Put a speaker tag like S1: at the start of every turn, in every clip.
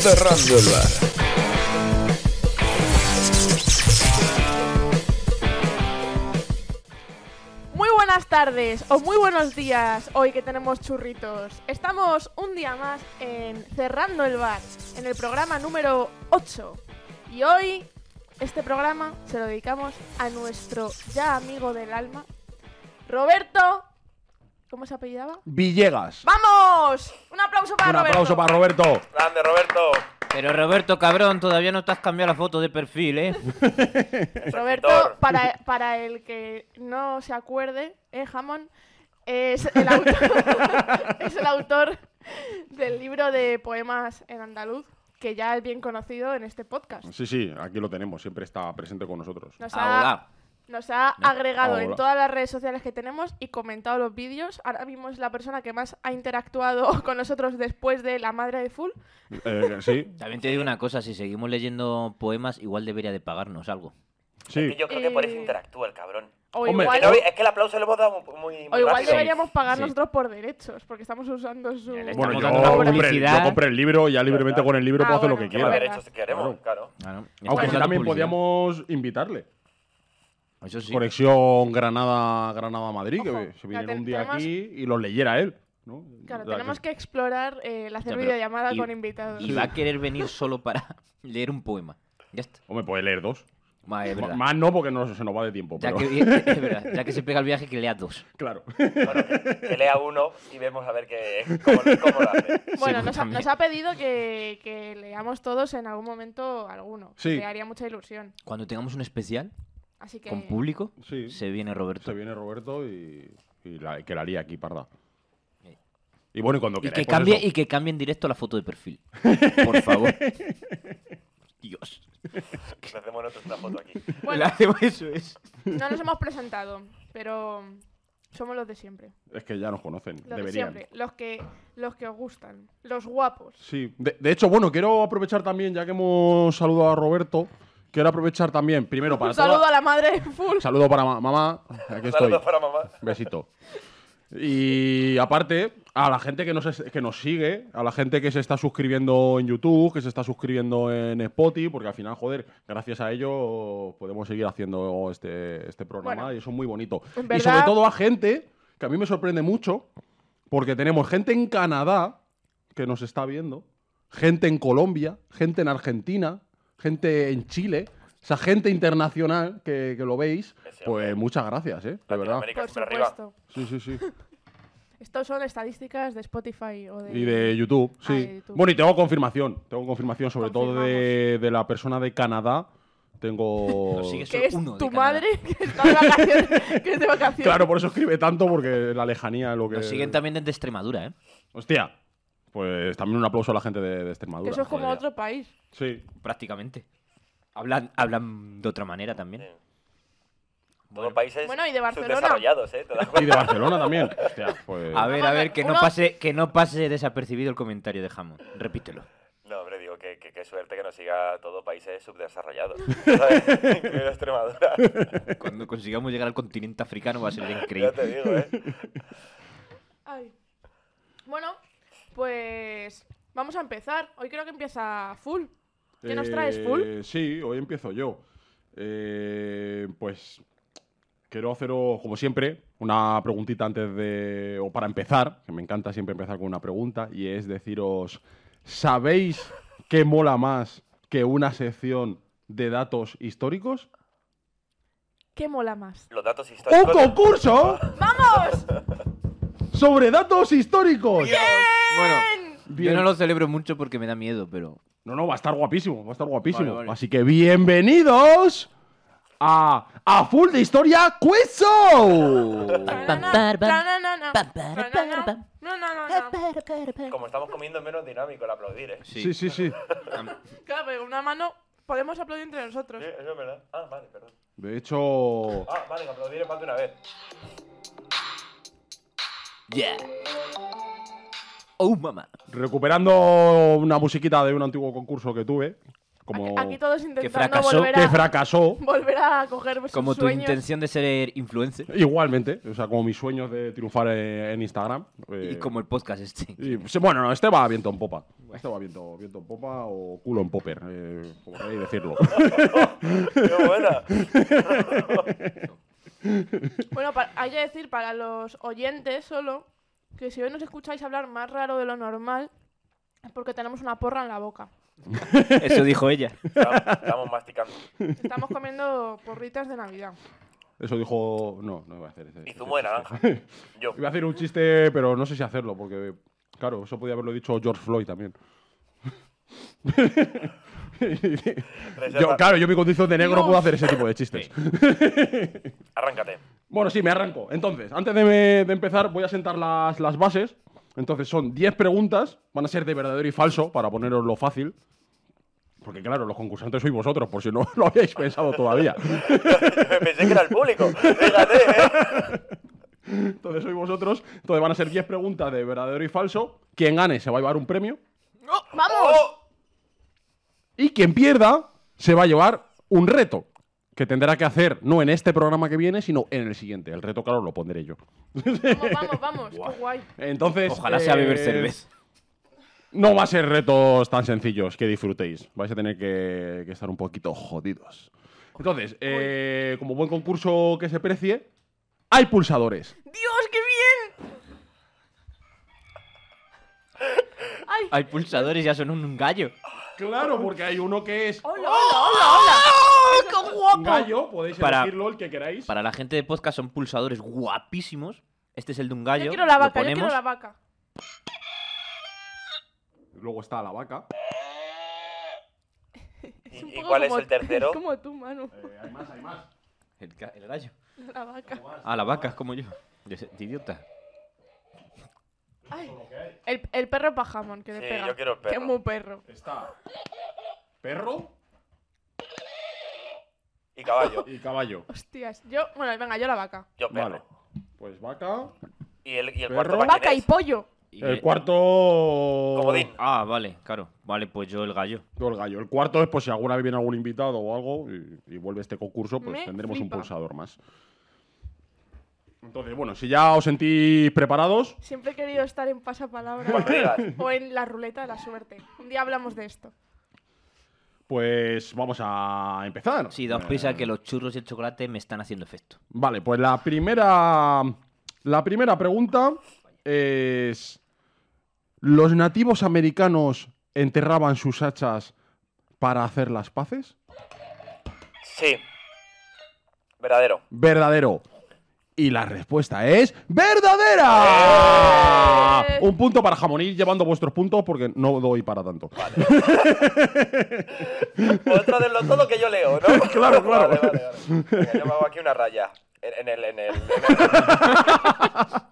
S1: Cerrando el bar.
S2: Muy buenas tardes o muy buenos días hoy que tenemos churritos. Estamos un día más en Cerrando el Bar, en el programa número 8. Y hoy este programa se lo dedicamos a nuestro ya amigo del alma, Roberto... ¿Cómo se apellidaba?
S3: Villegas.
S2: ¡Vamos! Un aplauso para
S3: Un
S2: Roberto.
S3: aplauso para Roberto.
S1: Grande, Roberto.
S4: Pero Roberto, cabrón, todavía no te has cambiado la foto de perfil, ¿eh?
S2: Roberto,
S1: Escritor.
S2: para, para el que no se acuerde, ¿eh, Hammond? Es el, autor, es el autor del libro de poemas en andaluz, que ya es bien conocido en este podcast.
S3: Sí, sí, aquí lo tenemos, siempre está presente con nosotros.
S2: Nos ha,
S4: Ahora.
S2: nos ha agregado en
S3: hola.
S2: todas las redes sociales que tenemos y comentado los vídeos. Ahora mismo es la persona que más ha interactuado con nosotros después de La Madre de Full.
S3: Eh, sí,
S4: También te digo una cosa, si seguimos leyendo poemas, igual debería de pagarnos algo.
S3: sí.
S5: Y yo creo que por eso
S2: Eh,
S5: interactúa el cabrón.
S2: O
S3: Hombre,
S2: igual,
S5: Pero es que el aplauso lo hemos dado muy, muy
S2: o igual
S5: rápido.
S2: deberíamos pagar
S4: Sí.
S2: nosotros por derechos, porque estamos usando su...
S3: Bueno,
S4: Bueno, Estamos
S3: yo
S4: dando una
S3: compré,
S4: publicidad.
S3: yo compré el libro, ya libremente con el libro
S2: Ah,
S3: puedo hacer
S2: bueno,
S3: lo que
S5: Que va a
S3: quiera.
S5: haber
S2: ¿verdad?
S5: hecho si queremos, claro.
S4: Claro, estamos
S3: Aunque
S4: dando
S3: también
S4: publicidad.
S3: podíamos invitarle.
S4: Eso sí.
S3: Conexión Granada Granada Madrid,
S2: Ojo,
S3: que se
S2: ya
S3: viniera
S2: ten-
S3: un día
S2: tenemos-
S3: aquí y lo leyera él. ¿no?
S2: Claro,
S3: O sea,
S2: tenemos que explorar eh, el hacer
S4: Ya, pero-
S2: videollamada
S4: y-
S2: con invitados.
S4: Y va a querer venir solo para leer un poema. Ya está.
S3: Hombre, puede leer dos.
S4: Ma, es verdad.
S3: Más no, porque no se nos va de tiempo.
S4: Ya
S3: Pero,
S4: que, es verdad, ya que se pega el viaje, que lea dos.
S3: claro.
S5: Bueno, que, que lea uno y vemos a ver qué, cómo, cómo lo hace.
S2: Bueno,
S4: Sí,
S2: nos, ha,
S4: también.
S2: nos ha pedido que, que leamos todos en algún momento alguno.
S3: Sí.
S2: Me haría mucha ilusión.
S4: Cuando tengamos un especial
S2: Así que.
S4: con público,
S3: Sí.
S4: se viene Roberto.
S3: Se viene Roberto y, y la- que la lía aquí, parda. Y bueno, y cuando
S4: Y
S3: queráis,
S4: que,
S3: pues
S4: cambie,
S3: eso.
S4: y que cambie en directo la foto de perfil. Por favor. Dios.
S5: Le hacemos nosotros una foto aquí.
S2: Bueno,
S4: eso es.
S2: no nos hemos presentado, pero somos los de siempre.
S3: Es que ya nos conocen,
S2: Los
S3: deberían.
S2: de siempre. Los que, los que os gustan. Los guapos.
S3: Sí, de, de hecho, bueno, quiero aprovechar también, ya que hemos saludado a Roberto, quiero aprovechar también, primero para
S2: Un saludo
S3: toda-
S2: a la madre de Full.
S3: saludo para ma- mamá, aquí estoy,
S5: Saludos para mamá.
S3: besito. Y aparte, a la gente que nos, es- que nos sigue, a la gente que se está suscribiendo en YouTube, que se está suscribiendo en Spotify, porque al final, joder, gracias a ello podemos seguir haciendo este, este programa
S2: Bueno.
S3: y eso es muy bonito.
S2: En
S3: Y
S2: verdad-
S3: sobre todo a gente, que a mí me sorprende mucho, porque tenemos gente en Canadá que nos está viendo, gente en Colombia, gente en Argentina, gente en Chile, o sea, gente internacional que, que lo veis,
S5: Sí,
S3: pues muchas gracias, ¿eh? De verdad.
S5: Latinoamérica
S2: Por
S5: siempre arriba.
S2: supuesto.
S3: Sí, sí, sí.
S2: Estos son estadísticas de Spotify o de.
S3: Y de YouTube,
S2: Ah,
S3: sí.
S2: de YouTube.
S3: Bueno, y tengo confirmación, tengo confirmación sobre todo de,
S2: Confirmamos.
S3: de la persona de Canadá. Tengo...
S4: Nos sigue
S2: Que es
S4: Uno de
S2: tu
S4: Canadá.
S2: madre que está de vacaciones. que es de vacaciones.
S3: Claro, por eso escribe tanto, porque la lejanía es lo que...
S4: Nos siguen también desde Extremadura, ¿eh?
S3: Hostia, pues también un aplauso a la gente de, de
S2: Que
S3: Extremadura.
S2: eso es como
S4: Joder.
S2: otro país.
S3: Sí,
S4: Prácticamente. Hablan, hablan de otra manera también.
S5: Sí. Todos países
S2: Bueno, y de Barcelona.
S5: subdesarrollados, ¿eh? ¿Te das
S3: Y
S5: cuenta?
S3: de Barcelona también. Hostia, pues.
S4: A ver, a ver, que no
S2: Uno-
S4: pase, que no pase desapercibido el comentario de Hammond. Repítelo.
S5: No, hombre, digo que, que, que suerte que nos siga todos países subdesarrollados. ¿Sabes? Incluido Extremadura.
S4: Cuando consigamos llegar al continente africano va a ser
S5: Ya te
S4: increíble.
S5: digo, ¿eh?
S2: Ay. Bueno, pues vamos a empezar. Hoy creo que empieza full. ¿Qué nos traes, full?
S3: Eh, Sí, hoy empiezo yo. Eh, pues quiero haceros, como siempre, una preguntita antes de. o para empezar, que me encanta siempre empezar con una pregunta, y es deciros: ¿sabéis qué mola más que una sección de datos históricos?
S2: ¿Qué mola más?
S5: Los datos
S3: ¡Un
S5: históricos.
S3: concurso
S2: ¡Vamos!
S3: sobre datos históricos!
S4: Bueno,
S3: Bien.
S4: yo no lo celebro mucho porque me da miedo, pero.
S3: No, no, va a estar guapísimo, va a estar guapísimo.
S4: Vale, vale.
S3: Así que bienvenidos a, a Full de Historia Quiz Show.
S2: Pam,
S4: par, pam. Pam, pam, pam,
S2: No,
S4: pam.
S2: no, no, no.
S5: Como estamos comiendo es menos dinámico el aplaudir, ¿eh?
S3: Sí, sí, sí.
S2: Claro, pero con una mano podemos aplaudir entre nosotros.
S5: Sí,
S3: Eh,
S5: eso es verdad. Ah, vale, perdón.
S3: De hecho,
S5: Ah, vale, que aplaudiré más de una vez.
S4: Yeah. Oh, mamá.
S3: recuperando una musiquita de un antiguo concurso que tuve, como
S2: Aquí- Aquí todos intentando
S4: fracasó,
S2: volver
S3: que
S2: a,
S3: fracasó
S2: volver a coger sus
S4: Como tu
S2: sueños.
S4: intención de ser influencer
S3: igualmente, o sea, como mis sueños de triunfar eh, en Instagram. eh,
S4: y como el podcast este.
S3: y, sí, bueno, no, este va a viento en popa. Esto va viento, viento en popa o culo en popper, eh, como queréis decirlo.
S5: ¡Qué buena!
S2: Bueno, pa- hay que decir para los oyentes solo que si hoy nos escucháis hablar más raro de lo normal es porque tenemos una porra en la boca.
S4: Eso dijo ella.
S5: Estamos, estamos masticando.
S2: Estamos comiendo porritas de Navidad.
S3: Eso dijo. No, no iba a hacer ese.
S5: Y
S3: ese
S5: zumo de
S3: chiste.
S5: naranja. Yo.
S3: Iba a hacer un chiste, pero no sé si hacerlo, porque. Claro, eso podía haberlo dicho George Floyd también. Yo,
S5: Reserva.
S3: claro, yo en mi condición de negro
S2: Dios.
S3: puedo hacer ese tipo de chistes.
S5: Arráncate.
S3: Bueno, sí, me arranco. Entonces, antes de, de empezar, voy a sentar las, las bases. Entonces, son 10 preguntas. Van a ser de verdadero y falso, para poneros lo fácil. Porque, claro, los concursantes sois vosotros, por si no lo habíais pensado todavía.
S5: Pensé que era el público. Fíjate, ¿eh?
S3: Entonces, sois vosotros. Entonces, van a ser 10 preguntas de verdadero y falso. Quien gane se va a llevar un premio.
S2: ¡Vamos!
S5: ¡Oh!
S3: Y quien pierda se va a llevar un reto. Que tendrá que hacer no en este programa que viene, sino en el siguiente. El reto, claro, lo pondré yo.
S2: Vamos, vamos, vamos. Qué guay.
S3: Entonces.
S4: Ojalá sea beber
S3: eh,
S4: cerveza.
S3: No va a ser retos tan sencillos que disfrutéis. Vais a tener que, que estar un poquito jodidos. Entonces, eh, como buen concurso que se precie, hay pulsadores.
S2: ¡Dios, qué bien! ¡Ay!
S4: Hay pulsadores, ya son un gallo.
S3: Claro, porque hay uno que es
S2: ¡Hola, hola, hola, hola! ¡Qué guapo!
S3: un gallo. Podéis
S4: Para-
S3: elegirlo el que queráis.
S4: Para la gente de podcast son pulsadores guapísimos. Este es el de un gallo.
S2: Yo quiero la
S4: lo
S2: vaca, yo
S4: ponemos.
S2: quiero la vaca.
S3: Luego está la vaca.
S5: ¿Y,
S2: Es un
S5: y
S2: poco
S5: cuál es
S2: como-
S5: el tercero?
S2: Es como tú, mano.
S3: hay más, hay más.
S4: El, ca- el gallo.
S2: La vaca.
S4: Ah, la vaca, es como yo. Yo sé- de idiota.
S2: Ay, el, el perro pajamón que le
S5: Sí,
S2: pega.
S5: yo quiero el
S2: Que es
S5: perro.
S2: muy perro.
S3: Está perro
S5: Y caballo.
S3: y caballo.
S2: Hostias, yo. Bueno, venga, yo la vaca.
S5: Yo perro.
S3: Vale. Pues vaca.
S5: ¿Y el, y el
S3: Perro.
S5: cuarto para
S2: Vaca
S5: quién
S2: y
S5: es?
S2: pollo.
S4: Y
S3: El
S4: que-
S3: cuarto.
S5: Comodín.
S4: Ah, vale, claro. Vale, pues yo el gallo.
S3: No, el gallo. El cuarto es por si alguna vez viene algún invitado o algo y, y vuelve este concurso, pues
S2: Me
S3: tendremos
S2: flipa.
S3: un pulsador más. Entonces, bueno, si ya os sentís preparados,
S2: Siempre he querido estar en pasapalabra.
S5: Cuando digas.
S2: o en la ruleta de la suerte. Un día hablamos de esto.
S3: pues vamos a empezar.
S4: Sí, daos
S3: Eh,
S4: prisa que los churros y el chocolate me están haciendo efecto.
S3: Vale, pues la primera. La primera pregunta es. ¿Los nativos americanos enterraban sus hachas para hacer las paces?
S5: Sí. Verdadero.
S3: verdadero. Y la respuesta es verdadera.
S2: ¡Eh!
S3: Un punto para jamón. Ir llevando vuestros puntos porque no doy para tanto.
S5: Otra de los todos que yo leo, ¿no?
S3: Claro, claro.
S5: Vale, vale, vale. Venga, yo me hago aquí una raya. En, en el, en, el,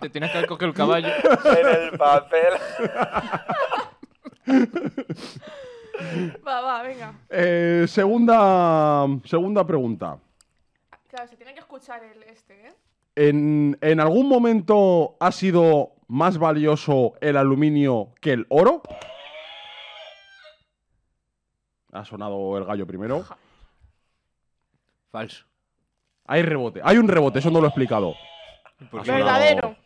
S4: Te tienes que coger el caballo.
S5: en el papel.
S2: Va, va, venga.
S3: Eh, segunda, segunda pregunta.
S2: Claro, se tiene que escuchar el este, ¿eh?
S3: ¿En, en algún momento ha sido más valioso el aluminio que el oro? Ha sonado el gallo primero.
S4: Falso.
S3: Hay rebote. Hay un rebote, eso no lo he explicado. Ha sonado-
S2: Verdadero.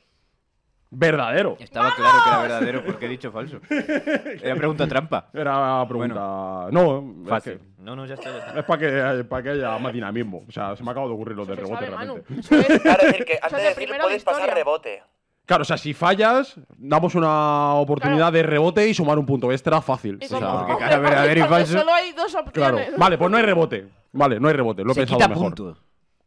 S3: Verdadero.
S4: Estaba claro que era verdadero porque he dicho falso. Era pregunta trampa.
S3: Era pregunta. No, es
S4: Fácil.
S3: que-
S4: No, no, ya está, ya está.
S3: Es para que, pa' que haya más dinamismo. O sea, se me acaba de ocurrir lo del
S2: Eso se
S3: rebote
S2: sabe, Manu.
S3: realmente.
S2: Eso es.
S5: Claro, es decir, que
S2: Eso es
S5: antes de
S2: de
S5: decir
S2: primero de
S5: puedes pasar
S2: historia.
S5: rebote.
S3: Claro, o sea, si fallas, damos una oportunidad de rebote y sumar un punto extra fácil.
S2: Y
S3: O
S2: como-
S3: sea,
S4: porque
S2: hombre,
S4: cara verdadero y
S2: porque
S4: falso.
S2: Solo hay dos
S3: claro.
S2: opciones.
S3: Vale, pues no hay rebote. Vale, no hay rebote. Lo he
S4: Se
S3: pensado
S4: quita
S3: mejor.
S4: punto.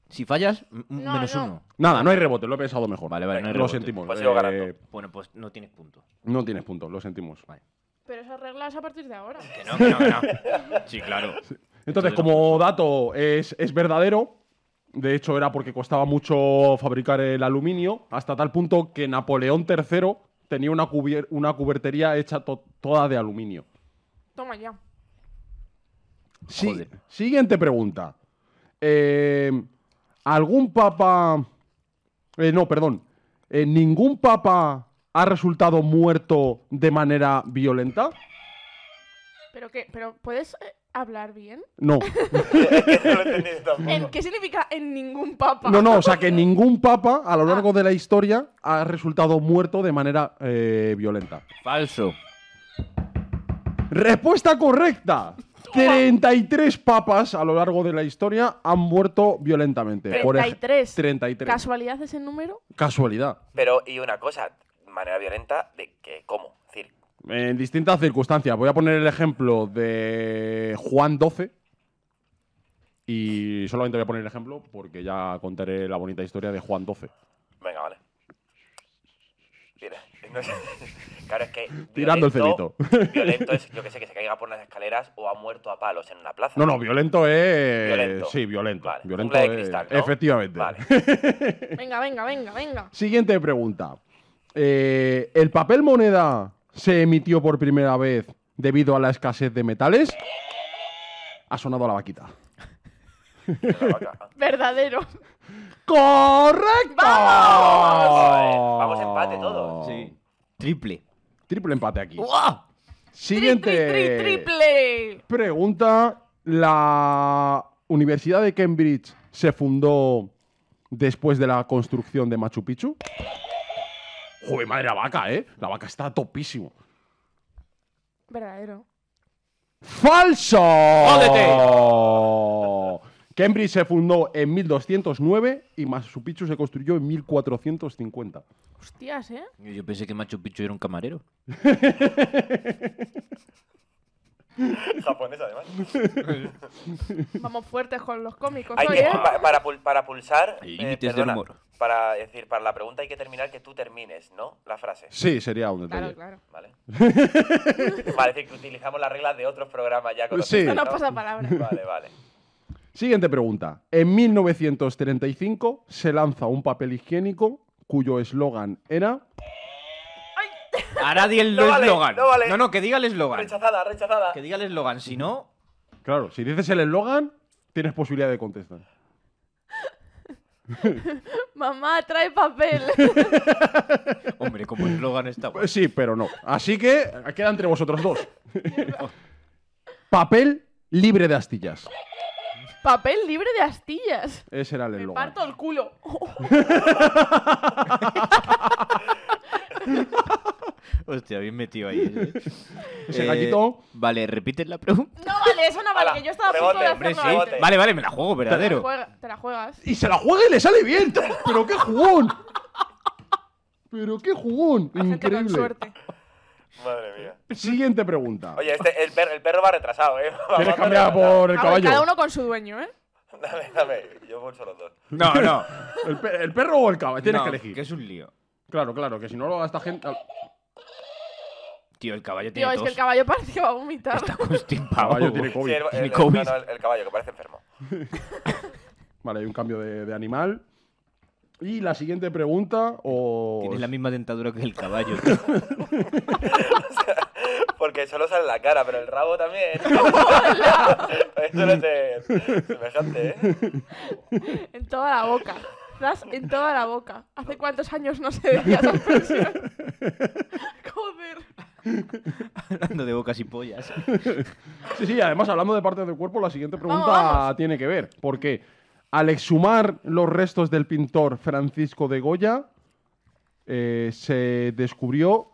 S4: Si fallas, m- m-
S2: No,
S4: menos
S2: no.
S4: uno.
S3: Nada, no hay rebote. Lo he pensado mejor.
S4: Vale, vale, no hay
S3: Lo
S4: rebote.
S3: sentimos.
S5: Pues sigo
S3: eh,
S5: ganando.
S4: Bueno, pues no tienes punto.
S3: no tienes puntos, lo sentimos.
S4: Vale.
S2: Pero esa regla es a partir de ahora.
S4: Que no, que no, que no. Sí, claro.
S3: Entonces,
S4: Entonces, pues,
S3: como dato, es, es verdadero. De hecho, era porque costaba mucho fabricar el aluminio, hasta tal punto que Napoleón III tenía una, cubier- una cubertería hecha to- toda de aluminio.
S2: Toma ya.
S3: Sí.
S4: Joder.
S3: Siguiente pregunta. Eh, ¿Algún papa... eh, no, perdón. Eh, ¿Ningún papa ha resultado muerto de manera violenta?
S2: ¿Pero qué? ¿Pero puedes eh, hablar bien?
S3: No.
S5: Es que no lo he entendido
S2: ¿En
S5: tampoco.
S2: ¿Qué significa en ningún papa?
S3: No, no, o sea que ningún papa a lo
S5: Ah.
S3: largo de la historia ha resultado muerto de manera eh, violenta.
S4: Falso.
S3: Respuesta correcta. 33 papas a lo largo de la historia han muerto violentamente. Por ej-
S2: 33.
S3: 33.
S2: ¿Casualidad ese número?
S3: Casualidad.
S5: Pero, y una cosa, manera violenta, ¿de que ¿Cómo? Es decir,
S3: En distintas circunstancias. Voy a poner el ejemplo de Juan 12. Y solamente voy a poner el ejemplo porque ya contaré la bonita historia de Juan 12.
S5: venga, vale. Mira, no sé. Claro, es que.
S3: Tirando el
S5: violento- Violento es, yo que sé, que se caiga por las escaleras o ha muerto a palos en una plaza.
S3: No, no, violento es.
S5: Violento.
S3: Sí, violento.
S5: Vale,
S3: Violento
S5: jungla de
S3: es-
S5: cristal, ¿no?
S3: Efectivamente.
S5: Vale.
S2: Venga, venga, venga, venga.
S3: Siguiente pregunta. Eh, ¿El papel moneda se emitió por primera vez debido a la escasez de metales? Ha sonado la vaquita.
S5: Una vaca.
S2: Verdadero.
S3: ¡Correcto!
S5: ¡Vamos! Vamos empate todos.
S4: Sí. Triple.
S3: Triple empate aquí.
S4: ¡Guau!
S2: Tri,
S3: Siguiente.
S2: tri, tri, triple.
S3: Pregunta: ¿La Universidad de Cambridge se fundó después de la construcción de Machu Picchu? Joder, madre la vaca, ¿eh? La vaca está topísimo.
S2: Verdadero.
S3: ¡Falso!
S4: ¡Jódete!
S3: Cambridge se fundó en 1209 y Machu Picchu se construyó en 1450.
S2: Hostias, ¿eh?
S4: Yo yo pensé que Machu Picchu era un camarero.
S5: Japonés, además.
S2: Vamos fuertes con los cómicos
S5: Hay
S2: hoy,
S5: que,
S2: ¿eh?
S5: pa- para, pul- para pulsar.
S4: Hay
S5: eh,
S4: límites del
S5: perdona,
S4: humor.
S5: Para es decir, para la pregunta hay que terminar que tú termines, ¿no? La frase.
S3: Sí, sería un detalle.
S2: Claro, claro.
S5: Vale. vale, es decir, que utilizamos las reglas de otros programas ya con
S3: Sí.
S2: No nos pasa palabra.
S5: Vale, vale.
S3: Siguiente pregunta. En 1935 se lanza un papel higiénico cuyo eslogan era
S4: A nadie el
S5: No vale,
S4: eslogan.
S5: no vale.
S4: no, no, que diga el eslogan.
S5: Rechazada, rechazada.
S4: Que diga el eslogan, si no.
S3: Claro, si dices el eslogan, tienes posibilidad de contestar.
S2: Mamá, trae papel.
S4: Hombre, como el eslogan está
S3: Pues
S4: guay.
S3: Sí, pero no. Así que queda entre vosotros dos. Papel libre de astillas.
S2: papel libre de astillas.
S3: Ese era el
S2: Me
S3: eslogan.
S2: parto el culo.
S4: Hostia, bien metido ahí. ¿eh?
S3: Ese
S4: Eh,
S3: gallito.
S4: Vale, repiten la pregunta.
S2: No vale, eso no vale,
S5: Ala,
S2: que yo estaba a punto de
S5: rebote,
S4: Hombre, sí.
S2: hacerlo
S5: rebote.
S2: antes.
S4: Vale, vale, me la juego,
S2: Te la
S4: verdadero.
S2: juega- Te la juegas.
S3: Y se la juega y le sale bien. Pero qué jugón. Pero qué jugón.
S2: La gente con
S3: Increíble.
S2: suerte.
S5: Madre mía.
S3: Siguiente pregunta.
S5: Oye, este, el, perro, el perro va retrasado, ¿eh?
S3: ¿Quieres
S5: Vamos,
S3: cambiar
S5: retrasado.
S3: por el
S2: A ver, Ah, Cada
S3: caballo?
S2: uno con su dueño, ¿eh?
S5: Dame, dame. Yo pulso los dos.
S4: No, no.
S3: ¿El, pe- el perro o el caballo? Tienes
S4: No,
S3: que elegir.
S4: Que es un lío.
S3: Claro, claro, que si no lo haga esta gente.
S5: Ah,
S4: Tío, el caballo
S2: Tío,
S4: tiene
S2: es
S4: tos.
S2: que el caballo parece que va a vomitar.
S4: Está constipado.
S3: Caballo tiene COVID.
S5: Sí, el, el-
S4: Ni COVID.
S5: no, no, el- el caballo, que parece enfermo.
S3: Vale, hay un cambio de, de animal. Y la siguiente pregunta, o.
S4: Tienes la misma dentadura que el caballo.
S5: Porque solo sale la cara, pero el rabo también. Eso no es semejante, ¿eh?
S2: En toda la boca. Zas, en toda la boca. ¿Hace cuántos años no se decía esa expresión? Joder.
S4: Hablando de bocas y pollas.
S3: Sí, sí, además, hablando de partes del cuerpo, la siguiente pregunta
S2: Vamos, vamos.
S3: tiene que ver. Porque al exhumar los restos del pintor Francisco de Goya, eh, se descubrió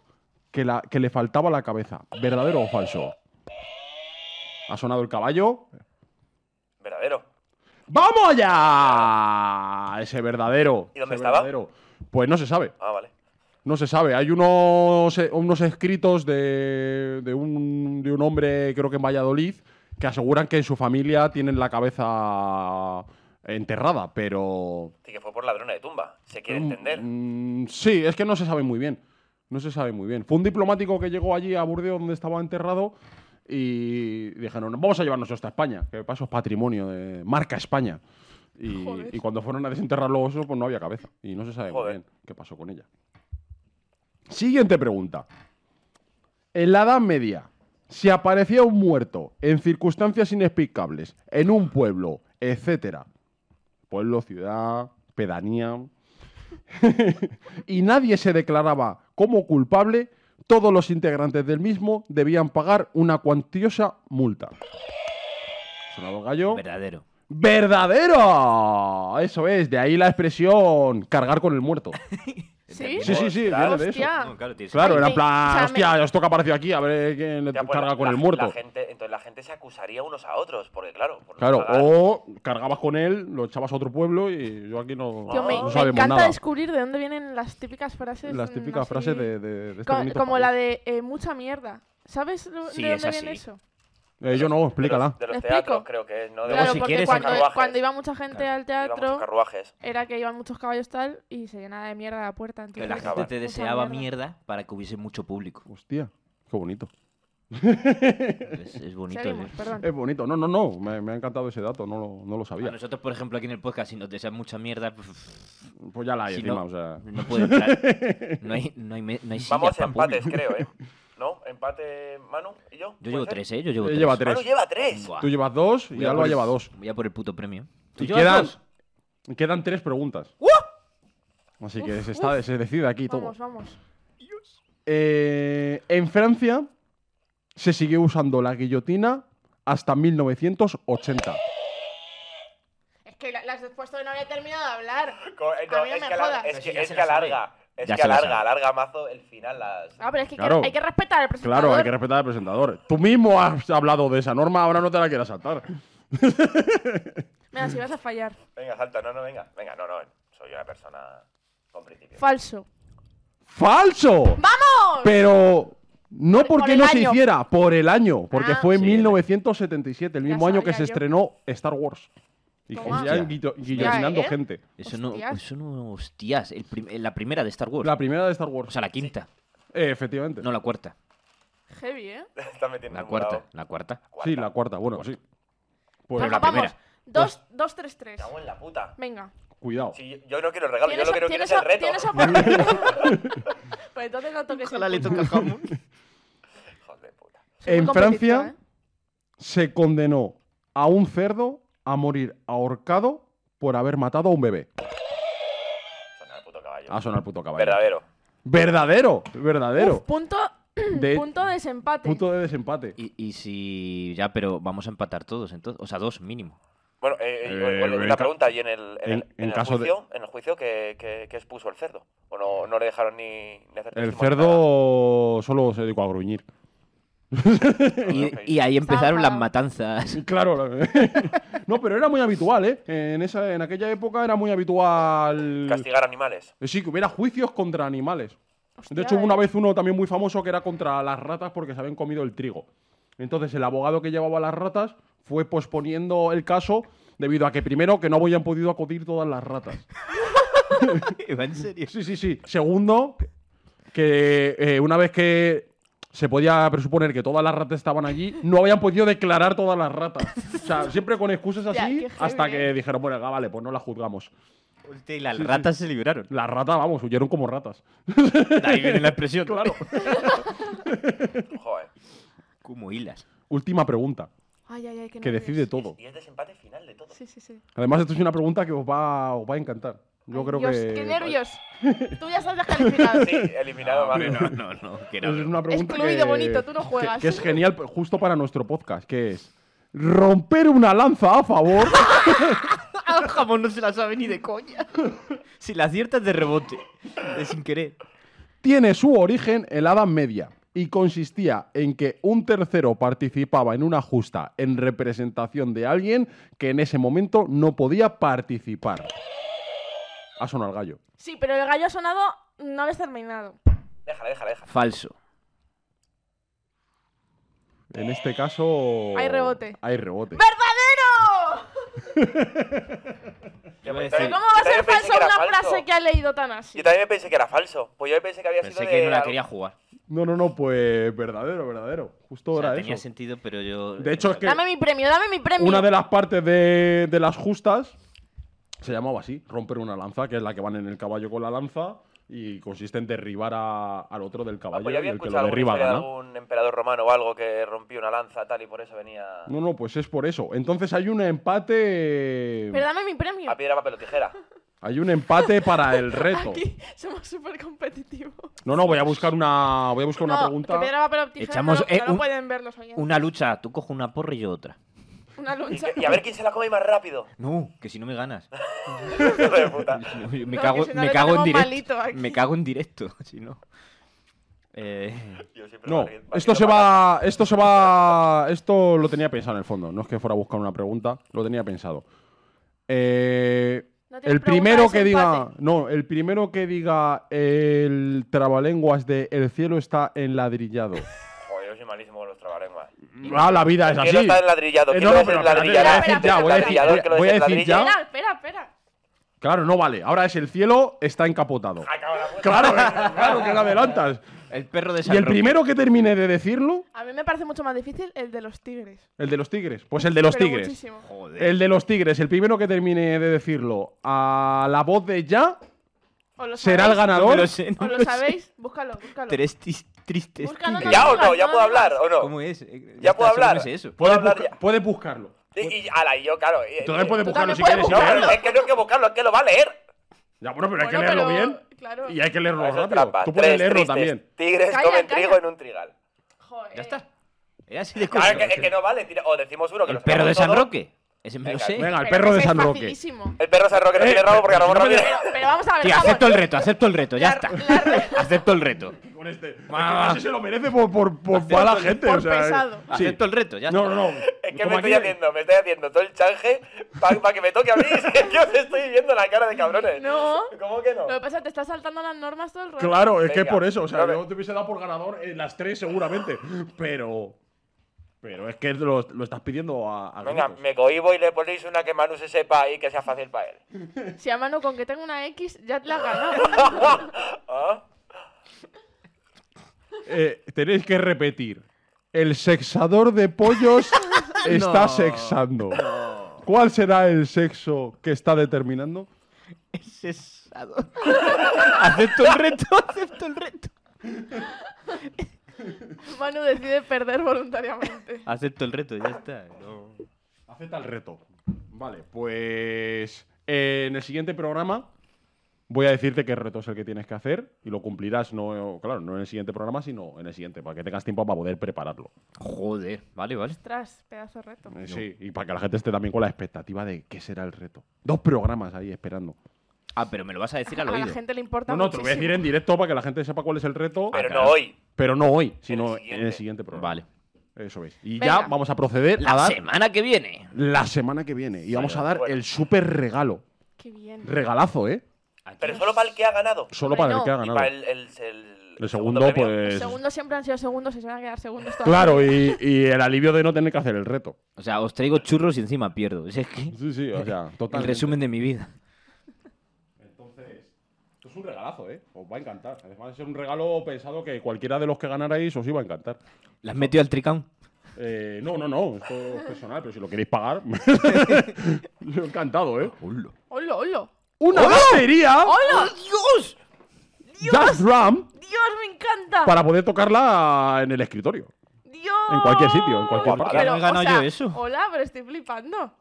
S3: que, la, que le faltaba la cabeza. ¿Verdadero o falso? Ha sonado el caballo.
S5: Verdadero.
S3: ¡Vamos allá! Ese verdadero.
S5: ¿Y dónde
S3: ese
S5: estaba?
S3: verdadero. Pues no se sabe.
S5: Ah, vale.
S3: No se sabe. Hay unos, eh, unos escritos de, de un, de un hombre, creo que en Valladolid, que aseguran que en su familia tienen la cabeza enterrada, pero...
S5: Sí, que fue por ladrona de tumba. Se quiere entender.
S3: Mm, sí, es que no se sabe muy bien. No se sabe muy bien. Fue un diplomático que llegó allí a Burdeos, donde estaba enterrado, y dijeron, vamos a llevarnos esto a España, que de paso es patrimonio de marca España. Y,
S2: Joder.
S3: y cuando fueron a desenterrar los osos, pues no había cabeza. Y no se sabe muy
S5: Joder.
S3: bien qué pasó con ella. Siguiente pregunta. En la Edad Media, si aparecía un muerto en circunstancias inexplicables, en un pueblo, etcétera, pueblo, ciudad, pedanía, y nadie se declaraba como culpable, todos los integrantes del mismo debían pagar una cuantiosa multa. Sonado el gallo.
S4: Verdadero.
S3: ¡Verdadero! Eso es, de ahí la expresión cargar con el muerto.
S2: ¿Sí?
S3: Sí, sí, sí, viene de eso.
S2: Hostia.
S6: No, claro, tienes-
S3: Claro,
S2: Ay,
S3: era en
S2: me-
S3: plan,
S2: o sea, me-
S3: hostia, esto que ha aparecido aquí, a ver quién le
S5: Ya, pues,
S3: carga con
S5: la-
S3: el muerto.
S5: la gente- entonces la gente se acusaría unos a otros, porque claro. por no
S3: Claro, oh,
S5: pagar-
S3: o cargabas con él, lo echabas a otro pueblo y yo aquí no,
S2: Tío, me, me
S5: No
S3: no
S2: encanta
S3: sabemos nada.
S2: descubrir de dónde vienen las típicas frases.
S3: Las
S2: mm,
S3: típicas
S2: así.
S3: frases de, de- de este
S2: Co-
S3: bonito
S2: como
S3: país.
S2: la de eh, mucha mierda. ¿Sabes lo-
S4: Sí,
S2: de dónde
S4: esa
S2: viene
S4: sí.
S2: eso?
S3: Eh, yo no, explícala.
S5: De los, de
S2: ¿Me
S5: los teatros,
S2: explico?
S5: creo que es, ¿no? De
S2: claro,
S4: si
S2: porque
S4: quieres,
S2: cuando,
S4: en
S5: carruajes.
S2: cuando iba mucha gente al
S5: iban muchos
S2: teatro,
S5: carruajes.
S2: era que iban muchos caballos tal y se llenaba de mierda la puerta. Entonces,
S4: La
S5: Acabar.
S4: gente te
S2: mucha
S4: deseaba mierda para que hubiese mucho público.
S3: Hostia, qué bonito.
S4: Es, es bonito.
S2: Seguimos,
S4: ¿eh?
S2: perdón.
S3: Es bonito. No, no, no. Me, me ha encantado ese dato. No lo, no lo
S4: A
S3: sabía.
S4: nosotros, por ejemplo, aquí en el podcast, si nos desean mucha mierda, pff,
S3: Pues ya la hay
S4: si
S3: encima,
S4: no,
S3: o sea.
S4: no puede entrar. No hay, no hay, me- no hay sillas
S5: Vamos a
S4: pa'
S5: empates,
S4: público.
S5: creo, ¿eh? ¿No? ¿Empate Manu y yo?
S4: Yo llevo
S5: ¿Puede
S4: tres,
S5: ser?
S4: ¿eh? Yo llevo
S3: Él
S4: tres.
S3: lleva
S5: Manu
S3: tres.
S5: lleva tres.
S4: Buah.
S3: Tú llevas dos y
S4: Voy a por
S3: Alba
S4: el-
S3: lleva dos.
S4: Voy a por el puto premio. ¿Tú
S3: Y
S4: llevas
S3: quedan,
S4: dos?
S3: quedan tres preguntas. Así que
S2: Uf,
S3: se, está,
S2: uf.
S3: se decide aquí todo.
S2: Vamos, vamos.
S3: Eh, en Francia se siguió usando la guillotina hasta 1980.
S2: Es que la- las después todavía no había terminado de hablar.
S5: Co- eh, no,
S2: A mí no
S5: es
S2: me
S5: que ala-
S2: jodas.
S5: Es
S4: Sí,
S5: que,
S4: ya
S5: es
S4: se
S5: que
S4: la sabe.
S5: alarga. Es
S4: Ya
S5: que
S4: se la
S5: alarga,
S4: sabe.
S5: alarga mazo el final. Las...
S2: Ah, pero es que hay que-
S3: Claro.
S2: hay que respetar al presentador.
S3: Claro, hay que respetar al presentador. Tú mismo has hablado de esa norma, ahora no te la quieras saltar.
S2: Mira, si vas a fallar.
S5: Venga, salta, no, no, venga. Venga, no, no. Soy una persona con principios.
S2: Falso.
S3: ¡Falso!
S2: ¡Vamos!
S3: Pero no
S2: Por- por
S3: porque
S2: el
S3: no se
S2: año.
S3: hiciera, por el año, porque
S2: Ah.
S3: fue en
S4: Sí,
S3: 1977, el
S2: Ya
S3: mismo año que
S2: sabía
S3: se
S2: yo.
S3: estrenó Star Wars. Y que
S2: Toma.
S3: ya guillo- guillotinando
S2: Ya, ¿eh?
S3: gente.
S4: Eso no,
S2: Hostias.
S4: eso no, hostias. el prim- la primera de Star Wars.
S3: La primera de Star
S4: o
S3: Wars.
S4: sea, la quinta,
S3: Eh, efectivamente.
S4: no la cuarta.
S2: Heavy, ¿eh?
S5: Está metiendo
S4: La
S5: un
S4: cuarta,
S5: volado.
S4: la cuarta.
S3: Sí, la cuarta, bueno, sí. Pues
S4: Pero
S2: Venga,
S4: la
S2: vamos.
S4: primera.
S2: Dos, dos, tres, tres.
S5: Me cago en la puta.
S2: Venga.
S3: cuidado.
S5: Si yo, yo no quiero el regalo, yo lo que no quiero es el
S2: op-
S5: reto.
S2: tienes oportunidad. pues entonces no toques. el punto.
S4: jamón.
S5: Hijos de puta.
S2: Soy muy
S3: En
S2: competitiva, ¿eh?
S3: Francia- Se condenó a un cerdo a morir ahorcado por haber matado a un bebé.
S5: Suena el puto caballo.
S4: Ah,
S3: A sonar puto caballo.
S5: Verdadero.
S3: Verdadero,
S2: ¿eh?
S3: verdadero.
S2: Uf, punto,
S3: De-
S2: punto desempate.
S3: punto de desempate.
S4: Y, y si. Ya, pero vamos a empatar todos, entonces. O sea, dos mínimo.
S5: Bueno, eh, eh,
S3: Eh,
S5: bueno,
S3: en
S5: una
S3: ca-
S5: pregunta, ¿y en el,
S3: en-
S5: en el,
S3: en
S5: en el
S3: caso de-
S5: juicio, en el juicio ¿qué, qué, qué expuso el cerdo? ¿O no, no le dejaron ni, ni hacer
S3: El
S5: testimonio,
S3: cerdo solo se dedicó a gruñir.
S4: Y,
S5: ok.
S4: y ahí empezaron las
S2: enfadado.
S4: matanzas.
S3: Claro. la- no, pero era muy habitual, ¿eh? En, esa, en aquella época era muy habitual. Eh,
S5: nada? ¿Castigar animales?
S3: Sí, que hubiera juicios contra animales.
S2: Hostia,
S3: de hecho, hubo una
S2: eh.
S3: vez uno también muy famoso que era contra las ratas porque se habían comido el trigo. Entonces, el abogado que llevaba las ratas fue posponiendo el caso debido a que, primero, que no habían podido acudir todas las ratas.
S4: ¿Va en serio?
S3: Sí, sí, sí. Segundo, que eh, una vez que se podía presuponer que todas las ratas estaban allí, no habían podido declarar todas las ratas. O sea, siempre con excusas
S2: Ya,
S3: así
S2: qué heavy,
S3: hasta que
S2: ¿eh?
S3: dijeron, bueno, ah, vale, pues no las juzgamos.
S4: Y las
S3: Sí, sí.
S4: ratas se libraron.
S3: Las ratas, vamos, huyeron como ratas.
S4: Ahí viene la expresión.
S3: Claro.
S5: Joder.
S4: Como hilas.
S3: Última pregunta,
S2: Ay, ay, ay, qué
S3: que
S2: nervios.
S3: decide todo.
S5: Y es desempate final de todo.
S2: Sí, sí, sí.
S3: Además, esto es una pregunta que os va, os va a encantar. Yo
S2: Ay,
S3: creo
S2: Dios,
S3: que...
S2: ¡Qué nervios! Tú ya estás descalificado.
S5: Sí, eliminado, vale.
S4: no, no, no. que
S3: Es
S4: era broma.
S3: una pregunta
S2: Excluido,
S3: que-
S2: bonito, tú no
S3: que-
S2: juegas.
S3: Que, es genial justo para nuestro podcast, que es romper una lanza a favor
S4: Al jamón no se la sabe ni de coña. Si la aciertas de rebote. Es sin querer.
S3: tiene su origen en la Edad Media y consistía en que un tercero participaba en una justa en representación de alguien que en ese momento no podía participar. Ha sonado el gallo.
S2: Sí, pero el gallo ha sonado, no habéis terminado.
S5: Déjala, déjala, déjala.
S4: Falso.
S3: En este caso...
S2: Hay rebote.
S3: Hay rebote.
S2: ¡Verdadero!
S5: Yo
S4: iba a
S5: también-
S4: decir-
S2: ¿Pero cómo va a
S5: yo
S2: ser
S5: también pensé
S2: falsa
S5: que era
S2: una
S5: falso.
S2: frase que ha leído tan así?
S5: Yo también pensé que era falso. Pues yo pensé que había
S4: Pensé
S5: sido
S4: que
S5: de
S4: no la
S5: algo-
S4: quería jugar.
S3: No, no, no, pues verdadero, verdadero. Justo
S4: O sea,
S3: era
S4: tenía
S3: eso.
S4: sentido, pero yo.
S3: De hecho, es que
S2: Dame mi premio, dame mi premio.
S3: una de las partes de, de las justas se llamaba así, romper una lanza, que es la que van en el caballo con la lanza y consiste en derribar a- al otro del
S5: Ah,
S3: caballo
S5: pues
S3: y
S5: yo había
S3: el que lo
S5: escuchado alguna
S3: derriba
S5: historia de
S3: gana.
S5: algún emperador romano o algo que rompió una lanza tal y por eso venía
S3: No, no, pues es por eso. Entonces hay un empate.
S2: Pero dame mi premio.
S5: a piedra, papel o tijera.
S3: Hay un empate para el reto.
S2: Aquí somos súper competitivos.
S3: No, no, voy a buscar una. Voy a buscar una
S2: No,
S3: pregunta.
S2: que piedra, papel o tijera
S4: Echamos,
S2: no, lo-
S4: eh,
S2: no lo
S4: un-
S2: pueden ver los oyentes.
S4: Una lucha, tú coges una porra y yo otra.
S2: Una
S5: Y,
S2: loncha.
S5: que- y a ver quién se la come más rápido.
S4: No, que si no me ganas.
S5: Hijo de puta.
S4: No, yo me
S2: No,
S4: cago,
S2: que si no
S4: me
S2: le
S4: cago en
S2: tenemos
S4: directo.
S2: malito aquí.
S4: Me cago en directo, si no. Eh,
S5: Yo siempre
S3: No,
S5: me río- me
S3: esto
S5: río
S3: se
S5: para-
S3: va. Esto se va. Esto lo tenía pensado en el fondo. No es que fuera a buscar una pregunta, lo tenía pensado. Eh,
S2: No tienes
S3: el
S2: pregunta,
S3: primero
S2: es
S3: que diga.
S2: empate.
S3: No, el primero que diga el trabalenguas de El cielo está enladrillado.
S5: Joder, yo soy malísimo con los trabalenguas.
S3: ah, la vida es
S5: ¿Quién no
S3: así.
S5: está enladrillado?
S3: Eh,
S5: ¿Quién
S3: no,
S5: lo
S3: no,
S5: es
S3: pero espérate,
S2: voy
S5: enladrillador?
S2: a decir ya,
S5: ¿Es
S2: voy a decir-
S5: enladrillador que lo
S3: voy
S5: es
S3: a decir
S5: enladrilla?
S3: ya.
S2: Espera, espera, espera.
S3: Claro, no vale. Ahora es el cielo está encapotado.
S5: Acaba la puta.
S3: Claro, eh, claro que la adelantas.
S4: el perro de San
S3: Y el
S4: Roque.
S3: primero que termine de decirlo,
S2: A mí me parece mucho más difícil el de los tigres.
S3: el de los tigres. Pues el de los
S2: Pero
S3: tigres.
S2: muchísimo.
S4: Joder.
S3: El de los Tigres, el primero que termine de decirlo a la voz de ya
S2: ¿O lo
S3: será el
S2: sabéis?
S4: No me
S3: ganador.
S4: lo sé, no
S2: ¿O
S4: me
S2: lo
S4: lo sé.
S2: sabéis? Búscalo, búscalo.
S4: Tres tis- tristes.
S2: Búscalo,
S4: tigres.
S5: ¿Ya o no?
S2: digas,
S5: ¿Ya
S2: no
S5: puedo hablar
S2: digas.
S5: o no?
S4: ¿Cómo es? Eh,
S5: ¿Ya puedo
S4: solo me
S5: hablar?
S4: sé eso.
S3: Puedes,
S5: hablar
S3: busca-
S5: ya.
S3: puedes buscarlo.
S5: Y, y- ala, y yo, claro. eh, y-
S3: Eh, Tú también
S5: y-
S3: puedes
S2: Tú
S3: buscarlo
S2: también
S3: si
S2: puedes
S3: quieres. sin
S5: No,
S2: buscarlo.
S3: leerlo.
S5: es que no hay que buscarlo, es que lo va a leer.
S3: Ya, bueno, pero hay que
S2: Bueno,
S3: leerlo
S2: pero-
S3: bien.
S2: claro.
S3: Y hay que leerlo
S5: Eso es
S3: rápido.
S5: trampa.
S3: Tú puedes
S5: Tres
S3: leerlo
S5: tristes
S3: también.
S5: Tigres
S2: Calla,
S5: comen
S2: calla.
S5: trigo en un trigal.
S2: Joder.
S4: Ya está. Era así de
S5: Claro,
S4: corto.
S5: es que, es que no vale. tira- O decimos uno que
S4: El
S5: lo
S4: perro de
S5: sabemos
S4: San
S5: todo.
S4: Roque. Ese me lo
S5: Venga,
S4: sé.
S3: Venga, el
S2: Pero
S3: perro
S2: ese
S3: de
S2: es
S3: San Roque.
S2: facilísimo.
S5: El perro de San Roque no
S3: Eh,
S5: tiene rabo porque
S3: pero
S5: Ramón
S3: si no me
S5: Ramírez.
S2: Pero vamos a ver.
S4: Tío,
S2: vamos.
S4: acepto el reto, acepto el reto, ya
S2: La-
S4: está.
S2: la re-
S4: Acepto el reto.
S3: Con este. Es que
S4: Ah.
S3: ese se lo merece por, por, por mala gente.
S2: por
S3: o sea,
S2: pesado.
S3: sí.
S4: Acepto el reto, ya está.
S3: No, no, no.
S5: Es que
S3: Como
S5: me
S3: aquí
S5: estoy
S3: hay-
S5: haciendo, me estoy haciendo todo el change para que me toque a mí. si es que os estoy viendo la cara de cabrones.
S2: No.
S5: ¿Cómo que no?
S2: Lo que pasa es que te estás saltando las normas todo el rato.
S3: Claro, es que
S5: Pues, Venga,
S3: por eso. O sea,
S5: dale.
S3: yo te hubiese dado por ganador en las tres seguramente. Pero. Pero es que lo, lo estás pidiendo a. a
S5: Venga,
S3: gritos.
S5: me cohibo y le ponéis una que Manu se sepa y que sea fácil para él.
S3: Ah,
S2: Si a mano con que tenga una X ya te la has ganado.
S5: ¿Ah?
S3: Eh, tenéis que repetir. El sexador de pollos está
S4: No.
S3: sexando. ¿Cuál será el sexo que está determinando?
S4: Ese es ador- acepto el reto, acepto el reto.
S2: Manu decide perder voluntariamente.
S4: Acepto el reto, ya está. No.
S3: Acepta el reto. Vale, pues eh, en el siguiente programa voy a decirte qué reto es el que tienes que hacer y lo cumplirás, no, claro, no en el siguiente programa, sino en el siguiente, para que tengas tiempo para poder prepararlo.
S4: Joder, vale, vale.
S2: Tras, pedazo de reto.
S3: Eh, Sí, y para que la gente esté también con la expectativa de qué será el reto. Dos programas ahí esperando.
S4: Ah, pero me lo vas a decir
S2: A
S4: al
S2: la
S4: oído.
S2: gente le importa
S3: No, no, te lo voy a
S2: muchísimo.
S3: decir en directo para que la gente sepa cuál es el reto.
S5: Pero no
S4: carajo.
S5: hoy.
S3: Pero no hoy, sino
S5: el siguiente.
S3: en el siguiente programa.
S4: Vale. Ah,
S3: Eso es. Y
S2: Venga.
S3: ya vamos a proceder a
S4: La
S3: dar
S4: semana que viene.
S3: la semana que viene. Y vamos a dar
S5: bueno.
S3: el súper regalo.
S2: Qué bien.
S3: Regalazo, ¿eh?
S5: Pero solo para el que ha ganado.
S3: Solo
S2: Hombre,
S3: para el
S2: no.
S3: que ha
S5: Y
S3: ganado.
S5: para
S3: El,
S5: el, el, el- el
S3: segundo,
S5: premio.
S3: pues.
S2: Segundos siempre han sido segundos y se van a quedar segundos toda la
S3: Claro,
S2: vida.
S3: y, y el alivio de no tener que hacer el reto.
S4: O sea, os traigo churros y encima pierdo. Ese Es que
S3: Sí, sí, o sea, total.
S4: el resumen de mi vida.
S3: Entonces, esto es un regalazo, ¿eh? Os va a encantar. Además, es un regalo pensado que cualquiera de los que ganarais os iba a encantar.
S4: ¿Las metió al tricán?
S3: Eh, no, no, no, esto es personal, pero si lo queréis pagar, yo encantado, ¿eh?
S2: ¡Holo, holo!
S3: Una batería
S2: ¡Holo!
S4: ¡Dios!
S3: Jazz Drum
S2: ¡Dios, me encanta!
S3: para poder tocarla en el escritorio.
S2: ¡Dios!
S3: En cualquier sitio, en cualquier
S2: Pero,
S3: parte.
S4: ¿Por qué no he ganado
S2: o sea,
S4: yo eso?
S2: Hola, pero estoy flipando.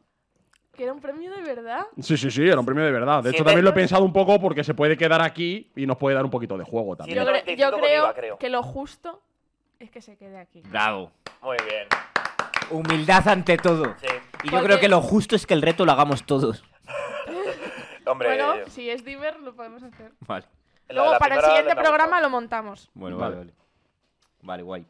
S2: Que era un premio de verdad.
S3: Sí, sí, sí, era un premio de verdad. De
S5: Sí,
S3: hecho, también lo he
S5: pero-
S3: pensado un poco porque se puede quedar aquí y nos puede dar un poquito de juego
S2: Yo,
S5: Sí,
S3: también.
S5: pero
S2: cre-
S5: te
S2: yo
S5: quito con
S2: creo,
S5: IVA, creo.
S2: que lo justo es que se quede aquí.
S4: Bravo.
S5: Muy bien.
S4: Humildad ante todo.
S5: Sí.
S4: Y yo
S2: Porque-
S4: creo que lo justo es que el reto lo hagamos todos.
S5: Hombre, eh,
S2: Bueno, si es Diver, lo podemos hacer.
S4: Vale.
S5: la-
S2: Luego,
S5: la
S2: para el
S5: primera
S2: siguiente
S5: la- la-
S2: programa lo montamos.
S4: Bueno,
S3: Vale.
S4: vale, vale. Vale, guay.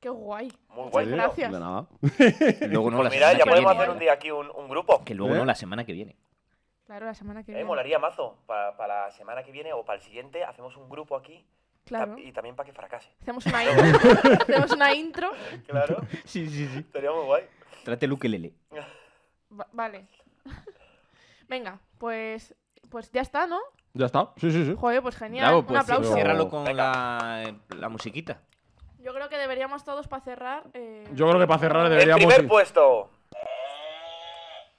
S2: ¡Qué guay!
S5: Muy guay. tío.
S2: gracias.
S3: De nada.
S4: Luego no, Pues la
S5: Pues Mira, ya
S4: semana que viene.
S5: podemos hacer un día aquí un, un grupo.
S4: Que luego
S3: ¿Eh?
S4: no, la semana que viene.
S2: Claro, la semana que
S5: Eh,
S2: viene.
S5: molaría mazo. Para, la semana que viene o para el siguiente hacemos un grupo aquí. ta-
S2: Claro.
S5: Y también para que fracase.
S2: Hacemos una intro. Hacemos una intro.
S5: Claro.
S4: Sí, sí, sí.
S5: Sería muy guay.
S4: Trate Luke Lele.
S2: Va- vale. Venga, pues, pues ya está, ¿no?
S3: Ya está. Sí, sí, sí.
S2: Joder, pues genial.
S4: Bravo,
S2: Un
S4: pues
S2: aplauso.
S4: ciérralo con
S5: Venga.
S4: la, la musiquita.
S2: Yo creo que deberíamos todos para cerrar. eh,
S3: Yo creo que para cerrar
S5: El
S3: deberíamos.
S5: primer
S3: ir-
S5: puesto.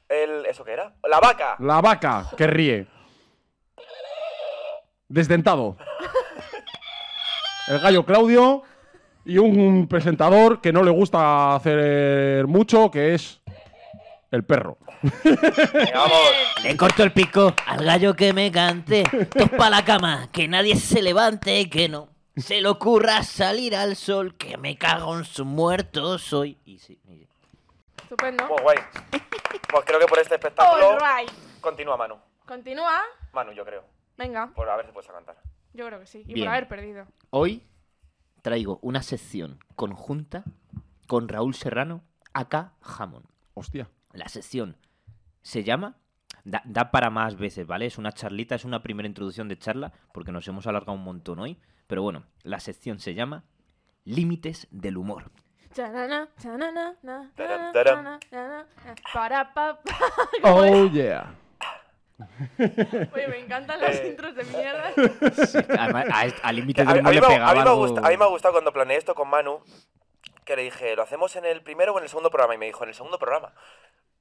S5: El, ¿Eso qué era? La vaca.
S3: La vaca que ríe. Desdentado. El gallo Claudio. Y un presentador que no le gusta hacer mucho, que es el perro.
S5: Venga, vamos.
S4: Le corto el pico al gallo que me cante. Tos pa' la cama, que nadie se levante, que no se le ocurra salir al sol, que me cago en su muerto soy. Y sí, y sí.
S2: Estupendo.
S5: Muy guay. Pues creo que por este espectáculo
S2: All right.
S5: continúa Manu.
S2: Continúa.
S5: Manu, yo creo.
S2: Venga,
S5: Por haberse puesto a cantar.
S2: yo creo que sí. Y
S4: Bien.
S2: por haber perdido.
S4: Hoy traigo una sección conjunta con Raúl Serrano, acá Jamón.
S3: Hostia.
S4: La sección se llama. Da, da para más veces, ¿vale? Es una charlita, es una primera introducción de charla, porque nos hemos alargado un montón hoy. Pero bueno, la sección se llama Límites del humor.
S2: Chanana, chanana, na,
S5: Taram,
S2: na,
S5: taram.
S2: na, na, na, na. Para pa. pa.
S3: Oh, yeah.
S2: Oye, me encantan las
S5: Eh.
S2: intros de mierda.
S4: Además, a, est- a
S5: A,
S4: Límites
S5: a
S4: del
S5: mí,
S4: humor le
S5: me, a mí
S4: pegaba
S5: me
S4: algo-
S5: gusta- a mí me ha gustado cuando planeé esto con Manu, que le dije, ¿lo hacemos en el primero o en el segundo programa? Y me dijo, en el segundo programa.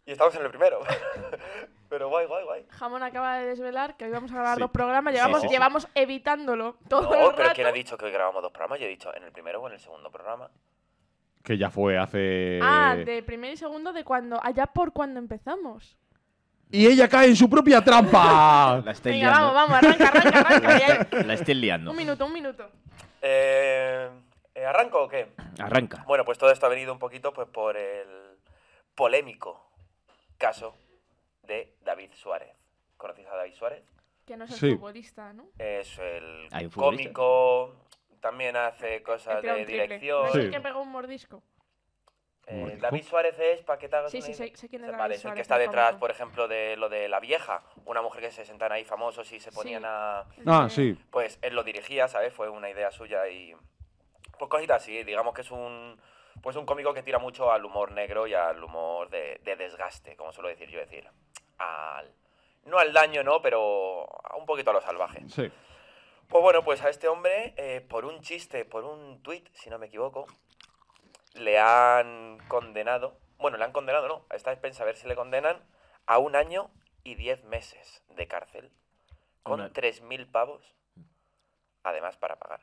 S5: Y estamos en el primero. Pero guay, guay, guay.
S2: Jamón acaba de desvelar que hoy vamos a grabar
S3: Sí.
S2: dos programas. Llevamos,
S3: sí, sí.
S2: llevamos evitándolo todo
S5: No,
S2: el
S5: Oh, pero
S2: rato.
S5: ¿quién ha dicho que hoy grabamos dos programas? Yo he dicho, ¿en el primero o en el segundo programa?
S3: Que ya fue hace.
S2: Ah,
S5: Eh.
S2: de primer y segundo de cuando, allá por cuando empezamos.
S3: Y ella cae en su propia trampa.
S4: La estáis
S2: Venga,
S4: liando.
S2: vamos, vamos, arranca, arranca, arranca. ya hay-
S4: La estáis liando.
S2: Un minuto, un minuto.
S5: Eh, eh, ¿Arranco o qué?
S4: Arranca.
S5: Bueno, pues todo esto ha venido un poquito pues por el polémico caso de David Suárez. ¿Conocéis a David Suárez?
S2: Que no es el
S3: Sí.
S2: futbolista, ¿no?
S5: Es el
S4: Hay un futbolista.
S5: cómico, también hace
S2: El
S5: cosas
S2: que era un
S5: de
S2: triple.
S5: dirección.
S2: No es
S3: Sí.
S2: el que pegó un mordisco.
S5: Eh,
S3: Mordisco.
S5: David Suárez es, para que te hagas
S2: Sí,
S5: una
S2: sí,
S5: idea.
S2: sé- sé quién es
S5: Vale,
S2: David
S5: es el que
S2: Suárez,
S5: está
S2: el
S5: detrás,
S2: famoso.
S5: por ejemplo, de lo de La Vieja, una mujer que se sentan ahí famosos y se ponían
S2: Sí.
S5: a...
S2: El
S3: Ah,
S2: de-
S3: sí.
S5: Pues él lo dirigía, ¿sabes? Fue una idea suya y... Pues cositas así, digamos que es un... Pues un cómico que tira mucho al humor negro y al humor de, de desgaste, como suelo decir yo, es decir, al... No al daño, no, pero a un poquito a lo salvaje.
S3: Sí.
S5: Pues bueno, pues a este hombre, eh, por un chiste, por un tuit, si no me equivoco, le han condenado, bueno, le han condenado, no, está a expensa a ver si le condenan a un año y diez meses de cárcel,
S4: Una-
S5: con tres mil pavos, además para pagar.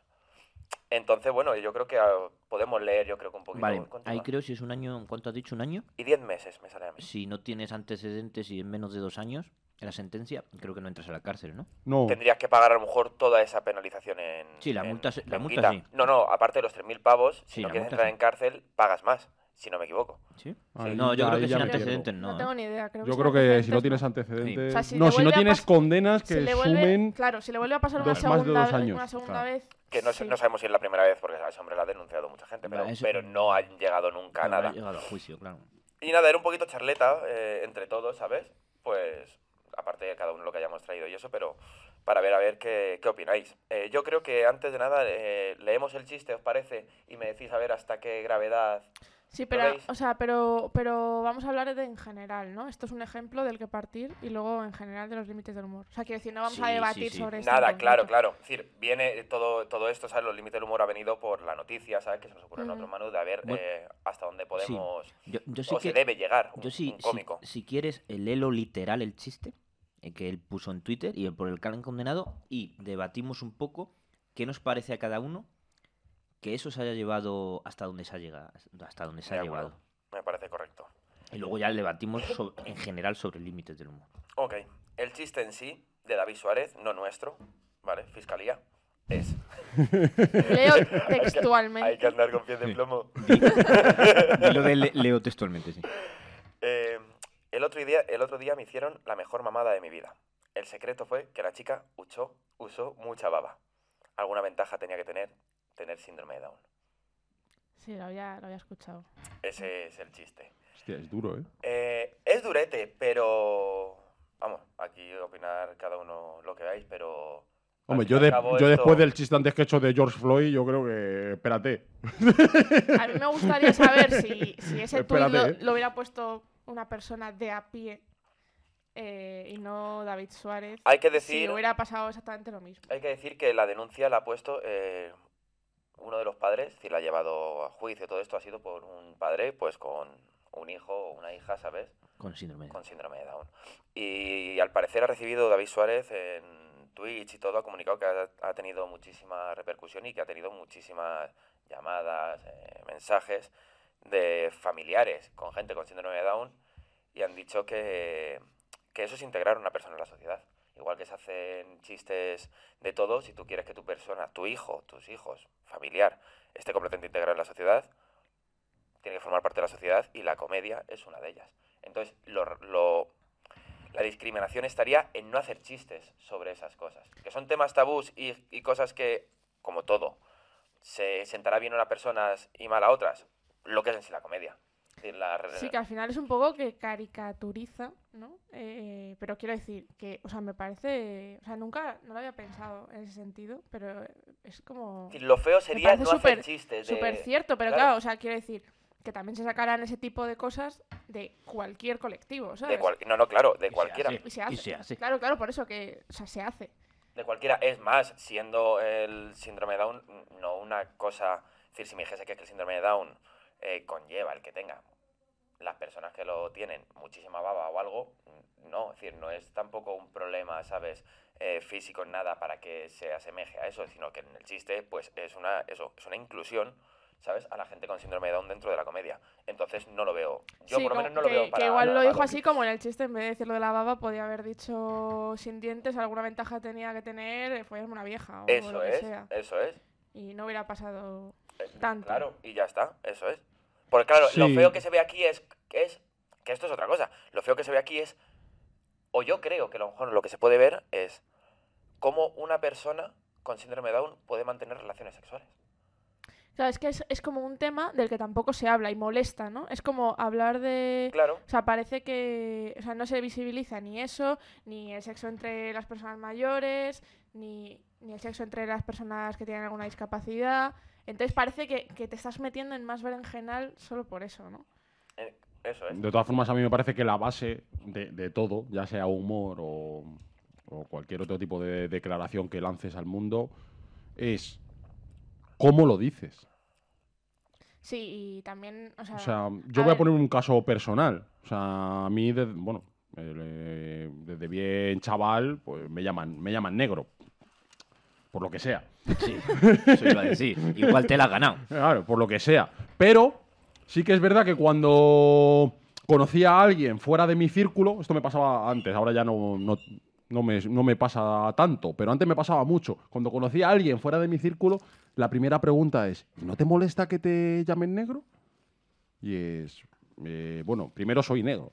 S5: Entonces, bueno, yo creo que ah, podemos leer, yo creo que un poquito.
S4: Vale,
S5: continúa.
S4: ahí creo si es un año. ¿Cuánto has dicho? ¿Un año?
S5: Y diez meses me sale a mí.
S4: Si no tienes antecedentes y es menos de dos años en la sentencia, creo que no entras a la cárcel, ¿no?
S3: No.
S5: Tendrías que pagar a lo mejor toda esa penalización en.
S4: Mm. Sí, la
S5: en
S4: multa se- la multa
S5: guita.
S4: sí.
S5: No, no, aparte de los 3.000 pavos,
S4: Sí,
S5: si no
S4: la
S5: quieres
S4: multa
S5: entrar
S4: sí.
S5: en cárcel, pagas más, si no me equivoco.
S4: Sí.
S3: Ahí
S4: No, yo
S3: ya-
S4: creo que
S3: ahí ya
S4: sin
S3: me pierdo.
S4: antecedentes
S2: No
S4: no.
S2: tengo
S4: ¿eh?
S2: ni idea. Creo
S3: Yo
S2: sin
S3: creo que si no
S2: antecedentes
S3: tienes
S2: no.
S3: antecedentes.
S4: O
S2: sea, si le
S3: no, si no
S2: vuelve a
S3: tienes
S2: pas-
S3: condenas
S2: Si
S3: que
S2: le vuelve-
S3: sumen.
S2: Claro, si le vuelve a pasar una
S3: dos- más de
S2: segunda,
S3: dos años.
S2: una segunda
S3: Claro.
S2: vez.
S5: Que no, sé-
S2: sí.
S5: no sabemos si es la primera vez, porque ese hombre la ha denunciado mucha gente, pero,
S4: Va, eso-
S5: pero no han llegado nunca a
S4: Claro, ha
S5: nada.
S4: llegado a juicio, claro.
S5: Y nada, era un poquito charleta eh, entre todos, ¿sabes? Pues aparte de cada uno lo que hayamos traído y eso, pero para ver a ver qué, qué opináis. Eh, yo creo que antes de nada eh, leemos el chiste, ¿os parece? Y me decís a ver hasta qué gravedad.
S2: Sí,
S5: ¿Lo
S2: pero,
S5: veis?
S2: o sea, pero, pero vamos a hablar de en general, ¿no? Esto es un ejemplo del que partir y luego en general de los límites del humor. O sea, quiero decir, no vamos
S4: Sí,
S2: a
S4: sí,
S2: debatir
S4: sí.
S2: sobre esto. en
S5: Nada,
S2: concreto.
S5: claro, claro. Es decir, viene todo, todo esto, ¿sabes? Los límites del humor ha venido por la noticia, ¿sabes? Que se nos ocurre en
S2: Ujú.
S5: otro Manu de a ver
S4: Bueno,
S5: eh, hasta dónde podemos...
S4: Yo, yo sí
S5: O
S4: que.
S5: se debe llegar un,
S4: yo sí,
S5: un
S4: si,
S5: cómico.
S4: si quieres, el elo literal el chiste eh, que él puso en Twitter y el por el que han condenado y debatimos un poco qué nos parece a cada uno que eso se haya llevado hasta donde se ha llegado. Hasta donde se
S5: De
S4: ha
S5: acuerdo.
S4: llevado.
S5: Me parece correcto.
S4: Y luego ya debatimos so- en general sobre límites del humor.
S5: Ok, el chiste en sí de David Suárez, no nuestro, ¿vale? Fiscalía, es...
S2: Leo
S5: Hay
S2: textualmente.
S5: que andar con pies de
S4: Sí.
S5: plomo.
S4: Y lo de le- leo textualmente, sí.
S5: Eh, el, otro día, el otro día me hicieron la mejor mamada de mi vida. El secreto fue que la chica usó, usó mucha baba. Alguna ventaja tenía que tener, tener síndrome de Down.
S2: Sí, lo había, lo había escuchado.
S5: Ese es el chiste.
S3: Hostia, es duro, ¿eh?
S5: Eh, es durete, pero... Vamos, aquí opinar cada uno lo que veáis, pero... al
S3: Hombre,
S5: fin
S3: yo,
S5: y al
S3: de-
S5: cabo
S3: yo
S5: esto-
S3: después del chiste antes que he hecho de George Floyd, yo creo que. Espérate.
S2: A mí me gustaría saber si, si ese tuit lo,
S3: Espérate, ¿eh?
S2: lo hubiera puesto una persona de a pie eh, y no David Suárez.
S5: Hay que
S2: Si
S5: decir...
S2: le hubiera pasado exactamente lo mismo.
S5: Hay que decir que la denuncia la ha puesto eh, uno de los padres, es decir, la ha llevado a juicio, todo esto ha sido por un padre, pues con un hijo o una hija, ¿sabes?
S4: Con síndrome. de Down.
S5: Con síndrome de Down. Y al parecer ha recibido David Suárez en Twitch y todo, ha comunicado que ha, ha tenido muchísima repercusión y que ha tenido muchísimas llamadas, eh, mensajes de familiares con gente con síndrome de Down y han dicho que, que eso es integrar a una persona en la sociedad. Igual que se hacen chistes de todo, si tú quieres que este tu persona, tu hijo, tus hijos, familiar, esté completamente integrado en la sociedad, tiene que formar parte de la sociedad y la comedia es una de ellas. Entonces, lo, lo- la discriminación estaría en no hacer chistes sobre esas cosas, que son temas tabús y, y cosas que, como todo, se sentará bien a unas personas y mal a otras, lo que es en sí la comedia. Es decir, la-
S2: Sí, que al final es un poco que caricaturiza, ¿no? Eh, pero quiero decir que, o sea, me parece. O sea, nunca no lo había pensado en ese sentido, pero es como.
S5: decir, lo feo sería
S2: parece
S5: no hacer
S2: súper-
S5: chistes. de-
S2: Súper cierto, pero
S5: claro.
S2: claro. o sea, quiero decir que también se sacarán ese tipo de cosas de cualquier colectivo,
S5: de
S2: ¿sabes?
S5: cual- no, no, claro, de
S4: se
S5: cualquiera.
S4: hace.
S2: Y se hace.
S4: Y se hace.
S2: Claro, claro, por eso que, o sea, se hace.
S5: De cualquiera. Es más, siendo el síndrome de Down no una cosa... Es decir, si me dijese que es que el síndrome de Down eh, conlleva el que tenga las personas que lo tienen muchísima baba o algo, no, es decir, no es tampoco un problema, ¿sabes? Eh, físico en nada para que se asemeje a eso, sino que en el chiste, pues es una, eso, es una inclusión, ¿sabes? A la gente con síndrome de Down dentro de la comedia. Entonces no lo veo. Yo
S2: Sí,
S5: por lo menos
S2: como
S5: no lo
S2: que,
S5: veo
S2: que
S5: para
S2: igual
S5: nada
S2: lo dijo
S5: malo.
S2: así como en el chiste, en vez de decirlo de la baba, podía haber dicho sin dientes, alguna ventaja tenía que tener, eh, follarme una vieja o lo
S5: Eso
S2: que
S5: es,
S2: sea.
S5: eso es.
S2: Y no hubiera pasado
S5: Eh,
S2: tanto.
S5: Claro, y ya está, eso es. Porque claro, lo
S3: Sí.
S5: feo que se ve aquí es, es que esto es otra cosa. Lo feo que se ve aquí es, o yo creo que a lo mejor lo que se puede ver es cómo una persona con síndrome de Down puede mantener relaciones sexuales.
S2: Claro, es que es, es como un tema del que tampoco se habla y molesta, ¿no? Es como hablar de...
S5: Claro,
S2: O sea, parece que o sea, no se visibiliza ni eso, ni el sexo entre las personas mayores, ni, ni el sexo entre las personas que tienen alguna discapacidad. Entonces parece que, que te estás metiendo en más berenjenal solo por eso, ¿no?
S5: eh, eso es.
S3: De todas formas, a mí me parece que la base de, de todo, ya sea humor o, o cualquier otro tipo de declaración que lances al mundo, es cómo lo dices.
S2: Sí, y también, o sea...
S3: O sea, yo voy
S2: Ah. a
S3: a
S2: ver.
S3: poner un caso personal. O sea, a mí, desde, bueno, eh, desde bien chaval, pues me llaman, me llaman negro. Por lo que sea.
S4: Sí, eso iba a decir. Igual te la has ganado.
S3: Claro, por lo que sea. Pero sí que es verdad que cuando conocía a alguien fuera de mi círculo, esto me pasaba antes, ahora ya no, no, no me, no me pasa tanto, pero antes me pasaba mucho. Cuando conocía a alguien fuera de mi círculo, la primera pregunta es, ¿no te molesta que te llamen negro? Y es, eh, bueno, primero soy negro.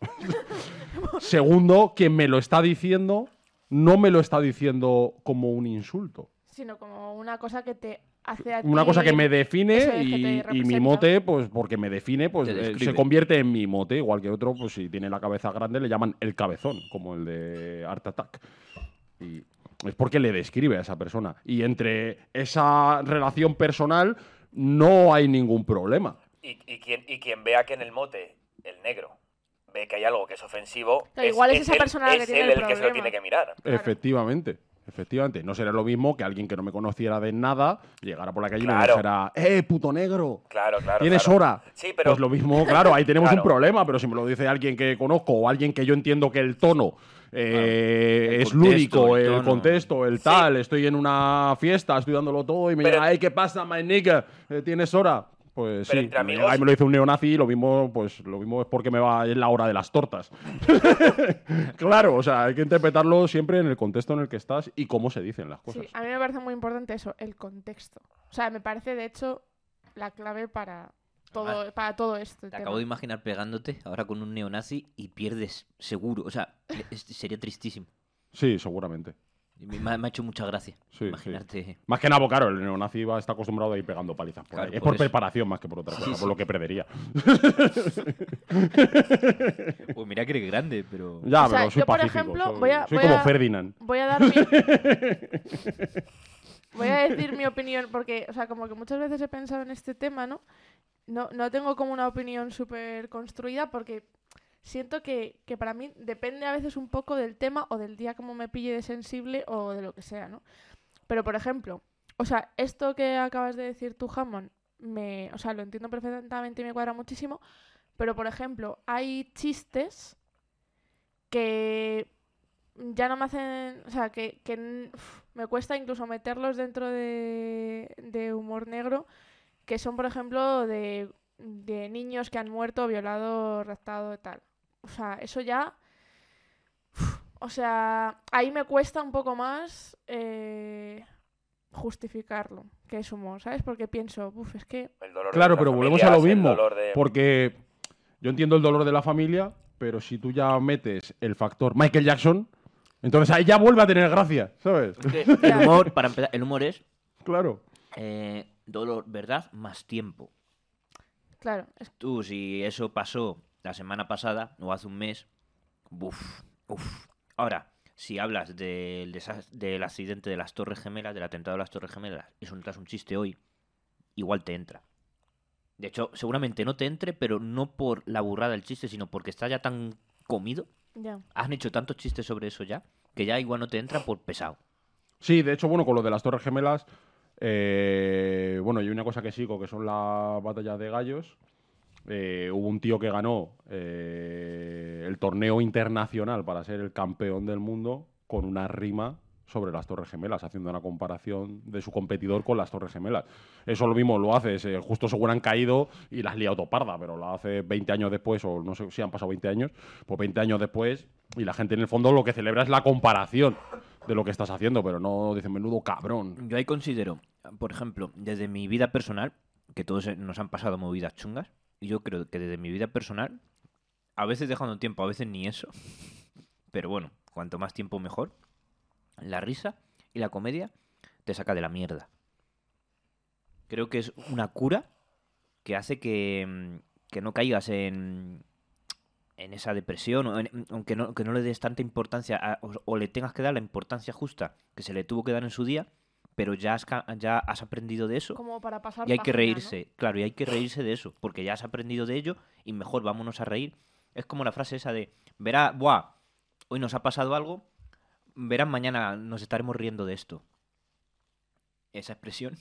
S3: Segundo, quien me lo está diciendo no me lo está diciendo como un insulto
S2: Sino como una cosa que te hace a
S3: una
S2: ti-
S3: cosa que me
S2: eso
S3: define
S2: es, que te
S3: y, y mi
S2: representa.
S3: mote, pues porque me define, pues
S4: Te
S3: eh,
S4: describe.
S3: se convierte en mi mote, igual que otro, pues si tiene la cabeza grande le llaman el cabezón, como el de Art Attack. Y es porque le describe a esa persona. Y entre esa relación personal no hay ningún problema.
S5: Y, y quien, y quien vea que en el mote, el negro, ve que hay algo que es ofensivo,
S2: Claro, igual es esa
S5: él-
S2: persona la que
S5: es
S2: tiene
S5: él
S2: el
S5: que se lo
S2: problema.
S5: tiene que mirar.
S2: Claro.
S3: Efectivamente. Efectivamente, no será lo mismo que alguien que no me conociera de nada llegara por la calle
S5: Claro.
S3: y me dijera, ¡eh, puto negro!
S5: Claro, claro.
S3: ¿Tienes
S5: claro.
S3: hora?
S5: Sí, pero
S3: Pues lo mismo, claro, ahí tenemos
S5: Claro.
S3: un problema, pero si me lo dice alguien que conozco o alguien que yo entiendo que el tono eh,
S4: Claro. El
S3: es
S4: contexto,
S3: lúdico,
S4: el
S3: el,
S4: tono.
S3: contexto, el
S5: Sí.
S3: tal, estoy en una fiesta, estoy dándolo todo y me
S5: Pero-
S3: llega, "Ey, ¿qué pasa, my nigga? Eh, ¿Tienes hora? Pues
S5: Pero
S3: sí,
S5: entre
S3: me
S5: amigos-
S3: llega y me lo dice un neonazi y lo mismo, pues, lo mismo es porque me va es la hora de las tortas. claro, o sea, hay que interpretarlo siempre en el contexto en el que estás y cómo se dicen las cosas.
S2: Sí, a mí me parece muy importante eso, el contexto. O sea, me parece, de hecho, la clave para todo,
S4: Además,
S2: para todo este esto.
S4: Te acabo de imaginar pegándote ahora con un neonazi y pierdes seguro. O sea, es- sería tristísimo.
S3: Sí, seguramente.
S4: Y Me, me ha- me ha hecho mucha gracia
S3: Sí,
S4: imaginarte.
S3: Más que nada, claro, el neonazi va, está acostumbrado a ir pegando palizas por
S4: Claro,
S3: ahí. Es
S4: por
S3: por
S4: eso.
S3: preparación más que por otra cosa,
S4: Sí,
S3: por
S4: sí.
S3: lo que perdería.
S4: Pues mira que eres grande, pero.
S3: Ya,
S2: O sea,
S3: pero soy
S2: yo, por
S3: pacífico,
S2: ejemplo,
S3: soy,
S2: voy a-
S3: soy
S2: voy
S3: como
S2: a-
S3: Ferdinand.
S2: Voy a dar mi... Voy a decir mi opinión, porque, o sea, como que muchas veces he pensado en este tema, ¿no? No, no tengo como una opinión súper construida porque siento que, que para mí depende a veces un poco del tema o del día como me pille de sensible o de lo que sea, ¿no? Pero, por ejemplo, o sea, esto que acabas de decir tú, Hammond, me, o sea, lo entiendo perfectamente y me cuadra muchísimo, pero, por ejemplo, hay chistes que ya no me hacen, o sea, que, que n- uf, me cuesta incluso meterlos dentro de, de humor negro, que son, por ejemplo, de, de niños que han muerto, violado, raptado y tal. O sea, eso ya... uf, o sea, ahí me cuesta un poco más eh, justificarlo, que es humor, ¿sabes? Porque pienso, uff, es que
S5: El dolor de
S3: Claro,
S5: nuestras
S3: pero volvemos a lo
S5: familias, el
S3: mismo.
S5: dolor de-
S3: Porque yo entiendo el dolor de la familia, pero si tú ya metes el factor Michael Jackson, entonces ahí ya vuelve a tener gracia, ¿sabes?
S4: Es que El humor, para empezar, el humor es
S3: claro.
S4: eh, dolor, verdad, más tiempo.
S2: Claro, es-
S4: Tú, si eso pasó la semana pasada o hace un mes, uff, uff. Ahora, si hablas del, desas- del accidente de las Torres Gemelas, del atentado de las Torres Gemelas, y soltas un chiste hoy, igual te entra. De hecho, seguramente no te entre, pero no por la burrada del chiste, sino porque está ya tan comido.
S2: ya.
S4: Han hecho tantos chistes sobre eso ya, que ya igual no te entra por pesado.
S3: Sí, de hecho, bueno, con lo de las Torres Gemelas, eh, bueno, y una cosa que sigo, que son las batallas de gallos. Eh, hubo un tío que ganó eh, el torneo internacional para ser el campeón del mundo con una rima sobre las Torres Gemelas, haciendo una comparación de su competidor con las Torres Gemelas. Eso lo mismo lo haces, eh, justo según han caído y las liado toparda, pero lo hace 20 años después, o no sé si han pasado 20 años, pues 20 años después, y la gente en el fondo lo que celebra es la comparación de lo que estás haciendo, pero no dicen menudo cabrón.
S4: Yo ahí considero, por ejemplo, desde mi vida personal, que todos eh, nos han pasado movidas chungas, y yo creo que desde mi vida personal, a veces dejando tiempo, a veces ni eso, pero bueno, cuanto más tiempo mejor, la risa y la comedia te saca de la mierda. Creo que es una cura que hace que, mm, que no caigas en, en esa depresión, o en- aunque no, que no le des tanta importancia a- o, o le tengas que dar la importancia justa que se le tuvo que dar en su día, pero ya has, ca- ya has aprendido de eso
S2: Como para pasar
S4: y hay
S2: página,
S4: que
S2: ¿no?
S4: reírse, claro, y hay que reírse de eso, porque ya has aprendido de ello y mejor vámonos a reír. Es como la frase esa de, verá, buah, hoy nos ha pasado algo, verán mañana nos estaremos riendo de esto. Esa expresión.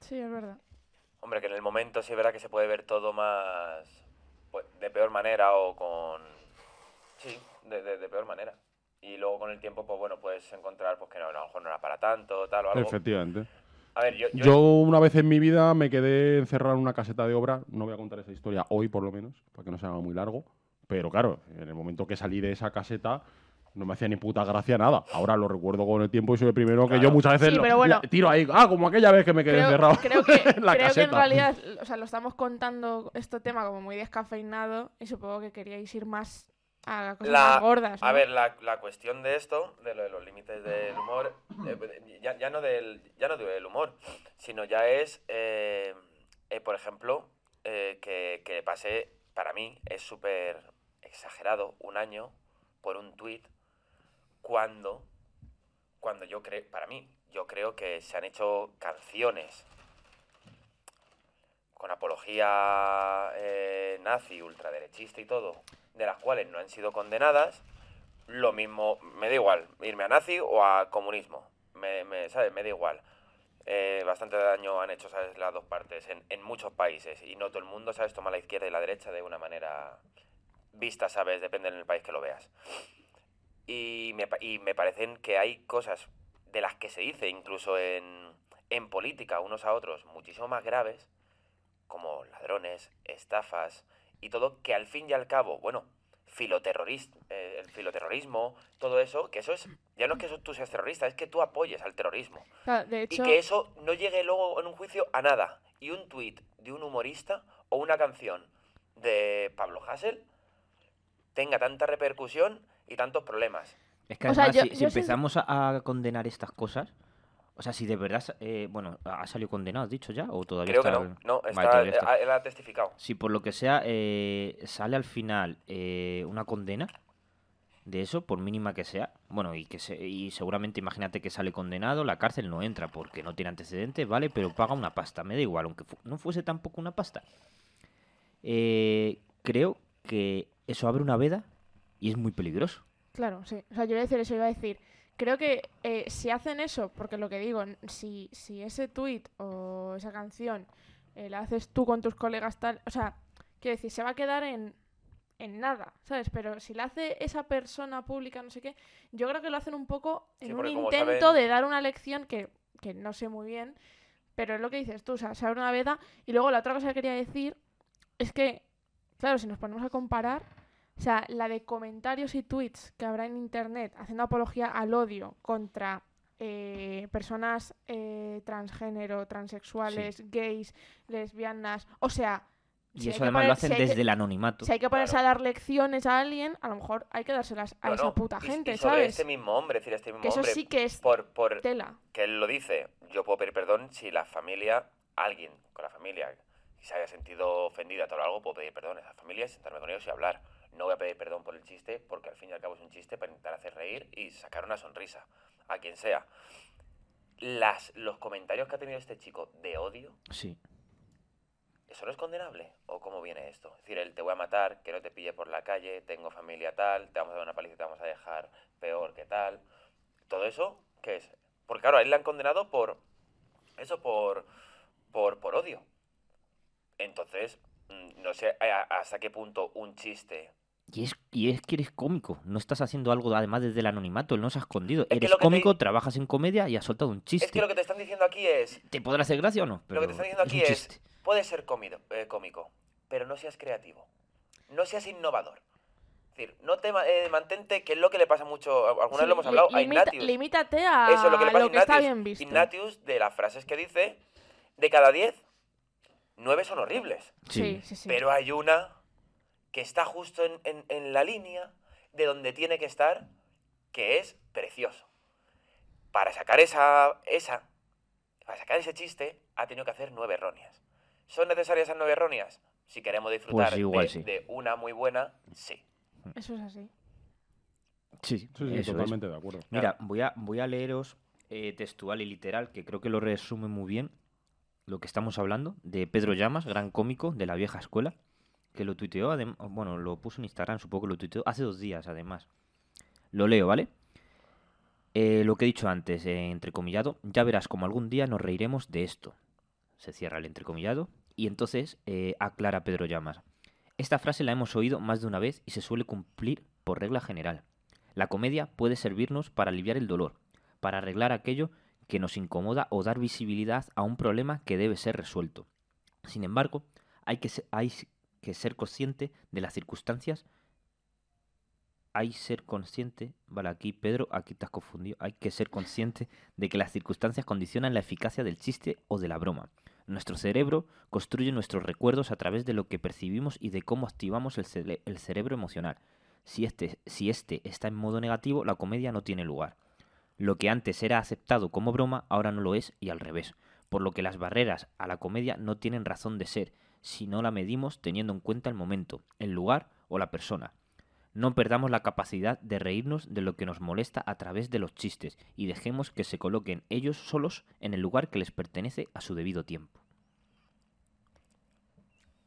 S2: Sí, es verdad.
S5: Hombre, que en el momento sí es verdad que se puede ver todo más. Pues, de peor manera o con. Sí, de, de- de peor manera. Y luego con el tiempo, pues bueno, puedes encontrar pues, que no, a lo mejor no era para tanto, tal o algo.
S3: Efectivamente.
S5: A ver, yo. eh, yo-
S3: Yo una vez en mi vida me quedé encerrado en una caseta de obra. No voy a contar esa historia hoy, por lo menos, para que no se haga muy largo. Pero claro, en el momento que salí de esa caseta, no me hacía ni puta gracia nada. Ahora lo recuerdo con el tiempo y soy el primero que
S5: Claro.
S3: yo muchas veces
S2: Sí,
S3: lo-
S2: pero bueno.
S3: la- tiro ahí. Ah, como aquella vez que me quedé encerrado
S2: creo que,
S3: en la
S2: creo que en
S3: caseta.
S2: realidad, o sea, lo estamos contando este tema como muy descafeinado y supongo que queríais ir más a cosas
S5: La-
S2: más gordas.
S5: A
S2: ¿no?
S5: ver, la, la cuestión de esto, de lo de los límites del humor, eh, de- ya, ya no del, ya no del humor, sino ya es, eh, eh, por ejemplo, eh, que, que pasé, para mí es súper exagerado, un año por un tuit, cuando, cuando yo creo, para mí, yo creo que se han hecho canciones con apología eh, nazi, ultraderechista y todo, de las cuales no han sido condenadas, lo mismo, me da igual, irme a nazi o a comunismo, me, me- ¿sabes? Me da igual. Eh, bastante daño han hecho, ¿sabes? Las dos partes, en, en muchos países, y no todo el mundo, ¿sabes? Toma la izquierda y la derecha de una manera vista, ¿sabes? Depende del país que lo veas. Y me, pa- y me parecen que hay cosas de las que se dice, incluso en, en política, unos a otros, muchísimo más graves, como ladrones, estafas y todo, que al fin y al cabo, bueno, filoterrorist, eh, el filoterrorismo, todo eso, que eso es, ya no es que eso tú seas terrorista, es que tú apoyes al terrorismo.
S2: O sea, de hecho,
S5: Y que eso no llegue luego en un juicio a nada. Y un tuit de un humorista o una canción de Pablo Hassel tenga tanta repercusión y tantos problemas.
S4: Es que
S2: O sea,
S4: además,
S2: yo-
S4: si, si
S2: yo sin-
S4: empezamos a, a condenar estas cosas, o sea, si de verdad, sa- eh, bueno, ¿ha ha salido condenado, has dicho ya? ¿O todavía
S5: Creo que
S4: está
S5: no. No,
S4: Vale,
S5: está,
S4: todavía está.
S5: él ha testificado.
S4: Si por lo que sea eh, sale al final eh, una condena de eso, por mínima que sea, bueno, y que se- y seguramente imagínate que sale condenado, la cárcel no entra porque no tiene antecedentes, ¿vale? Pero paga una pasta, me da igual, aunque fu- no fuese tampoco una pasta. Eh, creo que eso abre una veda y es muy peligroso.
S2: claro, sí. O sea, yo iba a decir eso, iba a decir. Creo que eh, si hacen eso, porque lo que digo, n- si, si ese tweet o esa canción eh, la haces tú con tus colegas tal, o sea, quiero decir, se va a quedar en, en nada, ¿sabes? Pero si la hace esa persona pública, no sé qué, yo creo que lo hacen un poco en
S5: Sí,
S2: un
S5: porque como
S2: intento
S5: saben-
S2: de dar una lección que, que no sé muy bien, pero es lo que dices tú, o sea, se abre una veda. Y luego la otra cosa que quería decir es que, claro, si nos ponemos a comparar, o sea, la de comentarios y tweets que habrá en internet haciendo apología al odio contra eh, personas eh, transgénero, transexuales, gays, lesbianas. O sea,
S4: Y
S2: si hay
S4: eso
S2: que
S4: además lo
S2: poner-
S4: hacen
S2: si hay que-
S4: desde el anonimato.
S2: si hay que ponerse
S5: Claro.
S2: a dar lecciones a alguien, a lo mejor hay que dárselas a
S5: No,
S2: esa
S5: no,
S2: puta
S5: y-
S2: gente,
S5: y sobre
S2: ¿sabes?
S5: Este mismo hombre, es decir, este mismo
S2: Que eso
S5: hombre,
S2: sí que es
S5: por, por
S2: tela.
S5: que él lo dice, yo puedo pedir perdón si la familia, alguien con la familia, que se haya sentido ofendida o algo, puedo pedir perdón a esa familia, y sentarme con ellos y hablar. No voy a pedir perdón por el chiste, porque al fin y al cabo es un chiste para intentar hacer reír y sacar una sonrisa a quien sea. Las, los comentarios que ha tenido este chico de odio
S4: Sí.
S5: ¿Eso no es condenable? ¿O cómo viene esto? Es decir, el te voy a matar, que no te pille por la calle, tengo familia tal, te vamos a dar una paliza y te vamos a dejar peor que tal. ¿Todo eso qué es? Porque claro, a él le han condenado por... Eso, por... Por, por odio. Entonces, mm, no sé a- a- hasta qué punto un chiste...
S4: Y es, y es que eres cómico, no estás haciendo algo además desde el anonimato, él no se ha escondido.
S5: que
S4: eres
S5: lo que te-
S4: cómico, trabajas en comedia y has soltado un chiste.
S5: Es que lo que te están diciendo aquí es...
S4: ¿Te podrá hacer gracia o no?
S5: lo que te
S4: Pero
S5: están diciendo
S4: es un
S5: aquí es...
S4: chiste.
S5: puedes ser comido, eh, cómico, pero no seas creativo. No seas innovador. Es decir, no te ma- eh, mantente, que es lo que le pasa mucho, alguna
S2: Sí,
S5: vez lo hemos
S2: li-
S5: hablado, a
S2: limita-
S5: Ignatius.
S2: Limítate a
S5: Eso es lo que le pasa a Ignatius.
S2: está bien visto.
S5: Ignatius, de las frases que dice, de cada 10, 9 son horribles.
S2: Sí,
S4: Sí.
S2: sí, sí.
S5: Pero hay una que está justo en, en- en la línea de donde tiene que estar, que es precioso. Para sacar esa, esa, para sacar ese chiste, ha tenido que hacer nueve erróneas. ¿Son necesarias esas nueve erróneas? Si queremos disfrutar
S4: Pues igual
S5: de,
S4: sí.
S5: de una muy buena, sí.
S2: Eso es así.
S4: Sí,
S3: Sí, sí,
S4: eso es.
S3: totalmente de acuerdo.
S4: Mira, voy a, voy a leeros eh, textual y literal, que creo que lo resume muy bien lo que estamos hablando, de Pedro Llamas, gran cómico de la vieja escuela, que lo tuiteó, adem- bueno, lo puso en Instagram, supongo que lo tuiteó hace dos días además. Lo leo, ¿vale? Eh, lo que he dicho antes, eh, entrecomillado, ya verás como algún día nos reiremos de esto. Se cierra el entrecomillado y entonces eh, aclara Pedro Llamas. Esta frase la hemos oído más de una vez y se suele cumplir por regla general. La comedia puede servirnos para aliviar el dolor, para arreglar aquello que nos incomoda o dar visibilidad a un problema que debe ser resuelto. Sin embargo, hay que ser, hay s- que ser consciente de las circunstancias. Hay ser consciente, vale, aquí Pedro, aquí te has confundido, hay que ser consciente de que las circunstancias condicionan la eficacia del chiste o de la broma. Nuestro cerebro construye nuestros recuerdos a través de lo que percibimos y de cómo activamos el, cere- el cerebro emocional. Si este, si este está en modo negativo, la comedia no tiene lugar. Lo que antes era aceptado como broma, ahora no lo es y al revés. Por lo que las barreras a la comedia no tienen razón de ser si no la medimos teniendo en cuenta el momento, el lugar o la persona. No perdamos la capacidad de reírnos de lo que nos molesta a través de los chistes y dejemos que se coloquen ellos solos en el lugar que les pertenece a su debido tiempo.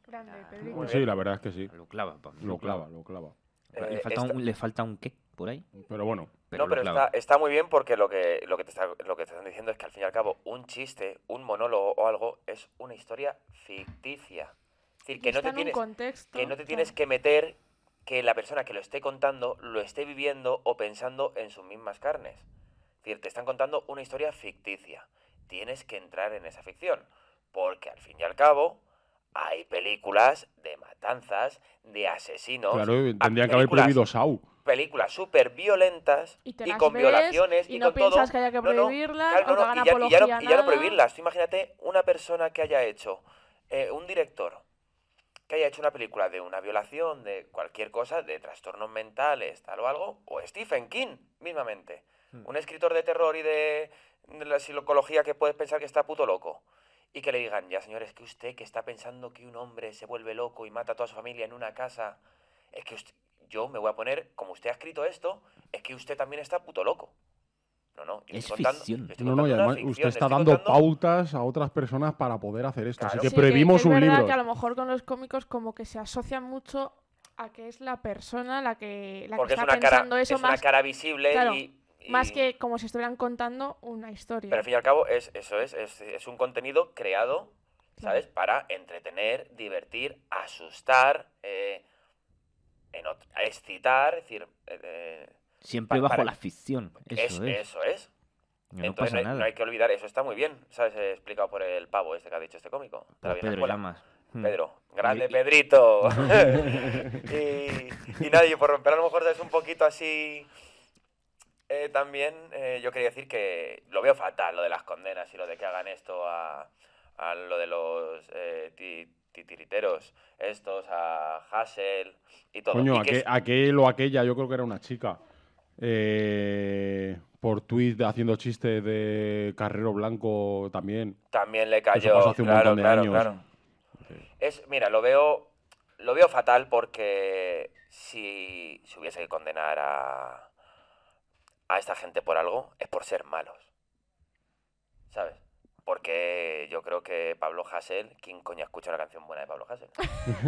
S2: Grande,
S4: Ah,
S2: Pedrito.
S5: Muy
S3: Sí,
S5: bien.
S3: la verdad es que sí.
S4: Lo clava, pa-
S3: Lo clava, lo clava.
S4: Le
S5: Eh,
S4: falta,
S5: esta-
S4: un, le falta un qué por ahí.
S3: Pero bueno,
S5: no, pero
S4: lo clava.
S5: está, está muy bien porque lo que, lo, que te está- lo que te están diciendo es que al fin y al cabo un chiste, un monólogo o algo es una historia ficticia. Es decir, que no
S2: Está
S5: te
S2: en un
S5: tienes...
S2: contexto.
S5: que no te tienes
S2: claro.
S5: que meter que la persona que lo esté contando lo esté viviendo o pensando en sus mismas carnes. Es decir, te están contando una historia ficticia. Tienes que entrar en esa ficción. Porque al fin y al cabo, hay películas de matanzas, de asesinos.
S3: claro,
S5: hay
S3: tendrían que haber
S5: Ah, películas-
S3: prohibido Sau.
S5: Películas súper violentas
S2: Y
S5: y,
S2: te las
S5: con
S2: ves,
S5: violaciones
S2: y
S5: y,
S2: no
S5: con todo.
S2: piensas que haya que
S5: No, no,
S2: prohibirlas o
S5: claro,
S2: que
S5: no, no,
S2: hagan
S5: y ya, y ya no,
S2: apología
S5: y ya no
S2: a nada.
S5: prohibirlas. Tú imagínate una persona que haya hecho, eh, un director, que haya hecho una película de una violación, de cualquier cosa, de trastornos mentales, tal o algo, o Stephen King, mismamente.
S4: Hmm.
S5: Un escritor de terror y de, de la psicología que puedes pensar que está puto loco. Y que le digan, ya señor, es que usted que está pensando que un hombre se vuelve loco y mata a toda su familia en una casa, es que usted- yo me voy a poner, como usted ha escrito esto, es que usted también está puto loco. No, no, yo
S4: Es
S5: estoy contando,
S4: ficción.
S5: yo estoy
S3: No, no, y
S5: contando una
S3: además
S5: ficción,
S3: usted está
S5: estoy
S3: dando
S5: contando-
S3: pautas a otras personas para poder hacer esto.
S5: Claro.
S3: Así que
S2: Sí,
S3: prohibimos
S2: que es
S3: un
S2: verdad
S3: libro.
S2: que a lo mejor con los cómicos como que se asocian mucho a que es la persona la que, la que
S5: Porque es
S2: está
S5: una cara,
S2: pensando eso
S5: es una
S2: más,
S5: cara visible
S2: claro,
S5: y, y-
S2: más que como si estuvieran contando una historia.
S5: Pero al fin y al cabo, es, eso es, es, es un contenido creado, ¿sabes? Para entretener, divertir, asustar, eh, enot- excitar, es decir... eh, eh,
S4: Siempre
S5: pa-
S4: bajo
S5: para-
S4: la ficción.
S5: es-
S4: Eso es.
S5: Eso es.
S4: No
S5: Entonces
S4: pasa
S5: no hay,
S4: nada.
S5: no hay que olvidar, eso está muy bien, ¿sabes? Eh, Explicado por el pavo este que ha dicho este cómico. de la vieja
S4: Por Pues Pedro
S5: escuela.
S4: Llamas. Hmm.
S5: Pedro, grande
S4: Y- y-
S5: Pedrito. y, y nadie, por romper a lo mejor es un poquito así Eh, también eh, yo quería decir que lo veo fatal lo de las condenas y lo de que hagan esto a, a lo de los eh, ti- titiriteros, estos, a Hassel y todo.
S3: Coño,
S5: Y que
S3: aquel,
S5: es-
S3: aquel o aquella, yo creo que era una chica. eh, por tweet de- haciendo chistes de Carrero Blanco también.
S5: También le cayó.
S3: pasó hace un montón
S5: claro,
S3: de
S5: claro,
S3: años.
S5: claro. Es, mira, lo veo, lo veo fatal porque si, si hubiese que condenar a, a esta gente por algo, es por ser malos. ¿Sabes? Porque yo creo que Pablo Hassel, ¿quién coño escucha una canción buena de Pablo Hassel?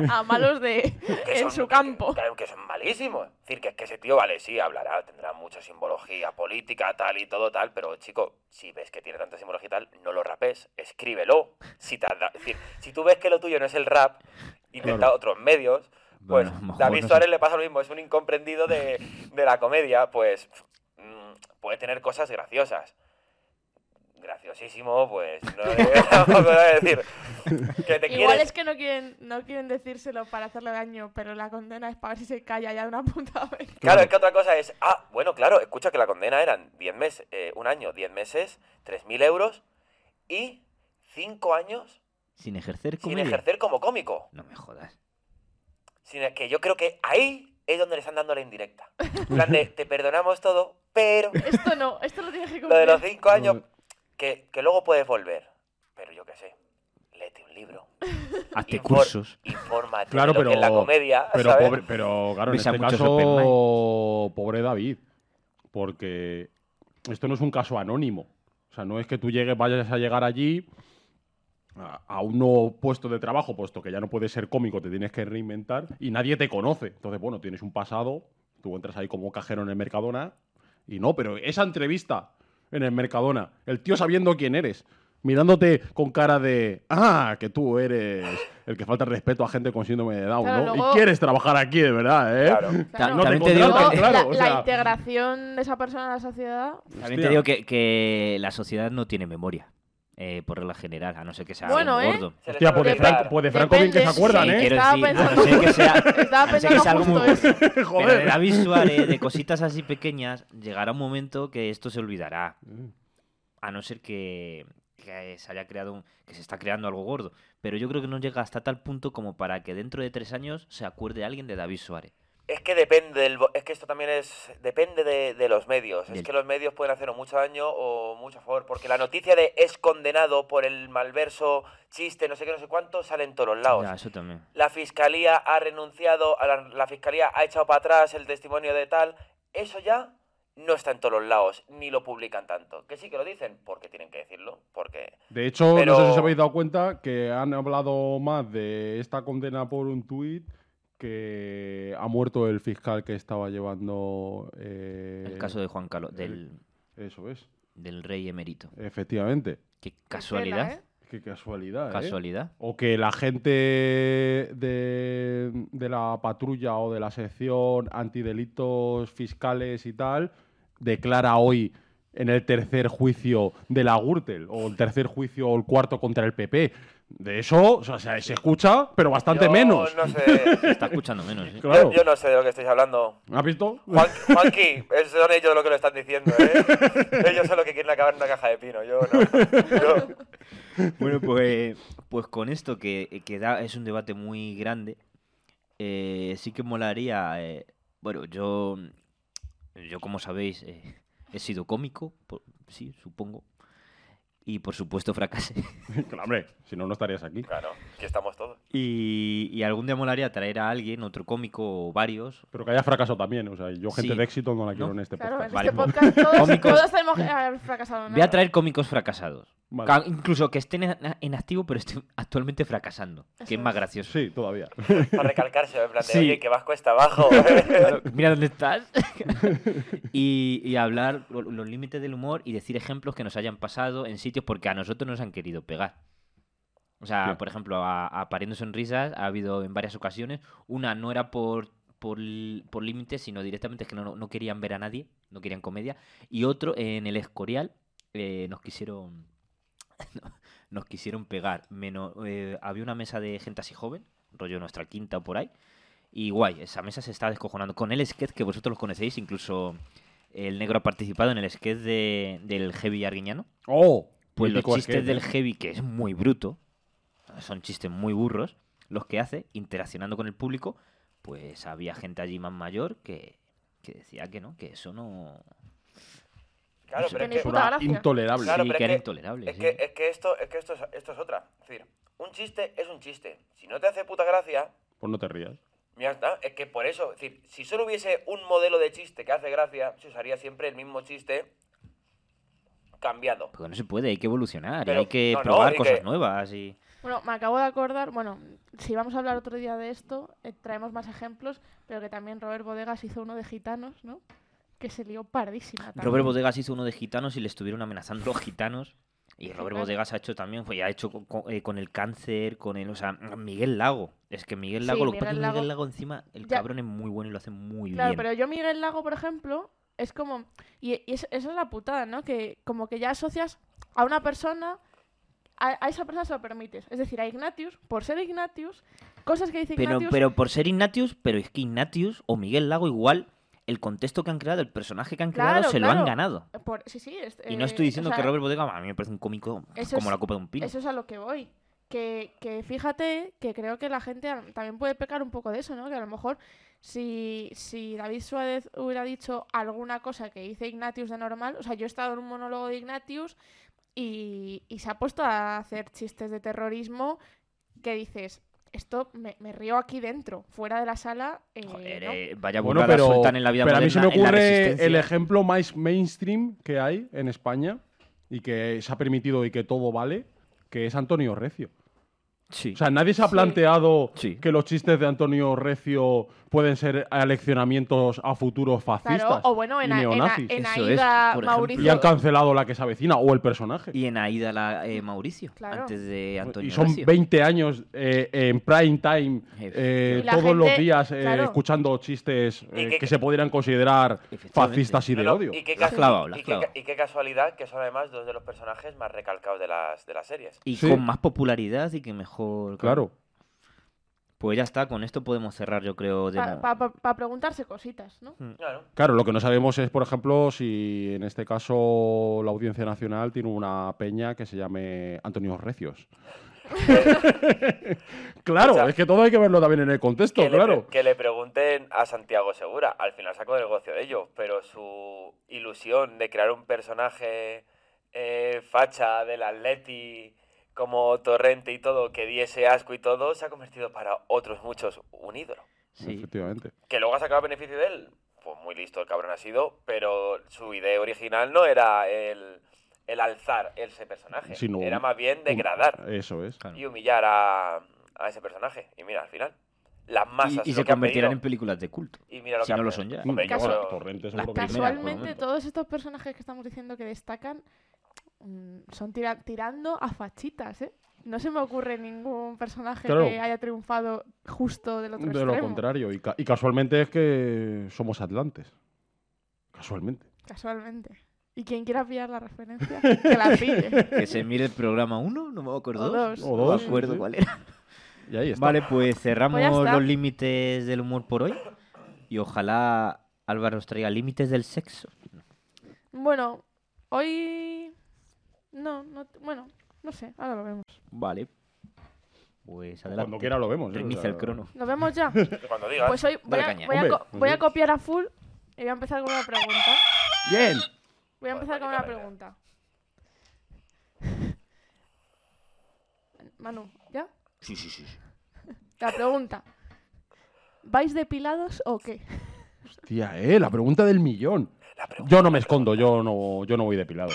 S2: A malos de
S5: Que
S2: en
S5: son-
S2: su campo.
S5: Claro, que son malísimos. Es decir, que es que ese tío, vale, sí, hablará, tendrá mucha simbología política, tal y todo, tal, pero chico, si ves que tiene tanta simbología y tal, no lo rapes, escríbelo. Si, te, es decir, si tú ves que lo tuyo no es el rap, intenta
S3: Claro.
S5: otros medios. Pues
S4: Bueno, a lo mejor
S5: David
S4: no sé.
S5: Suárez le pasa lo mismo, es un incomprendido de, de la comedia, pues mm, puede tener cosas graciosas. Graciosísimo, pues no le tampoco voy a decir. Que te
S2: Igual
S5: quieres-
S2: es que no quieren, no quieren decírselo para hacerle daño, pero la condena es para ver si se calla ya de una puta vez.
S5: Claro, es que otra cosa es, ah, bueno, claro, escucha que la condena eran 10 meses, eh, un año, 10 meses, 3.000 euros y 5 años
S4: Sin ejercer
S5: sin
S4: comedia.
S5: ejercer como cómico.
S4: No me jodas.
S5: Sin, e, que yo creo que ahí es donde le están dando la indirecta. En plan de, te perdonamos todo, pero
S2: Esto no, esto lo tienes que
S5: lo de
S2: cumplir.
S5: los 5 años, que, que luego puedes volver. Pero yo qué sé, léete un libro,
S4: Hazte
S5: Infor-
S4: cursos.
S5: infórmate
S3: Claro,
S5: de lo
S3: pero-
S5: que es la comedia,
S3: Pero,
S5: ¿sabes?
S3: pobre, pero claro, en
S4: Ves a
S3: este
S4: muchos
S3: caso,
S4: open
S3: pobre David. Porque esto no es un caso anónimo. O sea, no es que tú llegues, vayas a llegar allí a, a un nuevo puesto de trabajo, puesto que ya no puedes ser cómico, te tienes que reinventar y nadie te conoce. Entonces, bueno, tienes un pasado, tú entras ahí como cajero en el Mercadona y no, pero esa entrevista en el Mercadona, el tío sabiendo quién eres, mirándote con cara de, ah, que tú eres el que falta respeto a gente con síndrome de Down,
S2: Claro,
S3: ¿no?
S2: luego-
S3: Y quieres trabajar aquí, de verdad, ¿eh?
S5: Claro.
S2: Claro.
S3: No te
S4: También te digo
S3: contratan,
S2: Luego,
S4: que-
S3: claro.
S2: la,
S3: o
S2: la
S3: sea,
S2: integración de esa persona a la sociedad.
S4: También te
S3: Hostia.
S4: digo que, que la sociedad no tiene memoria, eh, por regla general, a no ser que sea
S2: Bueno,
S4: algo
S2: ¿eh?
S4: gordo.
S5: Se les
S3: Hostia, pues de,
S5: olvidar.
S3: Franco, pues de Franco bien que se
S2: Depende,
S3: acuerdan,
S2: sí,
S3: ¿eh?
S4: quiero
S2: Estaba
S4: decir,
S2: pensando-
S4: a no ser que sea,
S2: Estaba
S4: a no ser que
S2: pensando
S4: sea algo muy
S2: justo
S4: gordo.
S2: eso.
S4: Pero de
S3: Joder.
S4: David Suárez, de cositas así pequeñas, llegará un momento que esto se olvidará. A no ser que, que se haya creado un- que se está creando algo gordo. Pero yo creo que no llega hasta tal punto como para que dentro de tres años se acuerde alguien de David Suárez.
S5: Es que depende del, bo- es que esto también es depende de, de los medios. Es
S4: Del-
S5: que los medios pueden hacer o mucho daño o mucho favor, porque la noticia de es condenado por el malverso chiste, no sé qué, no sé cuánto, sale en todos los lados.
S4: Ya, eso también.
S5: La fiscalía ha renunciado, a la, la fiscalía ha echado para atrás el testimonio de tal. Eso ya no está en todos los lados, ni lo publican tanto. Que sí que lo dicen, porque tienen que decirlo, porque
S3: De hecho,
S5: Pero-
S3: no sé si os habéis dado cuenta que han hablado más de esta condena por un tuit que ha muerto el fiscal que estaba llevando... eh,
S4: El caso de Juan Carlos, del,
S3: Eso es,
S4: del rey emérito.
S3: efectivamente.
S4: Qué casualidad.
S2: Tela, ¿eh?
S3: Qué casualidad, ¿eh?
S4: Casualidad.
S3: O que la gente de, de la patrulla o de la sección antidelitos fiscales y tal declara hoy en el tercer juicio de la Gürtel o el tercer juicio o el cuarto contra el PP. De eso o sea, se- se escucha, pero bastante
S5: yo
S3: menos.
S5: No sé,
S4: Está escuchando menos. ¿eh?
S3: Claro.
S5: yo, yo no sé de lo que estáis hablando.
S3: ¿Has visto?
S5: Juan, Juanqui, es- son ellos los que lo están diciendo, ¿eh? Ellos son los que quieren acabar en una caja de pino, yo no. Yo-
S4: Bueno, pues, pues con esto que, que da, es un debate muy grande, eh, sí que molaría... eh, bueno, yo, yo como sabéis, eh, he sido cómico, por- sí, supongo, y por supuesto fracasé.
S3: Claro, hombre, si no, no estarías aquí.
S5: Claro, aquí estamos todos.
S4: Y, y algún día molaría traer a alguien, otro cómico o varios.
S3: Pero que haya fracaso también. O sea, yo gente
S4: Sí.
S3: de éxito no la quiero
S4: No.
S3: en este
S2: Claro, en
S3: podcast.
S4: Vale,
S2: este
S4: pues-
S2: podcast todos,
S4: Cómicos.
S2: todos tenemos que haber fracasado. en
S4: Voy a
S2: algo.
S4: traer cómicos fracasados.
S3: Vale.
S4: Ca- Incluso que estén en, en activo, pero estén actualmente fracasando.
S2: Eso
S4: que es más
S2: es.
S4: gracioso.
S3: Sí, todavía.
S5: Para recalcarse, en plan de,
S4: Sí.
S5: oye, que vas cuesta abajo.
S4: Claro, Mira dónde estás. y, y hablar lo- los límites del humor y decir ejemplos que nos hayan pasado en sitios porque a nosotros nos han querido pegar. O sea,
S3: Hostia.
S4: por ejemplo, a, a Pariendo Sonrisas ha habido en varias ocasiones. Una no era por, por, l- por límites, sino directamente es que no, no querían ver a nadie, no querían comedia. Y otro en el Escorial eh, nos quisieron. Nos quisieron pegar. Menos, eh, había una mesa de gente así joven, rollo nuestra quinta o por ahí. Y guay, esa mesa se está descojonando. Con el sketch que vosotros los conocéis, incluso El negro ha participado en el sketch de- del Heavy Arguiñano.
S3: ¡Oh!
S4: Pues los
S3: Mítico
S4: chistes
S3: sketch,
S4: del
S3: ¿eh?
S4: Heavy, que es muy bruto, son chistes muy burros, los que hace interaccionando con el público, pues había gente allí más mayor que, que decía que no, que eso no...
S5: Claro,
S4: Sí,
S5: pero
S2: que ni
S5: es que,
S2: puta gracia.
S3: Intolerable.
S5: Claro,
S4: sí,
S5: pero
S4: que
S5: es
S4: era
S5: que-
S4: intolerable.
S5: es
S4: sí.
S5: que, es que esto, es que esto, es, esto es otra. Es decir, un chiste es un chiste. Si no te hace puta gracia,
S3: Pues no te rías.
S5: Ya está, es que por eso, es decir, si solo hubiese un modelo de chiste que hace gracia, se usaría siempre el mismo chiste cambiado.
S4: Porque no se puede, hay que evolucionar, y
S5: Pero-
S4: hay que
S5: no, no,
S4: probar
S5: y
S4: cosas
S5: que-
S4: nuevas y...
S2: Bueno, me acabo de acordar, bueno, si vamos a hablar otro día de esto, eh, traemos más ejemplos, pero que también Robert Bodegas hizo uno de gitanos, ¿no? Que se lió pardísima. también.
S4: Robert Bodegas hizo uno de gitanos y le estuvieron amenazando los gitanos. Y Robert
S2: claro.
S4: Bodegas ha hecho también, pues, ya ha hecho co- co- eh, con, el cáncer, con el, o sea, Miguel Lago. Es que Miguel
S2: Sí,
S4: Lago, lo que pasa es que
S2: Miguel Lago-
S4: Miguel Lago encima, el
S2: Ya.
S4: cabrón es muy bueno y lo hace muy
S2: Claro,
S4: bien.
S2: pero yo Miguel Lago, por ejemplo, es como... Y, y es- esa es la putada, ¿no? Que como que ya asocias a una persona, a, a esa persona se lo permites. Es decir, a Ignatius, por ser Ignatius, cosas que dice
S4: Pero,
S2: Ignatius...
S4: pero por ser Ignatius, pero es que Ignatius o Miguel Lago igual, el contexto que han creado, el personaje que han creado,
S2: Claro,
S4: se lo han
S2: claro.
S4: ganado.
S2: por- sí, sí, es-
S4: Y no
S2: eh,
S4: estoy
S2: o
S4: diciendo que
S2: sea,
S4: Robert Bodega, a mí me parece un cómico
S2: eso
S4: como
S2: es-
S4: la copa de un pino.
S2: Eso es a lo que voy. Que, que fíjate que creo que la gente a- también puede pecar un poco de eso, ¿no? Que a lo mejor si, si David Suárez hubiera dicho alguna cosa que dice Ignatius de normal, o sea, yo he estado en un monólogo de Ignatius y, y se ha puesto a hacer chistes de terrorismo que dices, esto me, me río aquí dentro, fuera de la sala. eh,
S4: Joder,
S2: no".
S4: eh, vaya
S3: Bueno,
S4: burrada
S3: pero,
S4: sueltan en la vida
S3: pero a mí se me
S4: moderna, en la
S3: ocurre
S4: Resistencia.
S3: el ejemplo más mainstream que hay en España y que se ha permitido y que todo vale, que es Antonio Recio.
S4: Sí.
S3: O sea, nadie se ha
S2: Sí.
S3: planteado
S4: Sí.
S3: que los chistes de Antonio Recio pueden ser aleccionamientos a futuros fascistas
S2: Claro, o bueno, en,
S3: y
S2: a- en a-
S3: neonazis.
S2: en
S4: Eso es,
S2: Aida
S4: por ejemplo.
S3: y han
S2: Mauricio.
S3: cancelado la que se avecina o el personaje.
S4: Y en Aida la, eh, Mauricio,
S2: Claro.
S4: antes de Antonio
S3: Y son
S4: Recio.
S3: 20 años eh, en prime time, eh,
S2: Y la
S3: todos los
S2: gente-
S3: días eh,
S2: claro.
S3: escuchando chistes
S5: Y
S3: eh,
S5: que-
S3: que se podrían considerar
S4: Efectivamente.
S3: fascistas y de
S5: No, no,
S3: odio.
S5: Y qué,
S4: La has
S5: cas-
S4: clavado, la
S5: y
S4: has
S5: qué ca-
S4: clavado.
S5: y qué casualidad que son además dos de los personajes más recalcados de las, de las series.
S4: Y
S3: Sí.
S4: con más popularidad y que mejor...
S3: Claro.
S4: Pues ya está, con esto podemos cerrar, yo creo, de
S2: Para
S4: mo-
S2: preguntarse cositas, ¿no?
S5: Claro.
S3: Claro, lo que no sabemos es, por ejemplo, si en este caso la Audiencia Nacional tiene una peña que se llame Antonio Recios. claro,
S5: O sea,
S3: es que todo hay que verlo también en el contexto,
S5: Que, le,
S3: claro.
S5: pre- que le pregunten a Santiago Segura. Al final sacó negocio de ello, pero su ilusión de crear un personaje eh, facha del Atleti como torrente y todo, que diese asco y todo, se ha convertido para otros muchos un ídolo.
S4: Sí.
S3: Efectivamente.
S5: ¿Que luego ha sacado beneficio de él? Pues muy listo el cabrón ha sido, pero su idea original no era el, el alzar ese personaje.
S3: Sí, no,
S5: era
S3: un-
S5: más bien degradar
S3: Mm, Eso es.
S4: claro.
S5: y humillar a, a ese personaje. Y mira, al final, las
S4: Y-
S5: masas...
S4: y
S5: lo
S4: se
S5: que han
S4: convertirán en
S5: pedido,
S4: películas de culto.
S5: y mira lo
S4: si
S5: que
S4: no
S5: han
S4: lo
S5: pedido.
S4: son ya.
S3: Hombre, yo
S2: Casu-
S3: creo que Torrente seguro
S4: Las
S3: que- ¿eh?
S4: primeras, por lo
S2: Casualmente
S4: menos.
S2: todos estos personajes que estamos diciendo que destacan mm, son tira- tirando a fachitas, ¿eh? No se me ocurre ningún personaje
S3: Claro.
S2: que haya triunfado justo del otro
S3: De lo
S2: extremo.
S3: contrario. Y, ca- y casualmente es que somos atlantes. Casualmente.
S2: Casualmente. Y quien quiera pillar la referencia, que la pille.
S4: Que se mire el programa 1, no me acuerdo.
S2: O
S4: dos,
S2: dos.
S3: O
S4: No
S3: dos,
S4: me
S3: sí,
S4: acuerdo
S3: sí.
S4: cuál era.
S3: Y ahí está.
S4: Vale, pues cerramos
S2: Pues ya está.
S4: los límites del humor por hoy. Y ojalá Álvaro nos traiga límites del sexo.
S2: Bueno, hoy... No, no, bueno, no sé, ahora lo vemos.
S4: Vale. Pues adelante.
S3: Cuando quiera lo vemos. ¿eh? O
S4: Reinicia
S3: sea,
S4: el crono.
S2: ¿Nos vemos ya?
S5: Cuando digas...
S2: Pues hoy voy
S4: Dale
S2: a,
S4: caña.
S2: voy a
S3: Hombre,
S2: co-
S3: pues
S2: voy a
S3: sí.
S2: copiar a full y voy a empezar con una pregunta.
S3: Bien.
S2: Voy a
S5: Joder,
S2: empezar con
S5: maldita
S2: una
S5: la idea.
S2: pregunta. Manu, ¿ya?
S4: Sí, sí, sí. sí.
S2: La pregunta. ¿Vais depilados o qué?
S3: Hostia, eh, la pregunta del millón.
S5: La pregunta-
S3: Yo no me escondo, yo no, yo no voy depilado.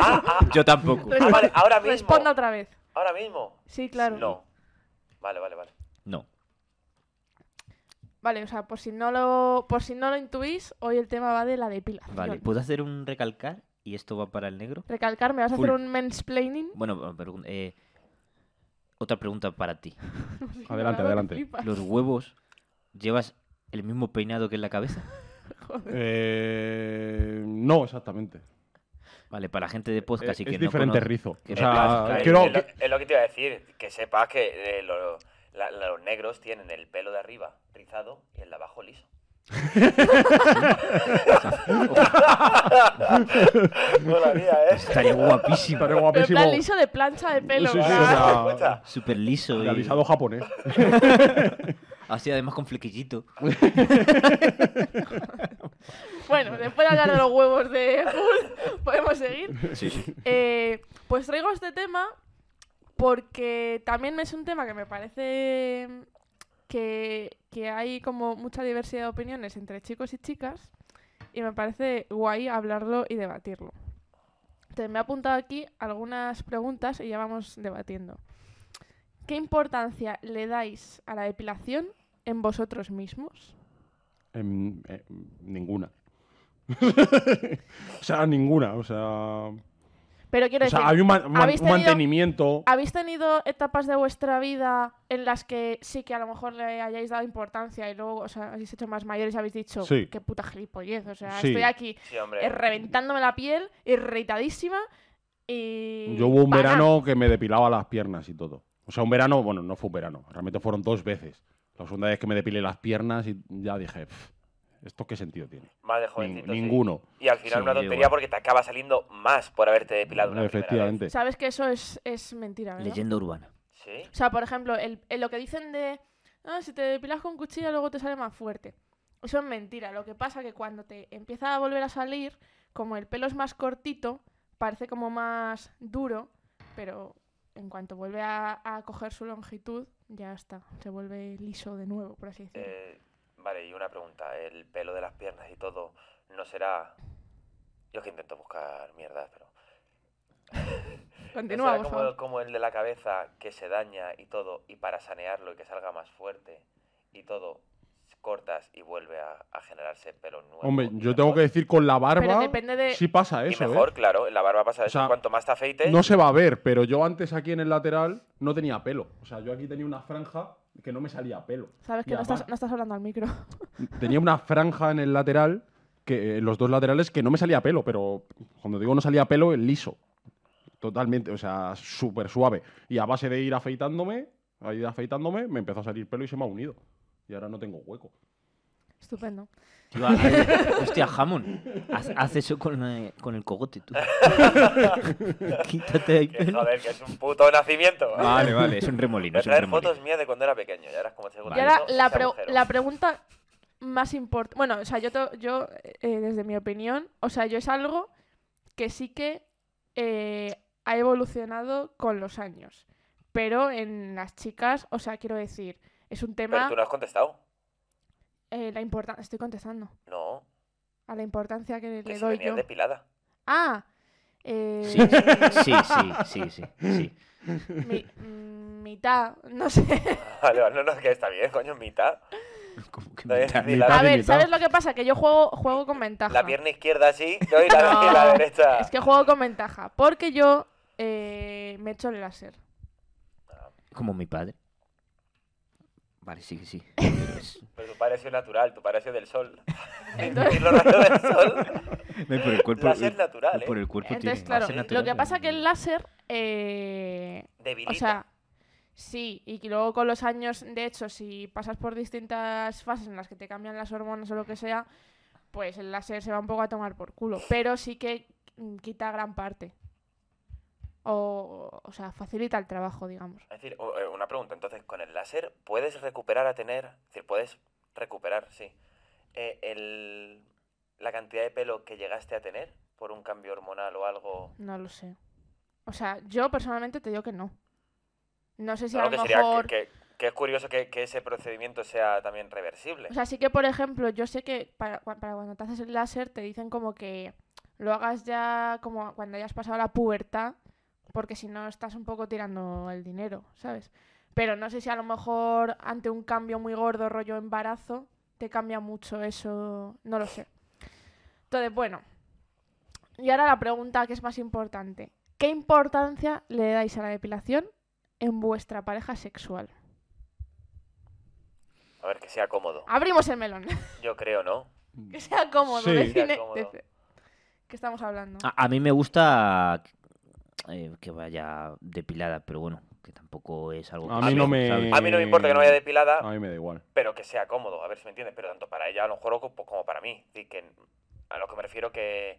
S5: Ah, ah,
S4: Yo tampoco.
S5: ah, vale, ahora mismo.
S2: Responda otra vez.
S5: Ahora mismo.
S2: Sí, claro.
S5: No. Vale, vale, vale.
S4: No.
S2: Vale, o sea, por si no lo por si no lo intuís, hoy el tema va de la depilación.
S4: Vale. pues- ¿Puedo hacer un recalcar? Y esto va para el negro.
S2: Recalcarme, ¿vas a
S4: Full.
S2: hacer un mansplaining?
S4: Bueno, pero, eh, otra pregunta para ti.
S3: Adelante,
S2: Me
S3: adelante.
S2: flipas.
S4: ¿Los huevos llevas el mismo peinado que en la cabeza?
S2: Joder.
S3: Eh, no, exactamente.
S4: Vale, para la gente de
S3: Eh,
S4: podcast
S3: Es,
S4: y que no
S3: diferente
S4: conoce-
S3: rizo.
S4: que
S3: O
S4: no
S3: sea,
S5: Es- es-
S3: quiero.
S5: es, lo, es lo que te iba a decir. Que sepas que eh, lo- la- la- los negros tienen el pelo de arriba rizado y el de abajo liso. Molaría, ¿eh?
S4: Estaría guapísimo.
S3: Estaría
S2: Pero en
S3: guapísimo.
S2: plan liso de plancha de pelo.
S3: Sí, sí, o
S2: ¿verdad?
S3: sea,
S5: Escucha,
S4: Súper liso. y-
S3: Realizado japonés.
S4: Así además con flequillito.
S2: Bueno, después de hablar de los huevos de Hulk, podemos seguir.
S4: Sí, sí.
S2: Eh, pues traigo este tema porque también es un tema que me parece que, que hay como mucha diversidad de opiniones entre chicos y chicas y me parece guay hablarlo y debatirlo. Entonces me he apuntado aquí algunas preguntas y ya vamos debatiendo. ¿Qué importancia le dais a la depilación en vosotros mismos?
S3: Em, eh, ninguna. o sea, ninguna. O sea,
S2: Pero quiero
S3: o sea
S2: decir,
S3: hay un, ma- un man-
S2: ¿habéis
S3: un
S2: tenido-
S3: mantenimiento.
S2: ¿Habéis tenido etapas de vuestra vida en las que sí que a lo mejor le hayáis dado importancia y luego os habéis hecho más mayores y habéis dicho,
S3: Sí.
S2: qué puta gilipollez? O sea,
S3: Sí.
S2: estoy aquí
S5: sí, hombre.
S2: eh, reventándome la piel, irritadísima y...
S3: Yo hubo un
S2: pa' nada.
S3: verano que me depilaba las piernas y todo. O sea, un verano, bueno, no fue un verano. Realmente fueron dos veces. La segunda vez que me depilé las piernas y ya dije, "Pf, ¿esto qué sentido tiene?
S5: Más de
S3: Ning-
S5: jovencito. sí.
S3: ninguno.
S5: Y al final
S4: Sí,
S5: una
S4: yo
S5: tontería
S4: igual.
S5: porque te acaba saliendo más por haberte depilado una primera
S3: Efectivamente.
S2: Sabes que eso es, es mentira, ¿verdad?
S4: Leyenda urbana.
S5: vez. Sí.
S2: O sea, por ejemplo, el, el- lo que dicen de, "Ah, si te depilas con cuchilla luego te sale más fuerte. Eso es mentira. Lo que pasa que cuando te empieza a volver a salir, como el pelo es más cortito, parece como más duro, pero en cuanto vuelve a, a coger su longitud, ya está. Se vuelve liso de nuevo, por así decirlo.
S5: Eh, vale, y una pregunta. El pelo de las piernas y todo, ¿no será...? Yo es que intento buscar mierdas, pero... ¿no
S2: Continúa,
S5: será
S2: por
S5: como,
S2: favor.
S5: como el de la cabeza que se daña y todo, y para sanearlo y que salga más fuerte y todo, cortas y vuelve a, a generarse pelo nuevo?
S3: Hombre,
S5: y
S3: yo tengo
S5: mejor?
S3: que decir con la
S2: pues Pero
S3: barba.
S2: depende de...
S3: Sí pasa
S5: Y
S3: eso,
S5: mejor,
S3: ¿eh?
S5: claro, en la barba pasa eso.
S3: sea,
S5: Cuanto más te afeites...
S3: No se va a ver, pero yo antes aquí en el lateral no tenía pelo. O sea, yo aquí tenía una franja que no me salía pelo.
S2: Sabes que
S3: Y
S2: no estás,
S3: aparte-
S2: no estás hablando al micro.
S3: tenía una franja en el lateral, que, eh, en los dos laterales, que no me salía pelo, pero cuando digo no salía pelo, el liso. Totalmente, o sea, súper suave. Y a base de ir afeitándome, a ir afeitándome, me empezó a salir pelo y se me ha unido. Y ahora no tengo hueco.
S2: Estupendo.
S4: Tío, haz- hostia, Hammond. Haz, haz eso con, eh, con el cogote, tú. Quítate ahí
S5: que,
S4: pelo.
S5: joder, que es un puto nacimiento.
S3: Ah,
S4: Vale, vale, es un
S5: Voy
S4: remolino.
S5: a
S4: Es un
S5: traer
S4: remolino.
S5: fotos mías de cuando era pequeño. Y ahora es como tengo
S4: Vale.
S2: Y
S4: Vale.
S2: ahora
S5: tantos
S2: la, pre-
S5: agujeros.
S2: la pregunta más importante. Bueno, o sea, yo, to- yo eh, desde mi opinión, o sea, yo es algo que sí que eh, ha evolucionado con los años. Pero en las chicas, o sea, quiero decir, es un
S5: Pero
S2: tema.
S5: tú no has contestado.
S2: eh, la importan- Estoy contestando
S5: No,
S2: a la importancia que
S5: que
S2: le
S5: si
S2: doy
S5: venías
S2: yo.
S5: depilada.
S2: Ah, eh,
S4: Sí, sí, sí, sí, sí, sí.
S2: mi- mm, mitad, no sé.
S5: Vale, vale, no, no, que está bien, coño, mitad.
S4: Como que
S5: Está bien,
S4: mitad.
S5: sí,
S3: mitad.
S5: la,
S2: A ver,
S3: limitado.
S2: ¿sabes lo que pasa? Que yo juego, juego con ventaja.
S5: la pierna izquierda así ¿no? y la,
S2: No,
S5: y la derecha.
S2: Es que juego con ventaja, porque yo eh, me echo el láser.
S4: Como mi padre. Vale, sí, que sí. Es-
S5: Pero tu padre ha sido natural, tu padre ha sido del sol.
S2: Entonces-
S5: Y los rayos del sol.
S4: No, y por el cuerpo.
S5: Láser natural, ¿eh?
S4: Por el cuerpo
S2: Entonces,
S4: tiene.
S2: claro,
S4: láser
S2: lo
S4: natural.
S2: que pasa que el láser, eh,
S5: Debilita.
S2: o sea, sí, y que luego con los años, de hecho, si pasas por distintas fases en las que te cambian las hormonas o lo que sea, pues el láser se va un poco a tomar por culo, pero sí que mm, quita gran parte. O, o sea, facilita el trabajo, digamos.
S5: Es decir, o- eh, una pregunta, entonces, con el láser puedes recuperar a tener, es decir, puedes recuperar, sí, eh, el, la cantidad de pelo que llegaste a tener por un cambio hormonal o algo.
S2: No lo sé. O sea, yo personalmente te digo que no. No sé si
S5: No,
S2: a
S5: lo
S2: lo
S5: que
S2: mejor...
S5: sería que, que- que es curioso que, que ese procedimiento sea también reversible.
S2: O sea, sí que, por ejemplo, yo sé que para, cua- para cuando te haces el láser te dicen como que lo hagas ya como cuando hayas pasado la pubertad, porque si no estás un poco tirando el dinero, ¿sabes? Pero no sé si a lo mejor ante un cambio muy gordo, rollo embarazo, te cambia mucho eso, no lo sé. Entonces, bueno. Y ahora la pregunta que es más importante. ¿Qué importancia le dais a la depilación en vuestra pareja sexual?
S5: A ver, que sea cómodo.
S2: Abrimos el melón.
S5: Yo creo, ¿no?
S2: Que sea cómodo.
S3: Sí.
S2: define-
S5: Que sea cómodo. Ah.
S2: defi- ¿Qué estamos hablando?
S4: A, a mí me gusta eh, que vaya depilada, pero bueno, que tampoco es algo...
S3: A
S4: que-
S3: mí no me-
S4: ¿sabes?
S5: A mí no me importa que no vaya depilada,
S3: A mí me da igual.
S5: pero que sea cómodo, a ver si me entiendes, pero tanto para ella a lo mejor como como para mí. Y que a lo que me refiero que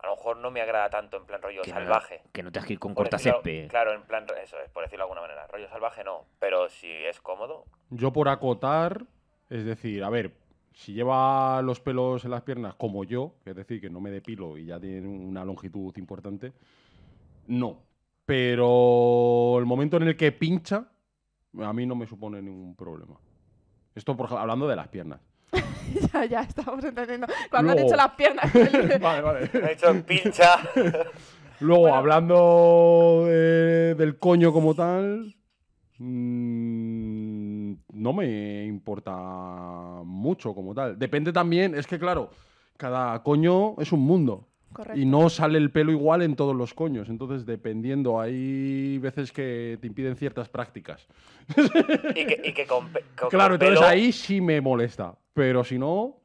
S5: a lo mejor no me agrada tanto en plan rollo
S4: Que no-
S5: salvaje.
S4: que no te has que ir con
S5: Por decirlo-
S4: cortacésped.
S5: Claro, en plan, eso es, por decirlo de alguna manera. Rollo salvaje no, pero si es cómodo,
S3: Yo por acotar, es decir, a ver, si lleva los pelos en las piernas como yo, es decir, que no me depilo y ya tiene una longitud importante, no. Pero el momento en el que pincha, a mí no me supone ningún problema. Esto por, ej- hablando de las piernas.
S2: ya, ya, estamos entendiendo. Cuando has
S3: Luego.
S2: dicho las piernas.
S3: vale, vale.
S5: me he hecho en pincha.
S3: Luego,
S2: Bueno.
S3: hablando de- del coño como tal, mm, no me importa mucho como tal. Depende también, es que claro, cada coño es un mundo.
S2: Correcto.
S3: Y no sale el pelo igual en todos los coños. Entonces, dependiendo, hay veces que te impiden ciertas prácticas.
S5: y que, y que con, pe- con-
S3: Claro,
S5: con pelo-
S3: entonces ahí sí me molesta. Pero si no,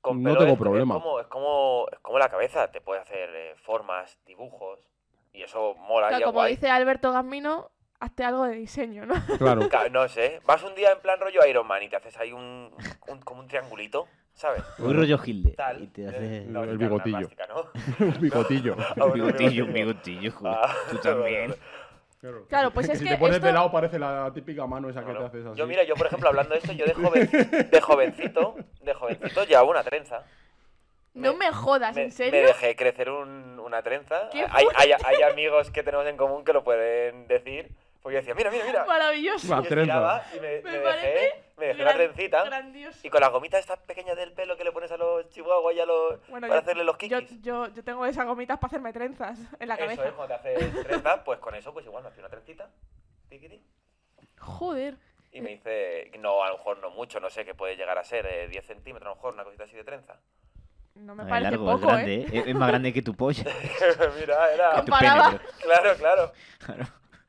S5: con
S3: no
S5: pelo
S3: tengo
S5: es-
S3: problema.
S5: Es como, es, como, es como la cabeza, te puede hacer eh, formas, dibujos, y eso mola. y
S2: Claro,
S5: es
S2: como
S5: guay.
S2: dice Alberto Gambino, hazte algo de diseño, ¿no?
S3: claro.
S5: Ca- No sé, vas un día en plan rollo Iron Man y te haces ahí un, un- como un triangulito, ¿sabes?
S4: Muy rollo Hilde.
S5: Tal.
S4: Y te
S5: eh,
S4: haces...
S5: no,
S3: El
S5: ni
S3: bigotillo.
S5: tan plástica, ¿no?
S3: Un bigotillo.
S5: Ah,
S4: Un
S5: bueno,
S4: bigotillo, un
S5: bigotillo.
S4: bigotillo, joder.
S5: Ah,
S4: Tú
S5: vale, vale.
S4: también.
S2: Claro, pues es
S3: si
S2: que
S3: te pones
S2: esto-
S3: de lado parece la típica mano esa que
S5: Claro.
S3: te haces así.
S5: Yo, mira, yo por ejemplo, hablando de esto, yo de, joven, de jovencito, de jovencito llevaba una trenza.
S2: No me jodas,
S5: Me,
S2: ¿en
S5: me
S2: serio?
S5: dejé crecer un- una trenza.
S2: ¡Qué
S5: Hay, hay, hay amigos que tenemos en común que lo pueden decir. Porque yo decía, mira, mira, mira.
S2: Maravilloso.
S3: Va,
S5: Y yo
S3: trenza.
S5: estiraba y me,
S2: Me
S5: me
S2: parece
S5: dejé, me dejé la
S2: Gran-
S5: trencita.
S2: Grandioso.
S5: Y con las gomitas estas pequeñas del pelo que le pones a los chihuahuas y a los...
S2: Bueno,
S5: para
S2: yo-
S5: hacerle los
S2: yo,
S5: kikis.
S2: yo, yo tengo esas gomitas para hacerme trenzas en la
S5: Eso
S2: cabeza.
S5: es, cuando te haces trenzas, pues con eso, pues igual me hacía una trencita. tiquití,
S2: Joder.
S5: Y me hice, no, a lo mejor no mucho, no sé qué puede llegar a ser, eh, 10 centímetros, a lo mejor una cosita así de trenza.
S2: No me
S4: Ah, es
S2: parece
S4: largo, es
S2: poco,
S4: grande,
S2: ¿eh?
S4: ¿eh? Es- Es más grande que tu polla.
S5: Mira,
S4: Que
S5: era...
S4: tu
S2: Comparado.
S4: pene, pero-
S5: Claro, claro.
S4: Claro.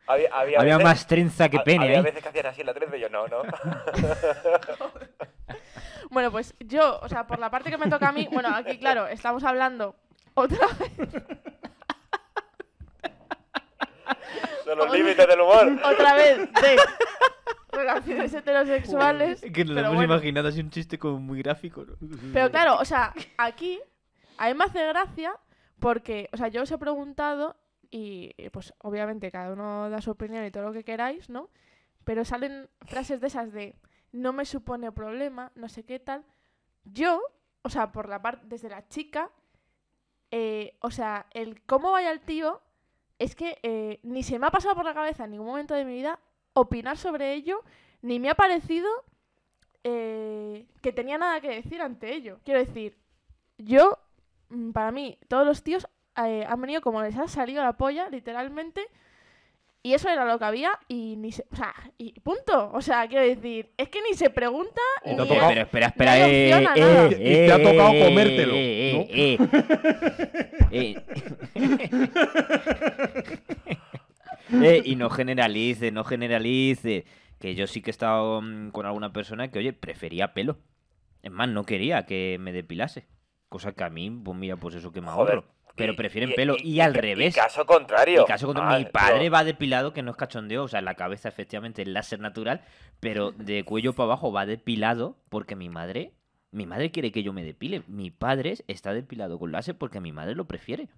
S5: Había, había,
S4: Había
S5: veces-
S4: más trenza que
S5: ha-
S4: pene ¿eh?
S5: Había
S4: ahí.
S5: veces que hacían así en la trenza y yo, no, no.
S2: Bueno, pues yo, o sea, por la parte que me toca a mí, bueno, aquí, claro, estamos hablando otra vez,
S5: Son los límites del humor.
S2: otra vez de relaciones heterosexuales.
S4: Que nos lo
S2: pero
S4: hemos
S2: bueno.
S4: imaginado así un chiste como muy gráfico, ¿no?
S3: Mm.
S2: Pero claro, o sea, aquí a mí me hace gracia porque, o sea, yo os he preguntado y eh, pues obviamente cada uno da su opinión y todo lo que queráis, ¿no? Pero salen frases de esas de no me supone problema, no sé qué tal. Yo, o sea, por la parte, desde la chica, eh, o sea, el cómo vaya el tío, es que eh, ni se me ha pasado por la cabeza en ningún momento de mi vida opinar sobre ello, ni me ha parecido eh, que tenía nada que decir ante ello. Quiero decir, yo, mm, para mí, todos los tíos eh, han venido como les ha salido la polla, literalmente, y eso era lo que había, y ni se. O sea, y punto. O sea, quiero decir, es que ni se pregunta.
S3: Y te
S2: ni
S3: ha tocado-
S2: es-
S4: Pero espera,
S2: no hay
S4: espera, eh,
S2: opción a
S4: eh,
S2: nada.
S3: Y te ha
S4: eh,
S3: tocado
S4: eh,
S3: comértelo,
S4: eh, eh, eh, eh. Eh, y no generalice, no generalice. Que yo sí que he estado mm, con alguna persona que, oye, prefería pelo. Es más, no quería que me depilase. Cosa que a mí, pues mira, pues eso que me
S5: Joder,
S4: ahorro. Pero
S5: y-
S4: prefieren pelo. Y, al revés.
S5: Y caso contrario.
S4: Y caso contrario,
S5: Ah,
S4: mi padre
S5: yo-
S4: va depilado, que no es cachondeo, o sea, la cabeza efectivamente es láser natural, pero de cuello para abajo va depilado porque mi madre, mi madre quiere que yo me depile. Mi padre está depilado con láser porque mi madre lo prefiere. Y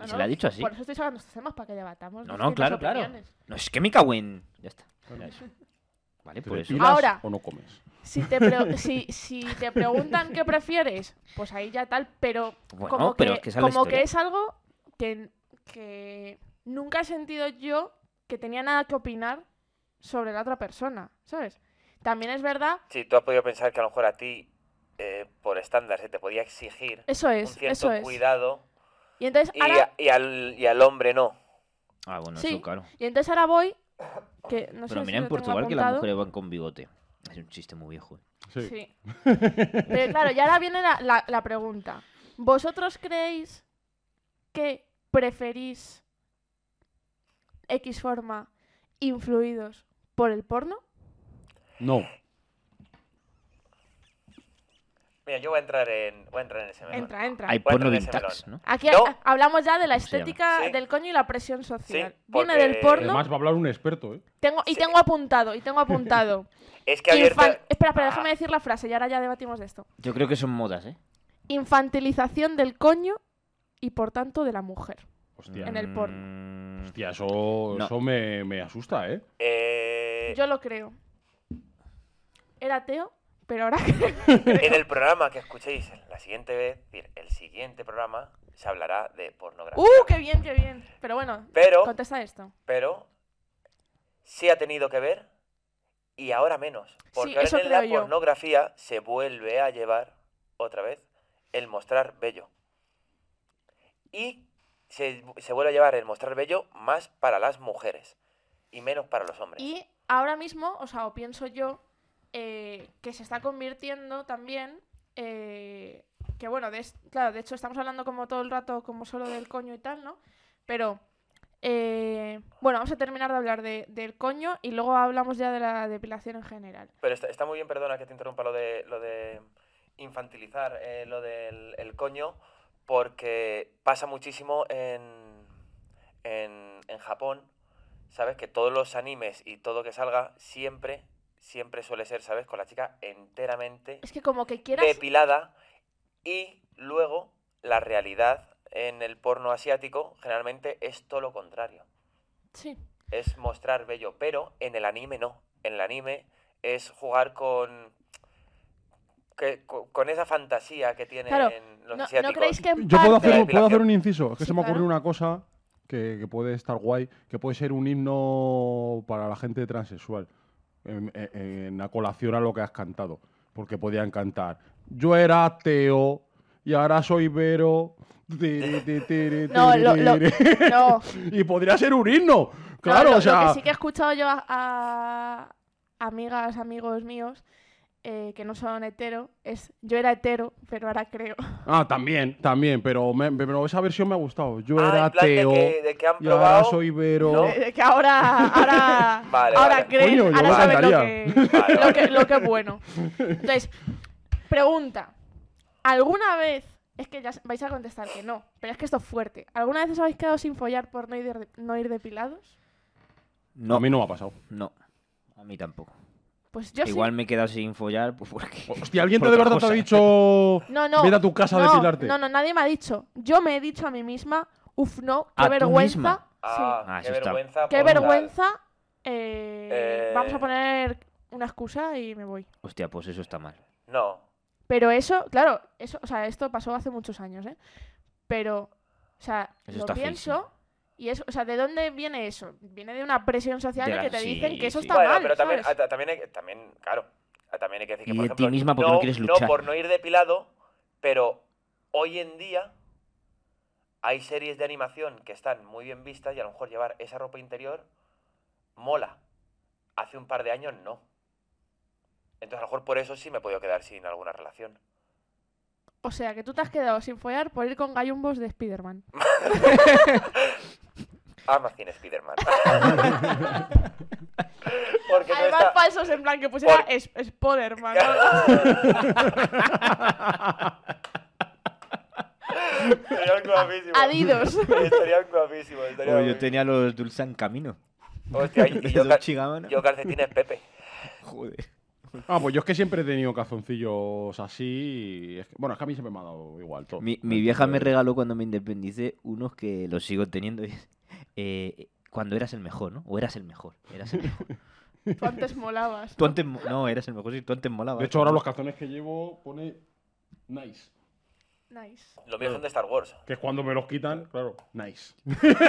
S2: No, Ah,
S4: se
S2: no,
S4: le ha dicho así.
S2: Por eso estoy hablando de estos temas, para que debatamos.
S4: No,
S2: las
S4: no, claro,
S2: distintas
S4: claro.
S2: opiniones.
S4: No, es que me cago en... Ya está. Era eso. Vale,
S3: ¿Te
S4: por eso.
S3: depilas
S2: Ahora.
S3: o no comes?
S2: Si te, pre- si, si te preguntan qué prefieres, pues ahí ya tal, pero
S4: Bueno,
S2: como,
S4: pero
S2: que,
S4: es que esa es la
S2: como que
S4: historia.
S2: es algo que, que nunca he sentido yo que tenía nada que opinar sobre la otra persona, ¿sabes? También es verdad,
S5: Sí, tú has podido pensar que a lo mejor a ti, eh, por estándar, se te podía exigir
S2: eso
S5: un
S2: es, eso
S5: cierto
S2: es.
S5: cuidado
S2: Y entonces
S5: y,
S2: ahora,
S5: a- y al, y al hombre no.
S4: Ah, bueno,
S2: Sí.
S4: eso claro.
S2: y entonces ahora voy, que no sé
S4: pero
S2: si
S4: mira
S2: lo tengo
S4: en Portugal que las
S2: apuntado.
S4: mujeres van con bigote. Es un chiste muy viejo. ¿eh?
S3: Sí.
S2: Sí. Pero claro, y ahora viene la, la- la pregunta. ¿Vosotros creéis que preferís X forma influidos por el porno?
S3: No.
S5: Mira, yo voy a entrar en, voy a entrar en ese melón.
S2: Entra, entra.
S4: Hay
S5: Voy a
S4: porno
S5: entrar en ese
S4: vintage, ¿no?
S2: Aquí
S5: No.
S2: ha- hablamos ya de la
S4: ¿Cómo se llama?
S2: estética
S5: Sí.
S2: del coño y la presión social.
S5: Sí,
S2: Viene
S5: porque-
S2: del porno.
S3: Además va a hablar un experto, ¿eh?
S2: Tengo, y
S5: Sí.
S2: tengo apuntado, y tengo apuntado.
S5: Es que ha abierto...
S2: Infan- Espera, espera,
S5: Ah,
S2: déjame decir la frase y ahora ya debatimos de esto.
S4: Yo creo que son modas, ¿eh?
S2: Infantilización del coño y por tanto de la mujer.
S3: Hostia.
S4: Mm,
S2: En el
S4: porno.
S3: Hostia, eso,
S4: No.
S3: eso me, me asusta, ¿eh?
S5: eh,
S2: Yo lo creo. Era ateo, pero ahora
S5: En el programa que escuchéis la siguiente vez, es decir, el siguiente programa, se hablará de pornografía.
S2: ¡Uh, qué bien, qué bien! Pero bueno,
S5: Pero,
S2: contesta esto.
S5: pero, sí ha tenido que ver y ahora menos. Porque
S2: Sí,
S5: ahora
S2: eso
S5: en la
S2: creo yo.
S5: pornografía se vuelve a llevar otra vez el mostrar bello. Y se, se vuelve a llevar el mostrar bello más para las mujeres y menos para los hombres.
S2: Y ahora mismo, o sea, o pienso yo, eh, que se está convirtiendo también. eh, que bueno, de, es- claro, de hecho estamos hablando como todo el rato, como solo del coño y tal, ¿no? Pero. eh, bueno, vamos a terminar de hablar de- del coño y luego hablamos ya de la depilación en general.
S5: Pero está, está muy bien, perdona que te interrumpa lo de, lo de infantilizar, eh, lo del el coño, porque pasa muchísimo en, en, en Japón, ¿sabes? Que todos los animes y todo que salga siempre, siempre suele ser, ¿sabes? Con la chica enteramente
S2: Es que como que quieras.
S5: Eh, depilada y luego la realidad en el porno asiático generalmente es todo lo contrario
S2: Sí.
S5: es mostrar bello, pero en el anime no. En el anime es jugar con que- co- con esa fantasía que tienen
S2: Claro,
S5: los
S2: no,
S5: asiáticos.
S2: ¿no creéis que en
S3: Yo puedo
S2: parte-
S3: hacer,
S5: Depilación.
S3: puedo hacer un inciso. Es que
S2: Sí,
S3: se me ha ocurrido
S2: claro.
S3: una cosa que, que puede estar guay, que puede ser un himno para la gente transexual. En, en- en la colación a lo que has cantado. Porque podían cantar. Yo era ateo y ahora soy vero. Tiri, ti, tiri,
S2: No,
S3: tiri,
S2: lo- lo-
S3: tiri.
S2: no.
S3: y podría ser un himno. Claro,
S2: No, lo,
S3: o sea.
S2: lo que sí que he escuchado yo a, a amigas, amigos míos, eh, que no son hetero, es yo era hetero, pero ahora creo.
S3: Ah, también, también. Pero, me- pero esa versión me ha gustado. Yo
S5: Ah,
S3: era
S5: en plan de
S3: ateo
S5: que- de que han
S3: y ahora
S5: probado,
S3: soy vero.
S5: ¿no?
S2: Eh, que ahora, ahora,
S5: Vale,
S2: ahora
S5: vale.
S2: creen,
S3: Coño, yo
S2: ahora
S5: me
S2: saben lo que,
S3: encantaría.
S5: Vale,
S2: lo,
S5: vale.
S2: que, lo que es bueno. Entonces, pregunta. ¿Alguna vez, es que ya vais a contestar que no, pero es que esto es fuerte. ¿Alguna vez os habéis quedado sin follar por no ir, de- no ir depilados?
S4: No,
S3: A mí no me ha pasado.
S4: no. A mí tampoco.
S2: Pues yo sí.
S4: Igual me he quedado sin follar pues, porque...
S3: Hostia, ¿alguien te
S4: por
S3: de
S4: otra
S3: verdad te ha
S4: cosa.
S3: dicho.
S2: No, no.
S3: Vete a tu casa
S2: no,
S3: a depilarte.
S2: No, no, nadie me ha dicho. Yo me he dicho a mí misma, uf, no, qué
S4: ¿A tú
S2: vergüenza.
S4: misma?
S2: Sí.
S5: Ah,
S4: Ah,
S5: qué
S4: eso está.
S5: vergüenza.
S2: Qué
S5: por
S2: vergüenza. eh,
S5: Eh.
S2: Vamos a poner una excusa y me voy.
S4: Hostia, pues eso está mal.
S5: tal. No.
S2: Pero eso, claro, eso, o sea, esto pasó hace muchos años, ¿eh? Pero, o sea,
S4: Eso
S2: lo
S4: está
S2: pienso y eso, o sea, ¿de dónde viene eso? Viene de una presión social
S4: De
S2: de
S4: la-
S2: que te
S4: sí,
S2: dicen que eso
S4: sí.
S2: está
S5: bueno,
S2: mal,
S5: pero también,
S2: ¿sabes?
S5: ah, ta- también, hay, que- también, claro, ah, también hay que decir que,
S4: Y
S5: por
S4: de ti
S5: ejemplo,
S4: misma porque no quieres luchar.
S5: por no ir depilado, pero hoy en día hay series de animación que están muy bien vistas y a lo mejor llevar esa ropa interior mola. Hace un par de años no. Entonces a lo mejor por eso sí me he podido quedar sin alguna relación.
S2: O sea, que tú te has quedado sin follar por ir con gallumbos de Spider-Man.
S5: Amazon Ah, Spider-Man. porque no
S2: Además,
S5: está...
S2: falsos en plan que pusiera
S5: Por-
S2: es- Spider-Man. ¿no?
S5: Estaría guapísimo.
S2: Adidos.
S5: Estaría guapísimo. Estaría
S4: yo
S5: muy-
S4: tenía los Dulce en camino.
S5: Hostia, y- y yo, ca- yo calcetines Pepe.
S4: Joder.
S3: Ah, pues yo es que siempre he tenido calzoncillos así. y es que- bueno, es que a mí siempre me ha dado igual todo.
S4: Mi, mi vieja me regaló cuando me independicé unos que los sigo teniendo. y es, eh, cuando eras el mejor, ¿no? O eras el mejor. Eras el mejor.
S2: Tú antes molabas.
S4: Tú antes mo- no, eras el mejor, sí, tú antes molabas.
S3: De hecho, ahora los calzones que llevo pone nice.
S2: Nice.
S5: Los míos son de Star Wars.
S3: Que es cuando me los quitan, claro, nice.
S2: Nice.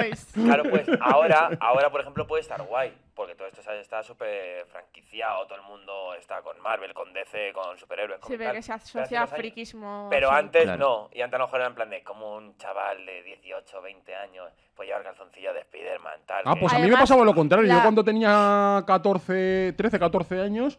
S2: Nice.
S5: Claro, pues ahora, ahora, por ejemplo, puede estar guay, porque todo esto ¿sabes? está súper franquiciado, todo el mundo está con Marvel, con DC, con superhéroes, con
S2: Se ve
S5: tal.
S2: que se
S5: Pero hace
S2: asocia a
S5: unos años-
S2: friquismo.
S5: Pero
S2: sí.
S5: antes
S4: Claro.
S5: no, y antes a lo mejor era en plan de como un chaval de 18, 20 años, pues llevar calzoncillo de Spider-Man, tal.
S3: Ah,
S5: que-
S3: pues a mí me
S2: Además,
S3: pasaba lo contrario.
S2: la-
S3: Yo cuando tenía 14, 13, 14 años,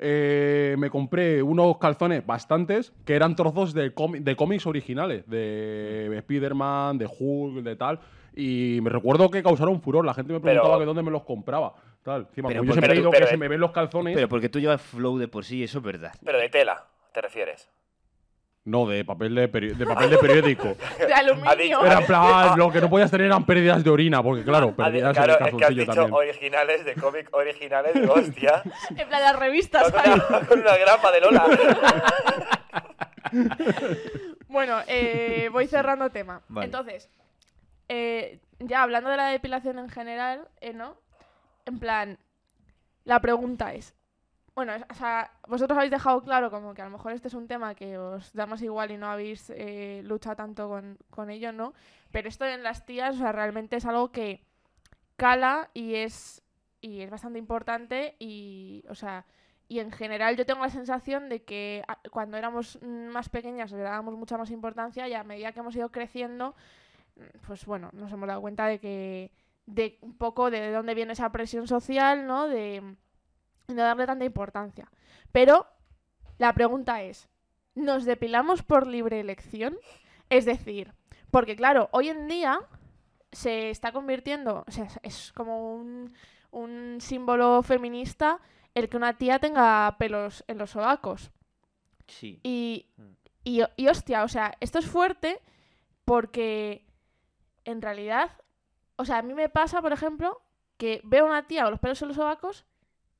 S3: eh, me compré unos calzones bastantes que eran trozos de, cómi- de cómics originales, de Spider-Man, de Hulk, de tal. Y me recuerdo que causaron furor. La gente me
S5: Pero-
S3: preguntaba que dónde me los compraba. Tal. Encima,
S4: Pero
S3: como
S4: porque-
S3: yo siempre
S5: pero- eh,
S3: digo
S5: pero-
S3: que se me ven los calzones.
S4: Pero porque tú llevas flow de por sí, eso es verdad.
S5: Pero de tela. ¿Te refieres?
S3: No, de papel de, peri- de papel de periódico.
S2: De aluminio.
S5: dicho-
S3: Era en plan, lo que no podías tener eran pérdidas de orina, porque claro,
S5: Ah, de-
S3: pérdidas en
S5: claro,
S3: el
S5: es que has
S3: calzoncillo
S5: dicho
S3: también.
S5: originales de cómic, originales, digo, hostia.
S2: En plan, las revistas.
S5: Con una, con una grapa de Lola.
S2: Bueno, eh, voy cerrando tema.
S4: Vale.
S2: Entonces, eh, ya hablando de la depilación en general, eh, ¿no? En plan, la pregunta es, bueno, es- o sea, vosotros habéis dejado claro como que a lo mejor este es un tema que os da más igual y no habéis eh, luchado tanto con, con ello, ¿no? Pero esto en las tías, o sea, realmente es algo que cala y es, y es bastante importante y, o sea, y en general yo tengo la sensación de que a- cuando éramos mm, más pequeñas le dábamos mucha más importancia y a medida que hemos ido creciendo, mm, pues bueno, nos hemos dado cuenta de que de un poco de dónde viene esa presión social, ¿no? De mm, no darle tanta importancia. Pero la pregunta es, ¿nos depilamos por libre elección? Es decir, porque claro, hoy en día se está convirtiendo, o sea, es- es como un, un símbolo feminista el que una tía tenga pelos en los sobacos.
S4: Sí.
S2: Y,
S4: Mm.
S2: y, y hostia, o sea, esto es fuerte porque en realidad, o sea, a mí me pasa, por ejemplo, que veo a una tía con los pelos en los sobacos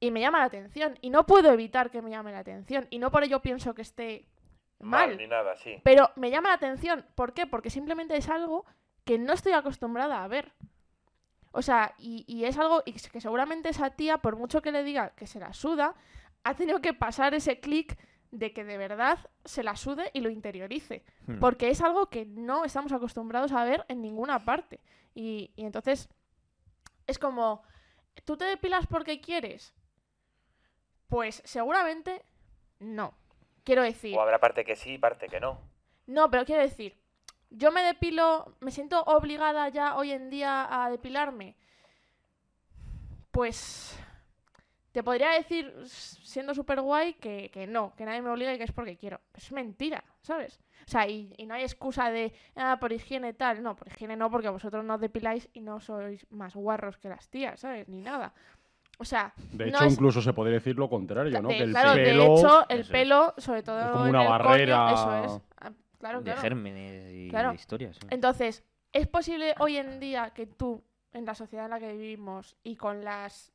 S2: y me llama la atención. Y no puedo evitar que me llame la atención. Y no por ello pienso que esté mal.
S5: Ni nada, sí.
S2: Pero me llama la atención. ¿Por qué? Porque simplemente es algo que no estoy acostumbrada a ver. O sea, y, y es algo y que seguramente esa tía, por mucho que le diga que se la suda, ha tenido que pasar ese clic de que de verdad se la sude y lo interiorice.
S4: Hmm.
S2: Porque es algo que no estamos acostumbrados a ver en ninguna parte. Y, y entonces es como, ¿tú te depilas porque quieres? Pues seguramente no. Quiero decir...
S5: O habrá parte que sí y parte que no.
S2: No, pero quiero decir, yo me depilo, me siento obligada ya hoy en día a depilarme. Pues te podría decir, s- siendo súper guay, que, que no, que nadie me obliga y que es porque quiero. Es mentira, ¿sabes? O sea, y, y no hay excusa de, ah, por higiene tal. No, por higiene no, porque vosotros no os depiláis y no sois más guarros que las tías, ¿sabes? Ni nada. O sea,
S3: De
S2: no
S3: hecho,
S2: es-
S3: incluso se podría decir lo contrario, ¿no?
S2: de-
S3: que el
S2: claro,
S3: pelo.
S2: de hecho, el
S4: Eso es.
S2: pelo, sobre todo
S3: como
S2: en
S3: una
S2: el coño,
S3: barrera
S2: eso es. Ah, Claro,
S4: de
S2: claro.
S4: gérmenes y
S2: Claro.
S4: de historias. ¿eh? sí.
S2: Entonces, ¿es posible hoy en día que tú, en la sociedad en la que vivimos y con las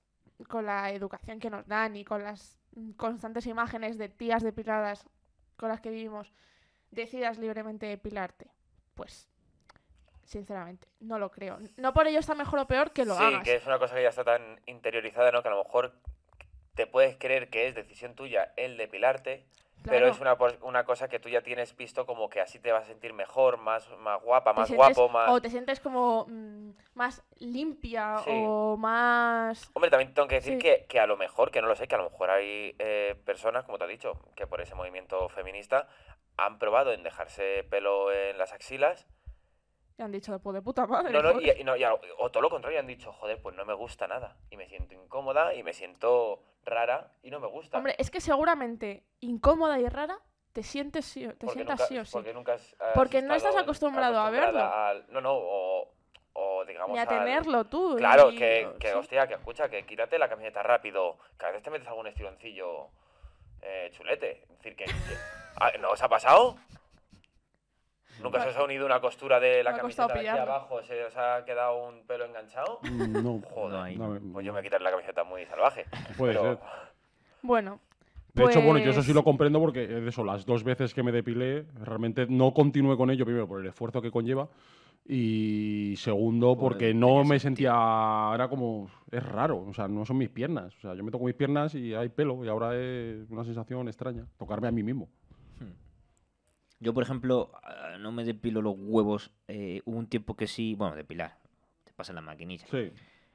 S2: con la educación que nos dan y con las mm, constantes imágenes de tías depiladas con las que vivimos, decidas libremente depilarte? Pues, sinceramente, no lo creo. No por ello está mejor o peor que lo
S5: sí,
S2: hagas.
S5: que es una cosa que ya está tan interiorizada, ¿no? Que a lo mejor te puedes creer que es decisión tuya el depilarte, pero
S2: Claro.
S5: es una, pos- una cosa que tú ya tienes visto como que así te vas a sentir mejor, más, más guapa,
S2: Te
S5: más
S2: sientes-
S5: guapo, más...
S2: O te sientes como mm, más limpia
S5: Sí.
S2: o más...
S5: Hombre, también tengo que decir
S2: Sí.
S5: que, que a lo mejor, que no lo sé, que a lo mejor hay eh, personas, como te he dicho, que por ese movimiento feminista han probado en dejarse pelo en las axilas.
S2: Te han dicho, pues de puta madre.
S5: No, no,
S2: joder.
S5: y, y no, y a lo- o todo lo contrario, han dicho, joder, pues no me gusta nada. Y me siento incómoda y me siento rara y no me gusta.
S2: Hombre, es que seguramente incómoda y rara te sientes sí o- te
S5: Porque
S2: sientas
S5: nunca-
S2: sí o sí.
S5: Porque, nunca has- has
S2: Porque no
S5: estado
S2: estás acostumbrado a verlo.
S5: acostumbrada al- no, no, o, o digamos.
S2: Ni a
S5: al-
S2: tenerlo tú. ¿eh?
S5: Claro,
S2: y-
S5: que,
S2: o-
S5: que
S2: sí.
S5: hostia, que escucha, que quírate la camiseta rápido, que a veces te metes algún estironcillo eh, chulete. Es decir, que. que- Ah, ¿No os ha pasado? ¿Nunca se os ha unido una costura de la
S2: Me ha
S5: camiseta
S2: costado
S5: de aquí
S2: pillarlo.
S5: abajo? ¿Se os ha quedado un pelo enganchado?
S3: Mm, No,
S5: Joder.
S4: hay.
S3: no, no,
S5: Pues yo me quitaré la camiseta muy salvaje.
S3: puede
S5: pero-
S3: ser.
S2: Bueno,
S3: De hecho, bueno, yo eso
S2: Pues-
S3: sí lo comprendo porque es eso, las dos veces que me depilé, realmente no continué con ello, primero por el esfuerzo que conlleva y segundo
S4: Por el
S3: porque
S4: que
S3: no
S4: tenía
S3: me sentía, era como, es raro, o sea, no son mis piernas, o sea, yo me toco mis piernas y hay pelo y ahora es una sensación extraña, tocarme a mí mismo.
S4: Yo, por ejemplo, ah, no me depilo los huevos. eh, hubo un tiempo que sí, bueno, depilar. Te pasan las maquinillas.
S3: Sí,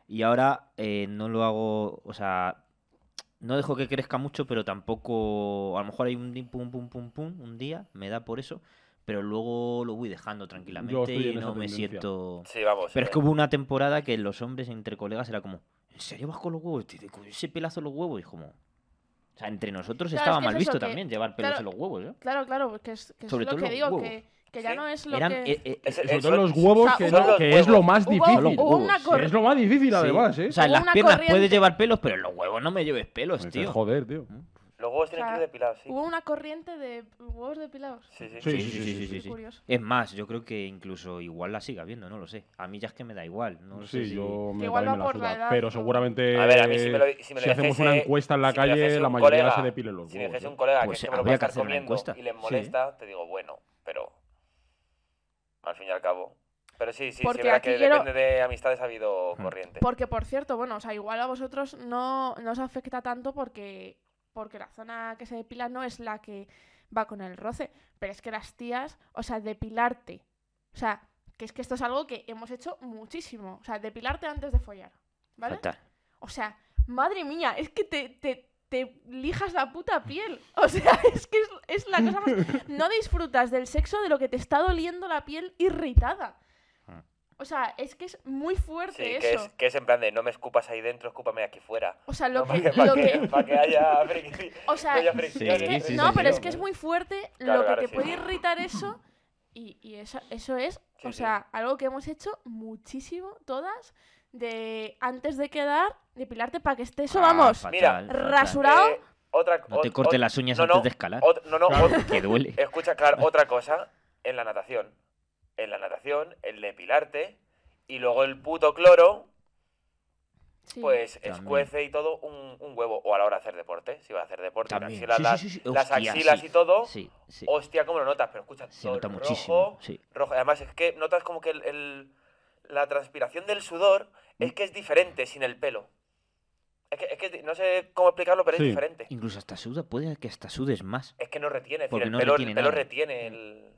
S4: Y ahora eh, no lo hago, o sea, no dejo que crezca mucho, pero tampoco, a lo mejor hay un di- pum pum pum pum un día, me da por eso, pero luego lo voy dejando tranquilamente
S3: estoy
S4: y
S3: en esa
S4: no me
S3: tendencia.
S4: siento...
S5: Sí, vamos.
S4: Pero es
S5: eh,
S4: que hubo una temporada que los hombres entre colegas era como, ¿en serio vas con los huevos? Tío, con ese pelazo en los huevos, y es como... O sea, entre nosotros
S2: Claro,
S4: estaba
S2: es que
S4: mal
S2: es eso,
S4: visto
S2: que-
S4: también llevar pelos
S2: claro.
S4: en los huevos, ¿eh?
S2: claro, claro, pues que es, que es
S4: Sobre
S2: lo
S4: todo
S2: que
S4: los
S2: digo,
S4: huevos.
S2: que, que ya
S5: Sí.
S2: no es lo
S4: Eran,
S2: que...
S4: eh, eh,
S5: Es-
S4: eh,
S3: sobre
S5: eh,
S3: todo
S5: son-
S3: los huevos,
S2: o sea,
S3: que,
S2: hubo-
S5: son los
S3: que es lo
S5: huevos.
S3: más
S2: Hubo-
S3: difícil.
S2: hubo una
S3: Que
S2: corri-
S3: es lo más difícil
S4: sí.
S3: además, ¿eh?
S4: O sea, en
S2: Hubo
S4: las
S2: una
S4: piernas
S2: corriente-
S4: puedes llevar pelos, pero en los huevos no me lleves pelos,
S3: Me dices,
S4: tío.
S3: Joder, tío.
S5: Los huevos tienen
S2: O sea,
S5: que ir depilados, sí.
S2: Hubo una corriente de huevos depilados.
S5: Sí, sí.
S3: Sí.
S2: sí, sí. Curioso.
S4: Es más, yo creo que incluso igual la siga viendo, no lo sé. A mí ya es que me da igual. No lo
S3: sí,
S4: sé si-
S3: yo me,
S2: Igual
S3: también
S2: va
S3: me la
S2: por la
S3: suda,
S2: edad,
S3: Pero
S2: ¿no?
S3: seguramente.
S5: A ver, a mí si me lo- si me lo
S3: hacemos
S5: dijese-
S3: una encuesta en la
S5: si me lo
S3: calle,
S5: dijese
S3: la
S5: un
S3: mayoría
S5: colega-
S3: se depile los
S5: Si me
S3: huevos.
S5: dijese
S3: ¿eh?
S5: un colega
S4: Pues
S5: que es que me lo voy
S4: habría
S5: a
S4: que
S5: estar
S4: hacer una
S5: comiendo
S4: encuesta.
S5: y les
S3: Sí.
S5: molesta, te digo, bueno, pero al fin y al cabo. Pero sí, sí, sí, es
S2: Porque
S5: verdad
S2: aquí
S5: que
S2: quiero-
S5: depende de amistades ha habido
S4: Mm.
S5: corriente.
S2: Porque, por cierto, bueno, o sea, igual a vosotros no, no os afecta tanto porque, porque la zona que se depila no es la que va con el roce. Pero es que las tías, o sea, depilarte. O sea, que es que esto es algo que hemos hecho muchísimo. O sea, depilarte antes de follar. ¿Vale?
S4: Fatal.
S2: O sea, madre mía, es que te, te, te lijas la puta piel. O sea, es que es, es la cosa más... No disfrutas del sexo de lo que te está doliendo la piel irritada. O sea, es que es muy fuerte
S5: Sí,
S2: eso.
S5: que es, que es en plan de no me escupas ahí dentro, escúpame aquí fuera.
S2: O sea, lo
S5: No,
S2: que...
S5: para,
S2: lo
S5: que,
S2: que-
S5: para que haya friki-
S2: O sea,
S5: no haya
S2: es que-
S5: fricciones.
S2: es que-
S4: sí,
S2: no,
S4: sí,
S2: pero
S4: sí.
S2: es que es muy fuerte
S5: Claro,
S2: lo que
S5: claro,
S2: te
S5: sí.
S2: puede irritar eso. Y, y eso, eso es,
S5: Sí,
S2: o
S5: sí.
S2: sea, algo que hemos hecho muchísimo todas de antes de quedar, depilarte para que esté eso,
S4: Ah,
S2: vamos,
S4: fatal,
S5: Mira,
S4: fatal.
S2: rasurado.
S5: Eh, otra,
S4: No te
S5: ot-
S4: cortes
S5: ot-
S4: las uñas
S5: no,
S4: antes
S5: no,
S4: de escalar.
S5: ot- no, no, ot-
S4: Que duele.
S5: Escucha, claro, otra cosa, en la natación. En la natación, el depilarte y luego el puto cloro,
S2: sí.
S5: pues
S4: También.
S5: escuece y todo un, un huevo. O a la hora de hacer deporte, si vas a hacer deporte, las
S4: También.
S5: axilas,
S4: Sí,
S5: las,
S4: sí, sí, sí.
S5: las
S4: Hostia,
S5: axilas
S4: sí.
S5: y todo.
S4: Sí, sí.
S5: Hostia, cómo lo notas, pero escucha,
S4: Se
S5: todo
S4: nota
S5: rojo,
S4: muchísimo. Sí.
S5: rojo. Además, es que notas como que el- el- la transpiración del sudor
S4: Mm.
S5: es que es diferente sin el pelo. Es que, es que no sé cómo explicarlo, pero
S3: Sí.
S5: es diferente.
S4: Incluso hasta suda, puede que hasta sudes más.
S5: Es que no retiene, es decir,
S4: Porque
S5: el
S4: no
S5: pelo,
S4: retiene
S5: el pelo
S4: nada.
S5: retiene el,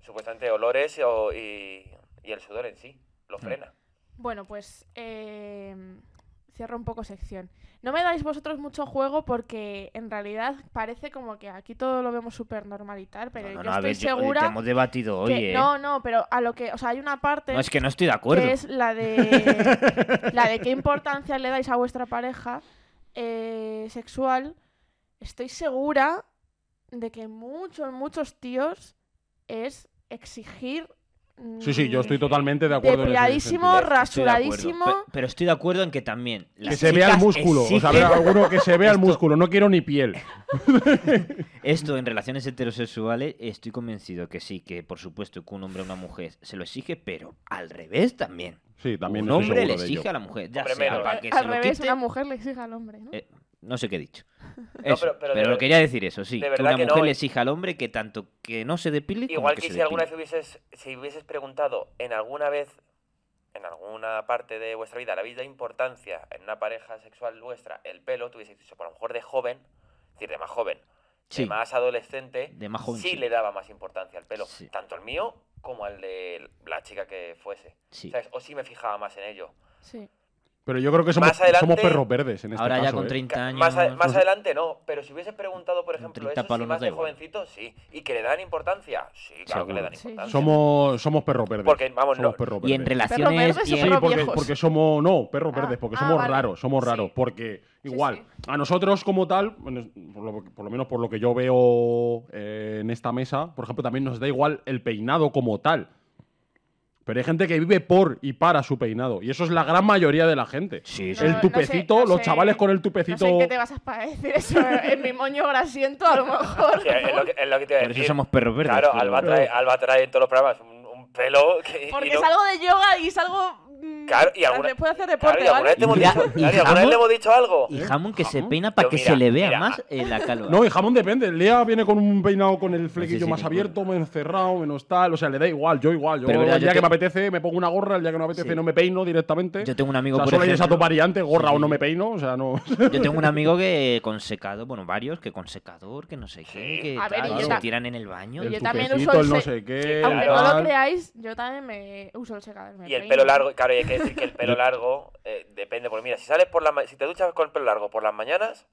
S5: supuestamente olores o- y, y el sudor en sí,
S4: Mm.
S5: lo frena.
S2: Bueno, pues eh, cierro un poco sección. No me dais vosotros mucho juego porque en realidad parece como que aquí todo lo vemos súper normal y tal, pero
S4: No, no,
S2: yo
S4: no, a
S2: estoy
S4: ver, yo- oye,
S2: segura
S4: te hemos debatido hoy,
S2: que
S4: ¿eh?
S2: no, no, pero a lo que, o sea, hay una parte
S4: No, es que no estoy de acuerdo.
S2: que es la de la de qué importancia le dais a vuestra pareja eh, sexual. Estoy segura de que muchos, muchos tíos es exigir.
S3: Sí, sí, yo estoy
S2: mm,
S3: totalmente de acuerdo. en ese
S2: Depiladísimo,
S3: sentido.
S4: Estoy de
S2: rasuradísimo.
S4: acuerdo. Pe- Pero estoy de acuerdo en que también.
S3: Que
S4: las
S3: se vea el
S4: chicas
S3: músculo. O sea,
S4: exigen-
S3: a ver, alguno que se vea el
S4: Esto-
S3: músculo. No quiero ni piel.
S4: Esto en relaciones heterosexuales estoy convencido que sí, que por supuesto que un hombre a una mujer se lo exige, pero al revés también.
S3: Sí, también
S4: un
S3: estoy
S4: hombre
S3: seguro
S4: le
S3: de ello.
S4: exige a la mujer, ya
S5: Hombre,
S4: sea
S5: menos. ¿eh?
S4: para que
S2: Al
S4: se lo
S2: revés,
S4: quite-
S2: una mujer le exige al hombre, ¿no?
S4: Eh, no sé qué he dicho. Eso,
S5: pero-
S4: pero,
S5: pero de ver-
S4: quería decir eso, sí.
S5: de
S4: Que
S5: verdad
S4: una
S5: que
S4: mujer
S5: no,
S4: le
S5: eh.
S4: exija al hombre que tanto que no se depile como
S5: Igual
S4: que
S5: que
S4: se
S5: si alguna vez
S4: depile.
S5: hubieses, si hubieses preguntado en alguna vez, en alguna parte de vuestra vida, la vida importancia en una pareja sexual vuestra, el pelo, te hubieses dicho, por lo mejor de joven, es decir, de más joven, de
S4: Sí.
S5: más adolescente,
S4: De más joven,
S5: sí,
S4: sí.
S5: le daba más importancia al pelo,
S4: Sí.
S5: tanto el mío como al de la chica que fuese.
S4: Sí.
S5: ¿sabes? O sí me fijaba más en ello.
S2: Sí.
S3: Pero yo creo que somos,
S5: Más adelante-
S3: somos perros verdes en este
S4: Ahora ya
S3: caso,
S4: con
S3: ¿eh?
S4: 30
S5: Ca-
S4: años.
S5: Más, a- más
S4: pues,
S5: adelante no, pero si hubiese preguntado, por ejemplo,
S4: 30
S5: eso, si
S4: palos nos
S5: más
S4: da
S5: de
S4: igual.
S5: jovencito, sí. ¿Y que le dan importancia? Sí, claro que le dan
S2: Seguro. Sí.
S5: importancia.
S3: Somos, somos perros verdes.
S5: Porque, vamos,
S3: somos
S5: no-
S3: perros
S4: Y en
S3: verdes.
S4: relaciones.
S2: verdes
S4: y
S2: o
S4: en-
S3: Sí,
S2: Perros
S3: porque,
S2: viejos.
S3: porque somos. No, perros
S2: Ah,
S3: verdes, porque
S2: ah,
S3: somos
S2: vale.
S3: raros, somos
S2: Sí.
S3: raros. Porque
S2: Sí,
S3: igual,
S2: sí.
S3: a nosotros como tal, bueno, por lo, por lo menos por lo que yo veo eh, en esta mesa, por ejemplo, también nos da igual el peinado como tal. Pero hay gente que vive por y para su peinado. Y eso es la gran mayoría de la gente.
S4: Sí, sí.
S3: el tupecito,
S2: no sé- no
S3: los
S2: sé-
S3: chavales con el
S2: No
S3: tupecito.
S2: sé en qué te vas a decir eso eh, en mi moño grasiento, a lo mejor.
S5: Sí, es, lo que, es lo que te iba a
S4: Por eso
S5: decir.
S4: somos perros verdes.
S5: Claro,
S4: pero-
S5: Alba trae, Alba trae en todos los programas un, un pelo que. y
S2: Porque
S5: no-
S2: salgo de yoga y salgo. mm,
S5: Claro, y alguna-
S2: Puedo hacer
S5: claro,
S2: deporte,
S5: y alguna
S2: ¿vale?
S5: vez te hemos
S4: Y ya-
S5: dicho-
S4: y
S5: claro, y alguna vez
S4: jamón-
S5: le hemos dicho algo.
S4: Y jamón que se
S3: Jamón.
S4: peina para
S5: Yo,
S4: que
S5: mira,
S4: se le vea
S5: mira,
S4: más eh, la calva.
S3: No, y jamón depende. Lea viene con un peinado con el flequillo
S4: si
S3: más
S4: me
S3: abierto, menos cerrado, menos tal. O sea, le da igual, yo igual. Yo
S4: Pero, ¿verdad?
S3: el
S4: Yo
S3: día que
S4: te-
S3: me apetece me pongo una gorra, el día que no me apetece
S4: Sí.
S3: no me peino directamente.
S4: Yo tengo un amigo,
S3: O sea,
S4: por
S3: solo hay esas
S4: ejemplo-
S3: dos variantes, gorra
S4: Sí.
S3: o no me peino. O sea, no.
S4: Yo tengo un amigo que con secado, bueno, varios, que con secador, que no sé qué,
S5: Sí.
S4: que
S2: A ver,
S4: tal,
S2: y
S4: y
S2: yo
S4: se
S2: ta-
S4: tiran en el baño.
S2: Y
S3: El
S2: yo también
S3: tupecito,
S2: uso el
S3: el no
S2: se-
S3: sé qué.
S2: Aunque
S5: Claro.
S2: no lo
S3: tal.
S2: creáis, yo también me uso el secador. me
S5: Y el
S2: peino.
S5: pelo largo, claro, y hay que decir que el pelo largo eh, depende. Porque mira, si sales por la ma- si te duchas con el pelo largo por las mañanas,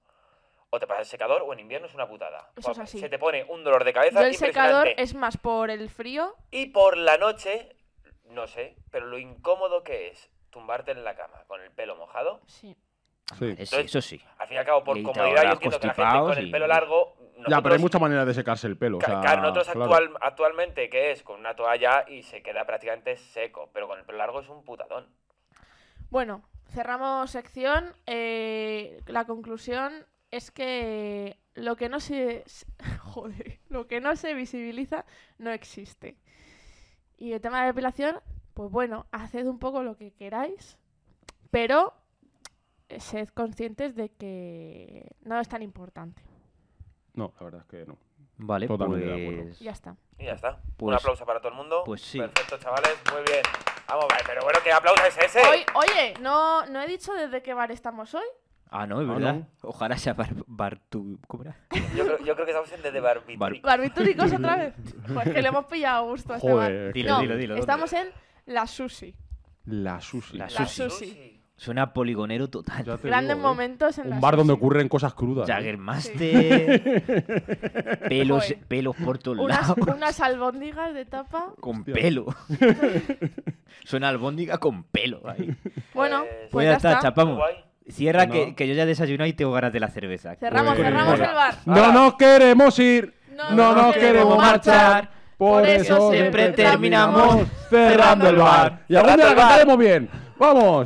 S5: o te pasas el secador, o en invierno es una putada.
S2: Eso es
S5: Porque
S2: así.
S5: Se te pone un dolor de cabeza.
S2: Yo el secador
S5: impresionante.
S2: es más por el frío.
S5: Y por la noche, no sé, pero lo incómodo que es tumbarte en la cama con el pelo mojado.
S2: Sí.
S3: Sí.
S4: Eh, sí, eso sí.
S5: Al fin y al cabo, por
S4: Y te
S5: comodidad, yo
S4: ahorras
S5: entiendo que la gente con
S4: constipados
S5: el
S4: y-
S5: pelo largo.
S3: Ya, pero hay
S5: nosotros-
S3: muchas maneras de secarse el pelo. o sea,
S5: Ca- claro, nosotros
S3: claro.
S5: actual- actualmente que es con una toalla y se queda prácticamente seco, pero con el pelo largo es un putadón.
S2: Bueno, cerramos sección. Eh, la conclusión es que Lo que no se. Joder. Lo que no se visibiliza no existe. Y el tema de la depilación, pues bueno, haced un poco lo que queráis, pero eh, sed conscientes de que no es tan importante.
S3: No, la verdad es que no.
S4: Vale,
S3: Totalmente de acuerdo.
S4: pues...
S2: Ya está.
S5: Y ya está. Un
S4: Pues-
S5: aplauso para todo el mundo.
S4: pues sí.
S5: Perfecto, chavales. Muy bien. Vamos, vale, pero bueno, ¿qué aplauso es ese?
S2: Hoy- oye, no, no he dicho desde qué bar estamos hoy.
S4: Ah, no, es
S3: Ah,
S4: verdad.
S3: no.
S4: Ojalá sea bar, bar tu... ¿Cómo era?
S5: Yo, creo, yo creo que estamos en desde Barbitri.
S2: Barbitúricos otra vez. Pues que le hemos pillado a gusto a este bar.
S3: Joder,
S4: Dilo,
S2: No,
S4: dilo, dilo. ¿dónde?
S2: Estamos en La Susi.
S3: la sushi.
S4: La
S2: La
S4: sushi.
S2: Susi.
S4: Suena poligonero total.
S3: Ya te
S2: Grandes
S3: digo, ¿eh?
S2: momentos en La
S3: Un bar donde
S2: Sushi.
S3: ocurren cosas crudas. ¿eh?
S4: Jaggermaster. pelos,
S2: Joder.
S4: pelos por todos
S2: Unas,
S4: lados.
S2: unas albóndigas de tapa.
S4: Con
S3: Hostia.
S4: pelo. Suena albóndiga con pelo. Ahí.
S2: Bueno,
S5: Pues-
S2: pues
S4: ya
S2: ya
S4: está,
S2: está.
S4: chapamos.
S5: Guay.
S4: Cierra
S3: Pues No.
S4: que, que yo ya he desayunado y tengo ganas de la cerveza.
S2: Cerramos,
S3: Pues-
S2: cerramos el
S4: Venga.
S2: bar.
S3: No nos queremos ir, no, nos queremos marchar. Por eso siempre terminamos cerrando el bar. Y algún día la cantaremos bien. ¡Vamos!